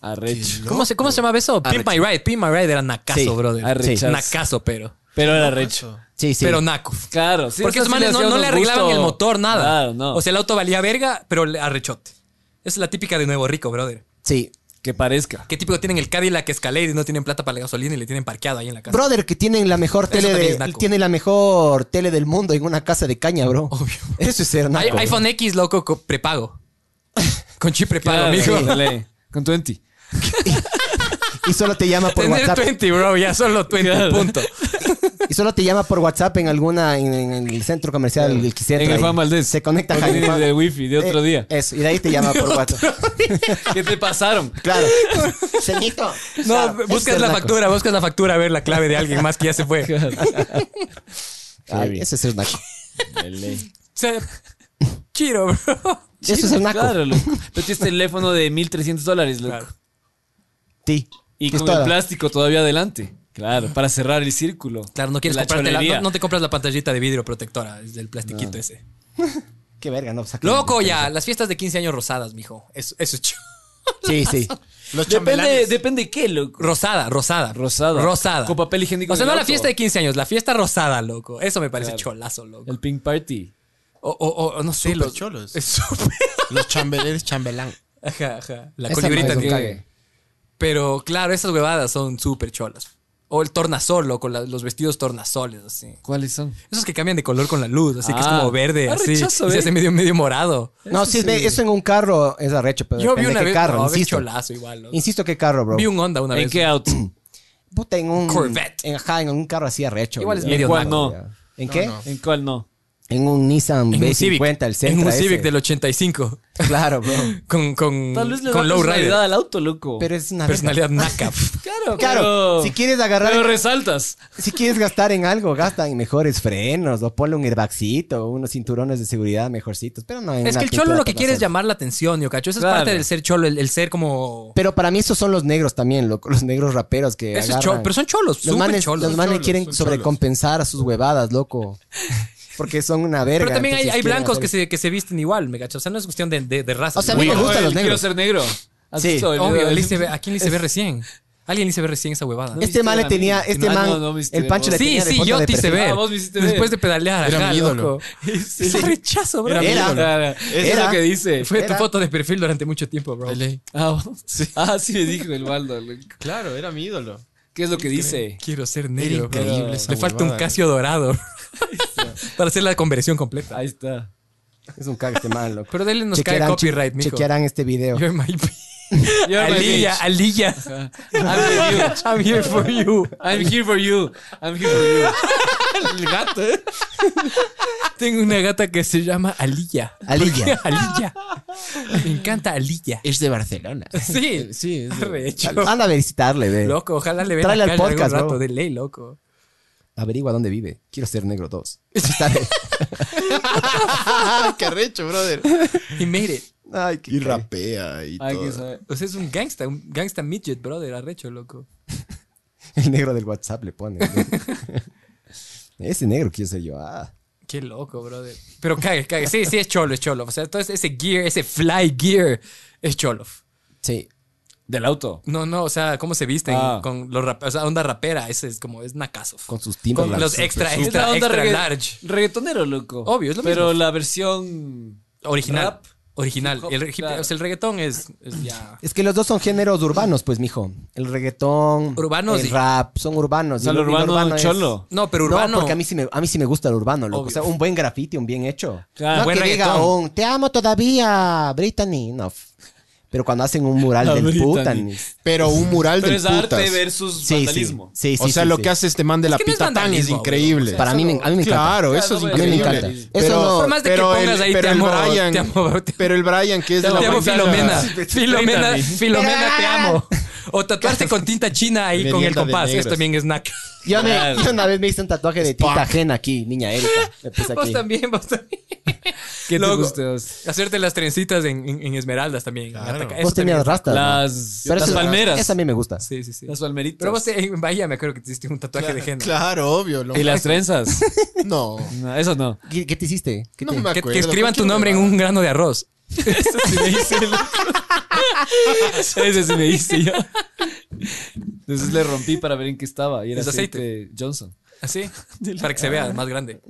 [SPEAKER 2] Arrecho.
[SPEAKER 3] ¿Cómo se, ¿Cómo se llamaba eso? Pimp My Ride. Pimp My Ride era nacazo,
[SPEAKER 4] Sí,
[SPEAKER 3] brother.
[SPEAKER 2] arrechas.
[SPEAKER 3] Nacazo, pero.
[SPEAKER 2] Pero era arrecho.
[SPEAKER 4] Sí,
[SPEAKER 3] Pero naco.
[SPEAKER 2] Claro. sí,
[SPEAKER 3] Porque
[SPEAKER 2] eso
[SPEAKER 3] esos
[SPEAKER 2] sí
[SPEAKER 3] manes no,
[SPEAKER 2] hacía
[SPEAKER 3] no
[SPEAKER 2] un
[SPEAKER 3] le arreglaban
[SPEAKER 2] gusto.
[SPEAKER 3] el motor, nada.
[SPEAKER 2] Claro, no.
[SPEAKER 3] O sea, el auto valía verga, pero le- arrechote. Esa es la típica de Nuevo Rico, brother.
[SPEAKER 4] Sí.
[SPEAKER 2] que parezca.
[SPEAKER 3] Qué típico tienen el Cadillac Escalade y no tienen plata para la gasolina y le tienen parqueado ahí en la casa.
[SPEAKER 4] Brother, que tienen la mejor
[SPEAKER 3] Eso
[SPEAKER 4] tele
[SPEAKER 3] también
[SPEAKER 4] de,
[SPEAKER 3] es naco.
[SPEAKER 4] tiene la mejor tele del mundo en una casa de caña, bro.
[SPEAKER 3] Obvio.
[SPEAKER 4] Eso es ser naco.
[SPEAKER 3] Hay-
[SPEAKER 4] bro.
[SPEAKER 3] iPhone X, loco, co- prepago. Con chip prepago,
[SPEAKER 2] Claro,
[SPEAKER 3] mijo.
[SPEAKER 2] sí, dale. Con 20.
[SPEAKER 4] Y solo te llama por
[SPEAKER 3] Tener
[SPEAKER 4] WhatsApp.
[SPEAKER 3] 20, bro, ya solo 20, punto.
[SPEAKER 4] Y solo te llama por WhatsApp en alguna, en, en el centro comercial, el que
[SPEAKER 2] En el Juan Valdez.
[SPEAKER 4] Se conecta
[SPEAKER 2] Porque
[SPEAKER 4] a
[SPEAKER 2] tienes el wifi de otro día.
[SPEAKER 4] Eso, y de ahí te llama por WhatsApp.
[SPEAKER 2] ¿Qué te pasaron?
[SPEAKER 4] Claro. Señito.
[SPEAKER 3] No, buscas la factura, buscas la factura a ver la clave de alguien más que ya se fue.
[SPEAKER 4] Ay, eso es ser naco.
[SPEAKER 3] Se- Chiro, bro.
[SPEAKER 4] Eso es ser naco.
[SPEAKER 2] Claro, loco. Pero tienes teléfono de 1300 dólares, loco.
[SPEAKER 3] Claro.
[SPEAKER 4] Sí.
[SPEAKER 2] Y con
[SPEAKER 4] Pistola.
[SPEAKER 2] el plástico todavía adelante. Claro, para cerrar el círculo.
[SPEAKER 3] Claro, no quieres
[SPEAKER 2] La
[SPEAKER 3] comprarte la,
[SPEAKER 2] cholería.
[SPEAKER 3] no, no te compras la pantallita de vidrio protectora, es del plastiquito
[SPEAKER 4] Ah.
[SPEAKER 3] ese.
[SPEAKER 4] Qué verga, no. saca-
[SPEAKER 3] Loco, ya, las fiestas de 15 años rosadas, mijo. Eso, eso es chulo.
[SPEAKER 4] Sí, sí.
[SPEAKER 1] Los
[SPEAKER 2] Depende,
[SPEAKER 1] chambelanes.
[SPEAKER 2] depende qué, loco.
[SPEAKER 3] Rosada, rosada.
[SPEAKER 2] Rosada.
[SPEAKER 3] Rosada.
[SPEAKER 2] Con papel higiénico
[SPEAKER 3] O sea,
[SPEAKER 2] en
[SPEAKER 3] no
[SPEAKER 2] el
[SPEAKER 3] la
[SPEAKER 2] auto.
[SPEAKER 3] fiesta de 15 años, la fiesta rosada, loco. Eso me parece
[SPEAKER 2] Claro.
[SPEAKER 3] cholazo, loco.
[SPEAKER 2] El Pink Party.
[SPEAKER 3] O, o- o- o no sé,
[SPEAKER 1] Súper
[SPEAKER 3] los
[SPEAKER 1] cholo es.
[SPEAKER 3] Es súper.
[SPEAKER 1] Los chambelanes chambelán.
[SPEAKER 3] Ajá, ajá. La
[SPEAKER 4] Esa
[SPEAKER 3] colibrita
[SPEAKER 4] madre es un
[SPEAKER 3] tiene-
[SPEAKER 4] cague.
[SPEAKER 3] Pero claro, esas huevadas son súper cholas. O el tornasol, loco, la- los vestidos tornasoles, así.
[SPEAKER 2] ¿Cuáles son?
[SPEAKER 3] Esos que cambian de color con la luz, así que es
[SPEAKER 2] Ah.
[SPEAKER 3] como verde,
[SPEAKER 2] Ah,
[SPEAKER 3] así.
[SPEAKER 2] rechazo,
[SPEAKER 3] y se
[SPEAKER 2] ¿eh?
[SPEAKER 3] hace medio, medio morado.
[SPEAKER 4] No, sí, ve, eso en un carro es arrecho, pero
[SPEAKER 3] Yo vi
[SPEAKER 4] depende
[SPEAKER 3] una
[SPEAKER 4] qué
[SPEAKER 3] vez.
[SPEAKER 4] carro,
[SPEAKER 3] no, ves
[SPEAKER 4] insisto.
[SPEAKER 3] cholazo igual. loco.
[SPEAKER 4] Insisto qué carro, bro.
[SPEAKER 3] Vi un Honda una
[SPEAKER 2] ¿En
[SPEAKER 3] vez.
[SPEAKER 2] qué auto?
[SPEAKER 4] Puta, en un...
[SPEAKER 3] Corvette.
[SPEAKER 4] En, ajá, en un carro así arrecho.
[SPEAKER 3] Igual es
[SPEAKER 4] ya.
[SPEAKER 3] medio
[SPEAKER 4] Ya.
[SPEAKER 2] naco.
[SPEAKER 4] ¿En qué?
[SPEAKER 1] no.
[SPEAKER 2] ¿En cuál no?
[SPEAKER 4] En un Nissan
[SPEAKER 3] En un Civic.
[SPEAKER 4] B50, el Sentra
[SPEAKER 3] en un
[SPEAKER 4] ese.
[SPEAKER 3] Civic del 85.
[SPEAKER 4] Claro, bro.
[SPEAKER 3] Con, con,
[SPEAKER 2] Tal vez le
[SPEAKER 3] con
[SPEAKER 2] da
[SPEAKER 3] Low
[SPEAKER 2] personalidad
[SPEAKER 3] Rider.
[SPEAKER 2] al auto, loco.
[SPEAKER 4] Pero es una... verga.
[SPEAKER 3] Personalidad naca.
[SPEAKER 2] claro,
[SPEAKER 4] Claro,
[SPEAKER 2] pero-
[SPEAKER 4] si quieres agarrar...
[SPEAKER 2] Pero resaltas.
[SPEAKER 4] Si quieres gastar en algo, gasta en mejores frenos o ponle un airbagcito, unos cinturones de seguridad mejorcitos, pero no en
[SPEAKER 3] es
[SPEAKER 4] una
[SPEAKER 3] que el cholo
[SPEAKER 4] pintura
[SPEAKER 3] lo que
[SPEAKER 4] para
[SPEAKER 3] quiere es
[SPEAKER 4] hacer.
[SPEAKER 3] llamar la atención, yo cacho. Esa
[SPEAKER 2] Claro.
[SPEAKER 3] es parte del ser cholo, el, el ser como.
[SPEAKER 4] Pero para mí esos son los negros también, loco, los negros raperos que
[SPEAKER 3] Eso es
[SPEAKER 4] agarran.
[SPEAKER 3] cholo, pero son cholos,
[SPEAKER 4] los
[SPEAKER 3] súper
[SPEAKER 4] manes,
[SPEAKER 3] cholos.
[SPEAKER 4] los manes
[SPEAKER 1] cholos,
[SPEAKER 4] quieren
[SPEAKER 1] son
[SPEAKER 4] sobrecompensar a sus huevadas, loco. Porque son una verga.
[SPEAKER 3] Pero también hay,
[SPEAKER 4] entonces
[SPEAKER 3] hay
[SPEAKER 4] quieren
[SPEAKER 3] blancos
[SPEAKER 4] hacer-
[SPEAKER 3] que se, que se visten igual, me cacho. O sea, no es cuestión de, de- de raza.
[SPEAKER 4] O sea, a
[SPEAKER 3] ¿no?
[SPEAKER 4] mí me gustan
[SPEAKER 2] Oye,
[SPEAKER 4] los
[SPEAKER 2] Quiero
[SPEAKER 4] negros.
[SPEAKER 2] ser negro. ¿Has
[SPEAKER 4] Sí,
[SPEAKER 2] visto el
[SPEAKER 3] Obvio,
[SPEAKER 2] video del-
[SPEAKER 3] el ICB ¿a quién le ICB recién? Alguien le ICB recién esa huevada.
[SPEAKER 2] No,
[SPEAKER 4] Este man le
[SPEAKER 2] viste a mí.
[SPEAKER 4] tenía, este
[SPEAKER 2] Ah,
[SPEAKER 4] man,
[SPEAKER 2] no, no viste,
[SPEAKER 4] el pancho
[SPEAKER 2] vos.
[SPEAKER 4] le
[SPEAKER 3] sí,
[SPEAKER 4] tenía de
[SPEAKER 3] sí,
[SPEAKER 4] foto
[SPEAKER 3] yo
[SPEAKER 4] de
[SPEAKER 3] te hice
[SPEAKER 4] perfil.
[SPEAKER 3] ver.
[SPEAKER 2] Ah, vos me hiciste ver.
[SPEAKER 3] Después de pedalear,
[SPEAKER 1] Era
[SPEAKER 3] ajá,
[SPEAKER 1] mi ídolo.
[SPEAKER 3] loco. Sí, rechazo, bro.
[SPEAKER 1] Era mi
[SPEAKER 4] Era.
[SPEAKER 1] ídolo.
[SPEAKER 2] Claro, Es
[SPEAKER 4] Era.
[SPEAKER 2] lo que dice.
[SPEAKER 3] Eh, Fue tu
[SPEAKER 4] Era.
[SPEAKER 3] foto de perfil durante mucho tiempo, bro.
[SPEAKER 1] Dale.
[SPEAKER 2] Ah, sí. ah, sí me dijo el Waldo. loco.
[SPEAKER 1] Claro, era mi ídolo.
[SPEAKER 2] ¿Qué es lo que dice?
[SPEAKER 3] Quiero ser negro, bro.
[SPEAKER 1] increíble esa
[SPEAKER 3] Le falta un
[SPEAKER 1] huevada,
[SPEAKER 3] casio dorado para hacer la conversión completa.
[SPEAKER 2] Ahí está.
[SPEAKER 4] Es un cague este man, loco.
[SPEAKER 3] Pero dele nos cae
[SPEAKER 4] Chequearán-
[SPEAKER 3] copyright, mijo.
[SPEAKER 4] Chequearán este video.
[SPEAKER 3] You're my
[SPEAKER 2] You're my
[SPEAKER 3] Alilla,
[SPEAKER 2] bitch.
[SPEAKER 3] Alilla.
[SPEAKER 2] I'm with you.
[SPEAKER 3] I'm here for you.
[SPEAKER 2] I'm here for you. I'm here for you. El gato, ¿eh?
[SPEAKER 3] Tengo una gata que se llama Alilla.
[SPEAKER 4] Alilla.
[SPEAKER 3] Alilla. Me encanta Alilla.
[SPEAKER 1] Es de Barcelona.
[SPEAKER 3] Sí,
[SPEAKER 1] Sí, es de-
[SPEAKER 3] rehecho.
[SPEAKER 4] Anda a visitarle, ve.
[SPEAKER 3] Loco, ojalá le vean
[SPEAKER 4] Tráele
[SPEAKER 3] la
[SPEAKER 4] al
[SPEAKER 3] calle algún
[SPEAKER 4] podcast,
[SPEAKER 3] rato
[SPEAKER 4] bro.
[SPEAKER 3] de ley, loco.
[SPEAKER 4] Averigua dónde vive. Quiero ser negro 2. Está bien.
[SPEAKER 1] Qué arrecho, brother.
[SPEAKER 3] Y mire,
[SPEAKER 4] Ay, qué
[SPEAKER 1] Y
[SPEAKER 4] cague.
[SPEAKER 1] rapea y
[SPEAKER 2] Hay que
[SPEAKER 1] todo.
[SPEAKER 2] saber.
[SPEAKER 3] o sea, es un gangsta, un gangsta midget, brother, arrecho, loco.
[SPEAKER 4] El negro del WhatsApp le pone. Ese negro quiero ser yo. Ah.
[SPEAKER 3] Qué loco, brother. Pero cague, cague. Sí, sí, es cholo, es cholo. O sea, todo ese gear, ese fly gear es cholo.
[SPEAKER 4] Sí.
[SPEAKER 2] Del auto.
[SPEAKER 3] No, no, o sea, cómo se visten
[SPEAKER 2] Ah.
[SPEAKER 3] con los raperos. O sea, onda rapera, ese es como, es nacazo.
[SPEAKER 4] Con sus timbres
[SPEAKER 3] Con
[SPEAKER 4] largos,
[SPEAKER 3] los extra,
[SPEAKER 2] Es la
[SPEAKER 3] extra,
[SPEAKER 2] onda
[SPEAKER 3] extra
[SPEAKER 2] regga-
[SPEAKER 3] large.
[SPEAKER 2] Reggaetonero, loco.
[SPEAKER 3] Obvio, es lo
[SPEAKER 2] Pero
[SPEAKER 3] mismo.
[SPEAKER 2] la versión
[SPEAKER 3] Original.
[SPEAKER 2] Rap.
[SPEAKER 3] original.
[SPEAKER 2] Hip hop,
[SPEAKER 3] el, hip-
[SPEAKER 2] claro.
[SPEAKER 3] o sea, el reggaetón es, es ya.
[SPEAKER 4] Es que los dos son géneros urbanos, pues, mijo. El reggaetón,
[SPEAKER 3] Urbanos
[SPEAKER 4] el
[SPEAKER 3] y-
[SPEAKER 4] rap, son urbanos.
[SPEAKER 2] O sea,
[SPEAKER 4] Y
[SPEAKER 2] lo
[SPEAKER 4] y
[SPEAKER 2] urbano
[SPEAKER 4] es-
[SPEAKER 2] cholo.
[SPEAKER 3] No, pero urbano.
[SPEAKER 4] No, porque a mí sí me, a mí sí me gusta el urbano, loco.
[SPEAKER 3] Obvio.
[SPEAKER 4] O sea, un buen graffiti, un bien hecho.
[SPEAKER 2] Claro.
[SPEAKER 4] no
[SPEAKER 3] Buen
[SPEAKER 4] que diga
[SPEAKER 3] reggaetón.
[SPEAKER 4] un, te amo todavía, Brittany. No. f- Pero cuando hacen un mural
[SPEAKER 2] La
[SPEAKER 4] del
[SPEAKER 2] Brittany.
[SPEAKER 4] Putani.
[SPEAKER 1] Pero un mural
[SPEAKER 2] Pero es
[SPEAKER 1] del
[SPEAKER 2] arte
[SPEAKER 1] putas.
[SPEAKER 2] versus
[SPEAKER 4] Sí, sí.
[SPEAKER 2] vandalismo.
[SPEAKER 4] Sí, sí.
[SPEAKER 1] o sea,
[SPEAKER 4] sí,
[SPEAKER 1] lo
[SPEAKER 4] sí.
[SPEAKER 1] que hace este man de la
[SPEAKER 3] que no es
[SPEAKER 1] pita tan es
[SPEAKER 3] vandalismo,
[SPEAKER 1] increíble.
[SPEAKER 3] bro.
[SPEAKER 4] Para mí, me- a mí me encanta.
[SPEAKER 1] Claro, eso es
[SPEAKER 2] Claro,
[SPEAKER 4] me
[SPEAKER 1] increíble.
[SPEAKER 4] encanta. Eso no-
[SPEAKER 3] Por más de que pongas ahí,
[SPEAKER 1] pero
[SPEAKER 3] te amo,
[SPEAKER 1] Brian,
[SPEAKER 3] te amo, te-
[SPEAKER 1] Pero el Brian, que es
[SPEAKER 3] Te
[SPEAKER 1] de la
[SPEAKER 3] amo,
[SPEAKER 1] manzana.
[SPEAKER 3] Filomena. Filomena,
[SPEAKER 2] Cuéntame.
[SPEAKER 3] Filomena, te amo. O tatuarte con tinta china ahí con el
[SPEAKER 1] Merienda de
[SPEAKER 3] compás. Eso
[SPEAKER 1] negros.
[SPEAKER 3] también es naca.
[SPEAKER 4] Yo, me-
[SPEAKER 2] Claro.
[SPEAKER 4] yo una vez me hice un tatuaje de tinta ajena aquí, niña Erika. Me puse
[SPEAKER 3] Vos
[SPEAKER 4] aquí.
[SPEAKER 3] también, vos también.
[SPEAKER 2] ¿Qué te
[SPEAKER 3] Loco.
[SPEAKER 2] gusta?
[SPEAKER 3] Hacerte las trencitas en, en- en esmeraldas también.
[SPEAKER 1] Claro.
[SPEAKER 3] Ataca-
[SPEAKER 4] Vos
[SPEAKER 3] eso también es
[SPEAKER 4] tenías
[SPEAKER 3] naca.
[SPEAKER 4] rastas. ¿no?
[SPEAKER 2] Las,
[SPEAKER 4] Pero
[SPEAKER 2] las
[SPEAKER 4] eso-
[SPEAKER 2] palmeras.
[SPEAKER 4] Esa a mí me gusta.
[SPEAKER 3] Sí, sí, sí.
[SPEAKER 2] Las palmeritas.
[SPEAKER 3] Pero vos te- en Bahía me acuerdo que te hiciste un tatuaje de
[SPEAKER 1] Claro,
[SPEAKER 3] henna.
[SPEAKER 1] claro, obvio. lo-
[SPEAKER 2] Y las trenzas.
[SPEAKER 1] No,
[SPEAKER 2] No, eso no.
[SPEAKER 4] ¿Qué, qué te hiciste? ¿Qué
[SPEAKER 1] no
[SPEAKER 4] te-
[SPEAKER 1] me
[SPEAKER 3] Que,
[SPEAKER 1] acuerdo.
[SPEAKER 3] que escriban tu nombre en un grano de arroz.
[SPEAKER 2] Eso sí me hice. Eso sí me hice yo. Entonces le rompí para ver en qué estaba. Y era
[SPEAKER 3] Es aceite.
[SPEAKER 2] aceite. Johnson.
[SPEAKER 3] Así. ¿Ah, Para que se vea más grande.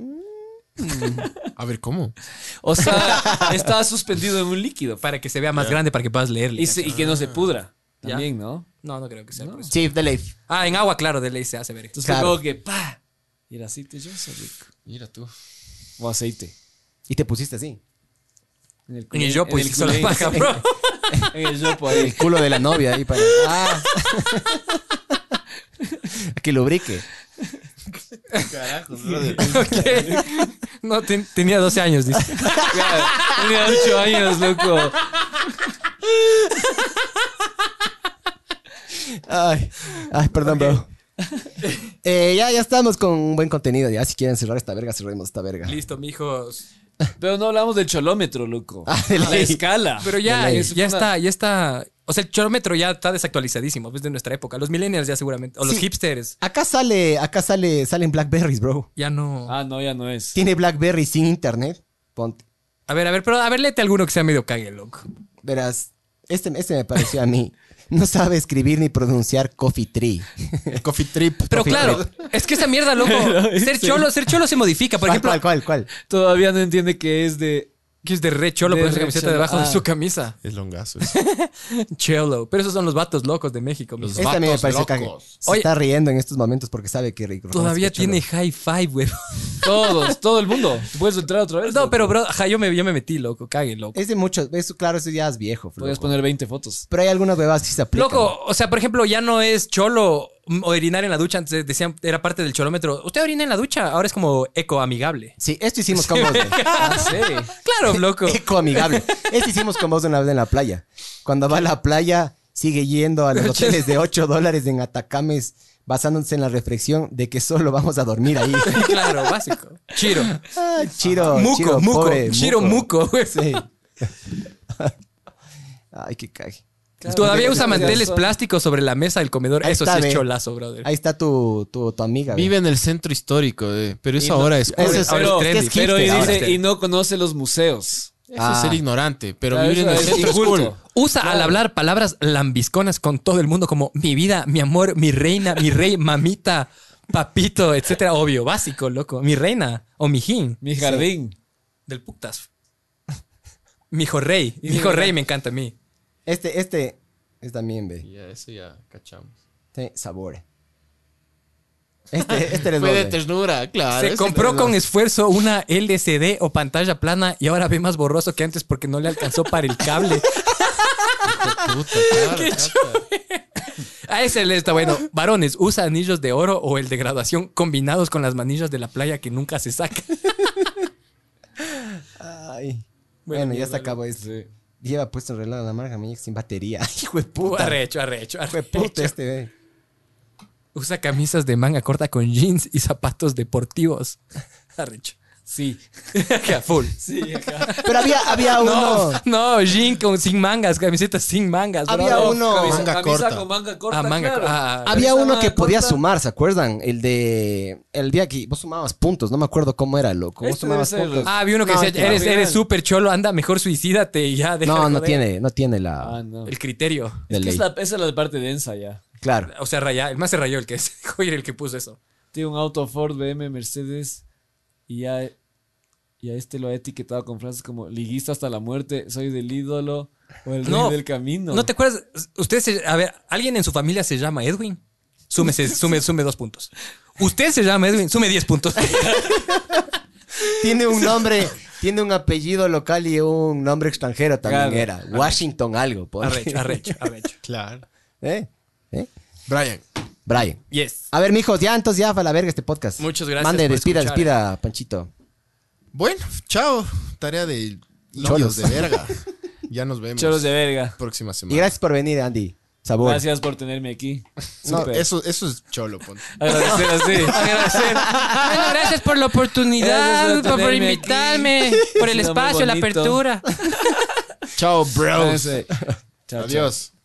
[SPEAKER 1] A ver, ¿cómo?
[SPEAKER 2] O sea, estaba suspendido en un líquido.
[SPEAKER 3] Para que se vea más grande, para que puedas leerle.
[SPEAKER 2] Y, se- y que no se
[SPEAKER 4] Ah.
[SPEAKER 2] pudra.
[SPEAKER 3] Ya.
[SPEAKER 2] También, ¿no?
[SPEAKER 3] No, no creo que sea por eso.
[SPEAKER 4] Sí, de ley.
[SPEAKER 3] Ah, en agua, claro, de ley se hace ver.
[SPEAKER 2] Entonces
[SPEAKER 4] Claro.
[SPEAKER 2] fue como que pa. Y era aceite Johnson, rico.
[SPEAKER 1] Mira tú.
[SPEAKER 2] O aceite.
[SPEAKER 4] Y te pusiste así.
[SPEAKER 2] En el,
[SPEAKER 3] En
[SPEAKER 2] culé-
[SPEAKER 3] el yo,
[SPEAKER 2] en
[SPEAKER 3] pues,
[SPEAKER 2] el
[SPEAKER 3] solo
[SPEAKER 2] culé.
[SPEAKER 3] paja, bro.
[SPEAKER 2] En el yopo ahí.
[SPEAKER 4] El culo de la novia ahí para. Ah. que lubrique.
[SPEAKER 1] Carajos, brother.
[SPEAKER 3] Ok. No, ten- tenía 12 años, dice.
[SPEAKER 2] Claro, tenía 8 años, loco.
[SPEAKER 4] Ay, ay, perdón, bro. Eh, ya, ya estamos con un buen contenido. Ya, si quieren cerrar esta verga, cerremos esta verga.
[SPEAKER 3] Listo, mijos.
[SPEAKER 2] Pero no hablamos del cholómetro, loco.
[SPEAKER 4] Ah, de
[SPEAKER 2] la
[SPEAKER 4] ley.
[SPEAKER 2] escala.
[SPEAKER 3] Pero ya,
[SPEAKER 4] De ley.
[SPEAKER 3] es- ya está, ya está. O sea, el chorómetro ya está desactualizadísimo, es de nuestra época. Los millennials ya seguramente, o los
[SPEAKER 4] Sí.
[SPEAKER 3] hipsters,
[SPEAKER 4] Acá sale, acá sale, salen Blackberries, bro.
[SPEAKER 3] ya no.
[SPEAKER 2] Ah, no, ya no es.
[SPEAKER 4] Tiene Blackberry sin internet. Ponte.
[SPEAKER 3] A ver, a ver, pero a ver, léete alguno que sea medio cague, loco.
[SPEAKER 4] Verás, este, este me pareció a mí. No sabe escribir ni pronunciar coffee tree.
[SPEAKER 1] Coffee Trip.
[SPEAKER 3] Pero
[SPEAKER 1] Coffee
[SPEAKER 3] claro,
[SPEAKER 1] Trip.
[SPEAKER 3] es que esta mierda, loco. ser cholo, ser cholo se modifica. Por
[SPEAKER 4] ¿Cuál,
[SPEAKER 3] ejemplo,
[SPEAKER 4] cuál, cuál, cuál?
[SPEAKER 2] Todavía no entiende que es de.
[SPEAKER 3] que es de re cholo
[SPEAKER 2] De
[SPEAKER 3] ponerse
[SPEAKER 2] re
[SPEAKER 3] camiseta
[SPEAKER 2] cholo,
[SPEAKER 3] debajo de
[SPEAKER 2] ah.
[SPEAKER 3] su camisa.
[SPEAKER 1] Es longazo.
[SPEAKER 3] Cholo. Pero esos son los vatos locos de México. mijo.
[SPEAKER 4] Este a mí me
[SPEAKER 1] vatos
[SPEAKER 4] parece cague.
[SPEAKER 1] locos.
[SPEAKER 4] Se
[SPEAKER 3] Oye.
[SPEAKER 4] está riendo en estos momentos porque sabe que Rick Rojas
[SPEAKER 3] Todavía
[SPEAKER 4] es cholo.
[SPEAKER 3] tiene high five, güey.
[SPEAKER 2] Todos, todo el mundo. Puedes entrar otra vez.
[SPEAKER 3] No,
[SPEAKER 2] loco.
[SPEAKER 3] pero bro, ajá, yo me, yo me metí, loco. Cague, loco.
[SPEAKER 4] Es de muchos. Eso, claro, eso ya es viejo.
[SPEAKER 2] Podías
[SPEAKER 4] flojo.
[SPEAKER 2] poner 20 fotos.
[SPEAKER 4] Pero hay algunas bebas que sí se aplican.
[SPEAKER 3] Loco, o sea, por ejemplo, ya no es cholo mm, orinar en la ducha. Antes decían, era parte del cholómetro. Usted orina en la ducha, ahora es como eco amigable.
[SPEAKER 4] Sí, esto hicimos con vos. güey.
[SPEAKER 2] Ah, sí.
[SPEAKER 3] Claro, loco.
[SPEAKER 4] Eco amigable. Esto hicimos con vos una vez en la playa. Cuando va a la playa, sigue yendo a los hoteles de 8 dólares en Atacames, basándose en la reflexión de que solo vamos a dormir ahí.
[SPEAKER 3] claro, básico. Chiro.
[SPEAKER 4] Ah, Chiro,
[SPEAKER 3] Muco,
[SPEAKER 4] Chiro,
[SPEAKER 3] muco,
[SPEAKER 4] pobre,
[SPEAKER 3] Chiro muco, güey.
[SPEAKER 4] Sí. Ay, qué cague.
[SPEAKER 2] Claro,
[SPEAKER 3] Todavía
[SPEAKER 2] porque
[SPEAKER 3] usa
[SPEAKER 2] ya
[SPEAKER 3] manteles
[SPEAKER 2] son-
[SPEAKER 3] plásticos sobre la mesa del comedor.
[SPEAKER 4] Ahí
[SPEAKER 3] Eso
[SPEAKER 4] está,
[SPEAKER 3] sí
[SPEAKER 4] ve.
[SPEAKER 3] es cholazo, brother.
[SPEAKER 4] Ahí está tu, tu, tu amiga. güey.
[SPEAKER 1] Vive en el centro histórico, eh, pero eso ahora es cool.
[SPEAKER 4] Eso
[SPEAKER 1] Eso
[SPEAKER 4] es-
[SPEAKER 1] es,
[SPEAKER 3] Ahora
[SPEAKER 2] Pero,
[SPEAKER 3] es trendy.
[SPEAKER 4] es hipster,
[SPEAKER 2] pero y
[SPEAKER 4] ahora
[SPEAKER 3] es
[SPEAKER 2] dice,
[SPEAKER 3] trendy.
[SPEAKER 2] y no conoce los museos.
[SPEAKER 4] Ah.
[SPEAKER 1] ser ignorante, pero
[SPEAKER 2] Claro,
[SPEAKER 1] vivir en el
[SPEAKER 2] eso es
[SPEAKER 1] centro es
[SPEAKER 2] inculto.
[SPEAKER 1] cool.
[SPEAKER 3] Usa al hablar palabras lambisconas con todo el mundo como mi vida, mi amor, mi reina, mi rey, mamita, papito, etcétera. Obvio, básico, loco. Mi reina o mi jin.
[SPEAKER 2] Mi jardín.
[SPEAKER 3] Del putas. Mi hijo rey. Mi hijo rey me encanta a mí.
[SPEAKER 4] Este, este es también, ve.
[SPEAKER 1] Ya, eso ya cachamos.
[SPEAKER 4] Tiene sabor. Este, este eres
[SPEAKER 1] Fue
[SPEAKER 4] vos,
[SPEAKER 1] de
[SPEAKER 4] ve.
[SPEAKER 1] ternura, claro.
[SPEAKER 3] Se
[SPEAKER 1] ese
[SPEAKER 3] compró
[SPEAKER 1] no-
[SPEAKER 3] con esfuerzo una LCD o pantalla plana y ahora ve más borroso que antes porque no le alcanzó para el cable.
[SPEAKER 1] Puta, claro, chata.
[SPEAKER 3] A Ah, ese le está bueno. Varones, usa anillos de oro o el de graduación combinados con las manillas de la playa que nunca se sacan.
[SPEAKER 4] Ay. Bueno,
[SPEAKER 3] Bueno,
[SPEAKER 4] ya se
[SPEAKER 3] mierda,
[SPEAKER 4] acabó esto. Lleva puesto el reloj de la marca mía sin batería. Hijo de
[SPEAKER 3] Uh,
[SPEAKER 4] puta.
[SPEAKER 3] Arrecho, arrecho,
[SPEAKER 4] Hijo de
[SPEAKER 3] arrecho.
[SPEAKER 4] puta este, ve.
[SPEAKER 3] Usa camisas de manga corta con jeans y zapatos deportivos. Arrecho.
[SPEAKER 2] Sí.
[SPEAKER 3] Ajá, Full.
[SPEAKER 2] Sí, acá.
[SPEAKER 4] Pero había, había uno.
[SPEAKER 3] No, no, jean con, sin mangas, camisetas sin mangas.
[SPEAKER 4] Había
[SPEAKER 3] brother.
[SPEAKER 4] uno- No,
[SPEAKER 2] camisa,
[SPEAKER 1] manga
[SPEAKER 2] camisa
[SPEAKER 1] corta.
[SPEAKER 2] con manga corta.
[SPEAKER 3] Ah, manga-
[SPEAKER 2] claro.
[SPEAKER 3] ah, ah.
[SPEAKER 4] Había
[SPEAKER 2] Esa
[SPEAKER 4] uno
[SPEAKER 2] manga
[SPEAKER 4] que podía
[SPEAKER 2] corta.
[SPEAKER 4] sumar, ¿se acuerdan? El de. El día que vos sumabas puntos, no me acuerdo cómo era, loco. Vos
[SPEAKER 2] Este
[SPEAKER 4] sumabas
[SPEAKER 2] debe ser-
[SPEAKER 4] puntos.
[SPEAKER 3] Ah, había uno que
[SPEAKER 4] No,
[SPEAKER 3] decía,
[SPEAKER 4] que
[SPEAKER 3] eres,
[SPEAKER 2] no.
[SPEAKER 3] eres súper cholo, anda, mejor suicídate y ya. deja
[SPEAKER 4] no,
[SPEAKER 3] de
[SPEAKER 4] no
[SPEAKER 3] joder".
[SPEAKER 4] tiene, no tiene la.
[SPEAKER 2] Ah, no.
[SPEAKER 3] El criterio.
[SPEAKER 4] la
[SPEAKER 2] Es que
[SPEAKER 4] ley.
[SPEAKER 2] es la- esa es la parte densa ya.
[SPEAKER 4] Claro.
[SPEAKER 3] O sea, raya, el más se rayó el que se dijo el que puso eso.
[SPEAKER 2] Tiene un auto Ford, BM, Mercedes y ya, y a este lo ha etiquetado con frases como liguista hasta la muerte, soy del ídolo o el
[SPEAKER 3] No,
[SPEAKER 2] rey del camino.
[SPEAKER 3] ¿No te acuerdas? Usted se- a ver, ¿alguien en su familia se llama Edwin? Súmese, sume, sume dos puntos. Usted se llama Edwin, sume diez puntos.
[SPEAKER 4] Tiene un nombre, tiene un apellido local y un nombre extranjero también
[SPEAKER 2] Claro.
[SPEAKER 4] era. Washington algo. por-
[SPEAKER 3] Arrecho, arrecho, arrecho.
[SPEAKER 1] Claro.
[SPEAKER 4] ¿Eh? ¿Eh?
[SPEAKER 1] Brian,
[SPEAKER 4] Brian.
[SPEAKER 3] Yes.
[SPEAKER 4] A ver, mijos, ya entonces ya para la verga este podcast.
[SPEAKER 3] Muchas gracias
[SPEAKER 4] Mande,
[SPEAKER 3] por
[SPEAKER 4] despida,
[SPEAKER 3] escuchar, eh.
[SPEAKER 4] despida, Panchito.
[SPEAKER 1] bueno, chao. Tarea de
[SPEAKER 4] Cholos.
[SPEAKER 1] indios de verga. Ya nos vemos.
[SPEAKER 2] Choros de verga.
[SPEAKER 1] Próxima semana.
[SPEAKER 4] Y gracias por venir, Andy. Sabor.
[SPEAKER 2] Gracias por tenerme aquí.
[SPEAKER 1] No,
[SPEAKER 2] Súper.
[SPEAKER 1] eso, eso es cholo, ponte.
[SPEAKER 2] Agradecer así.
[SPEAKER 3] Agradecer. Ah, Bueno, gracias por la oportunidad,
[SPEAKER 2] Gracias por
[SPEAKER 3] por,
[SPEAKER 2] tenerme aquí.
[SPEAKER 3] invitarme, por el
[SPEAKER 2] Ha sido muy
[SPEAKER 3] espacio, la
[SPEAKER 2] bonito.
[SPEAKER 3] apertura.
[SPEAKER 1] Chao, bros.
[SPEAKER 2] Chao, chao.
[SPEAKER 1] Adiós.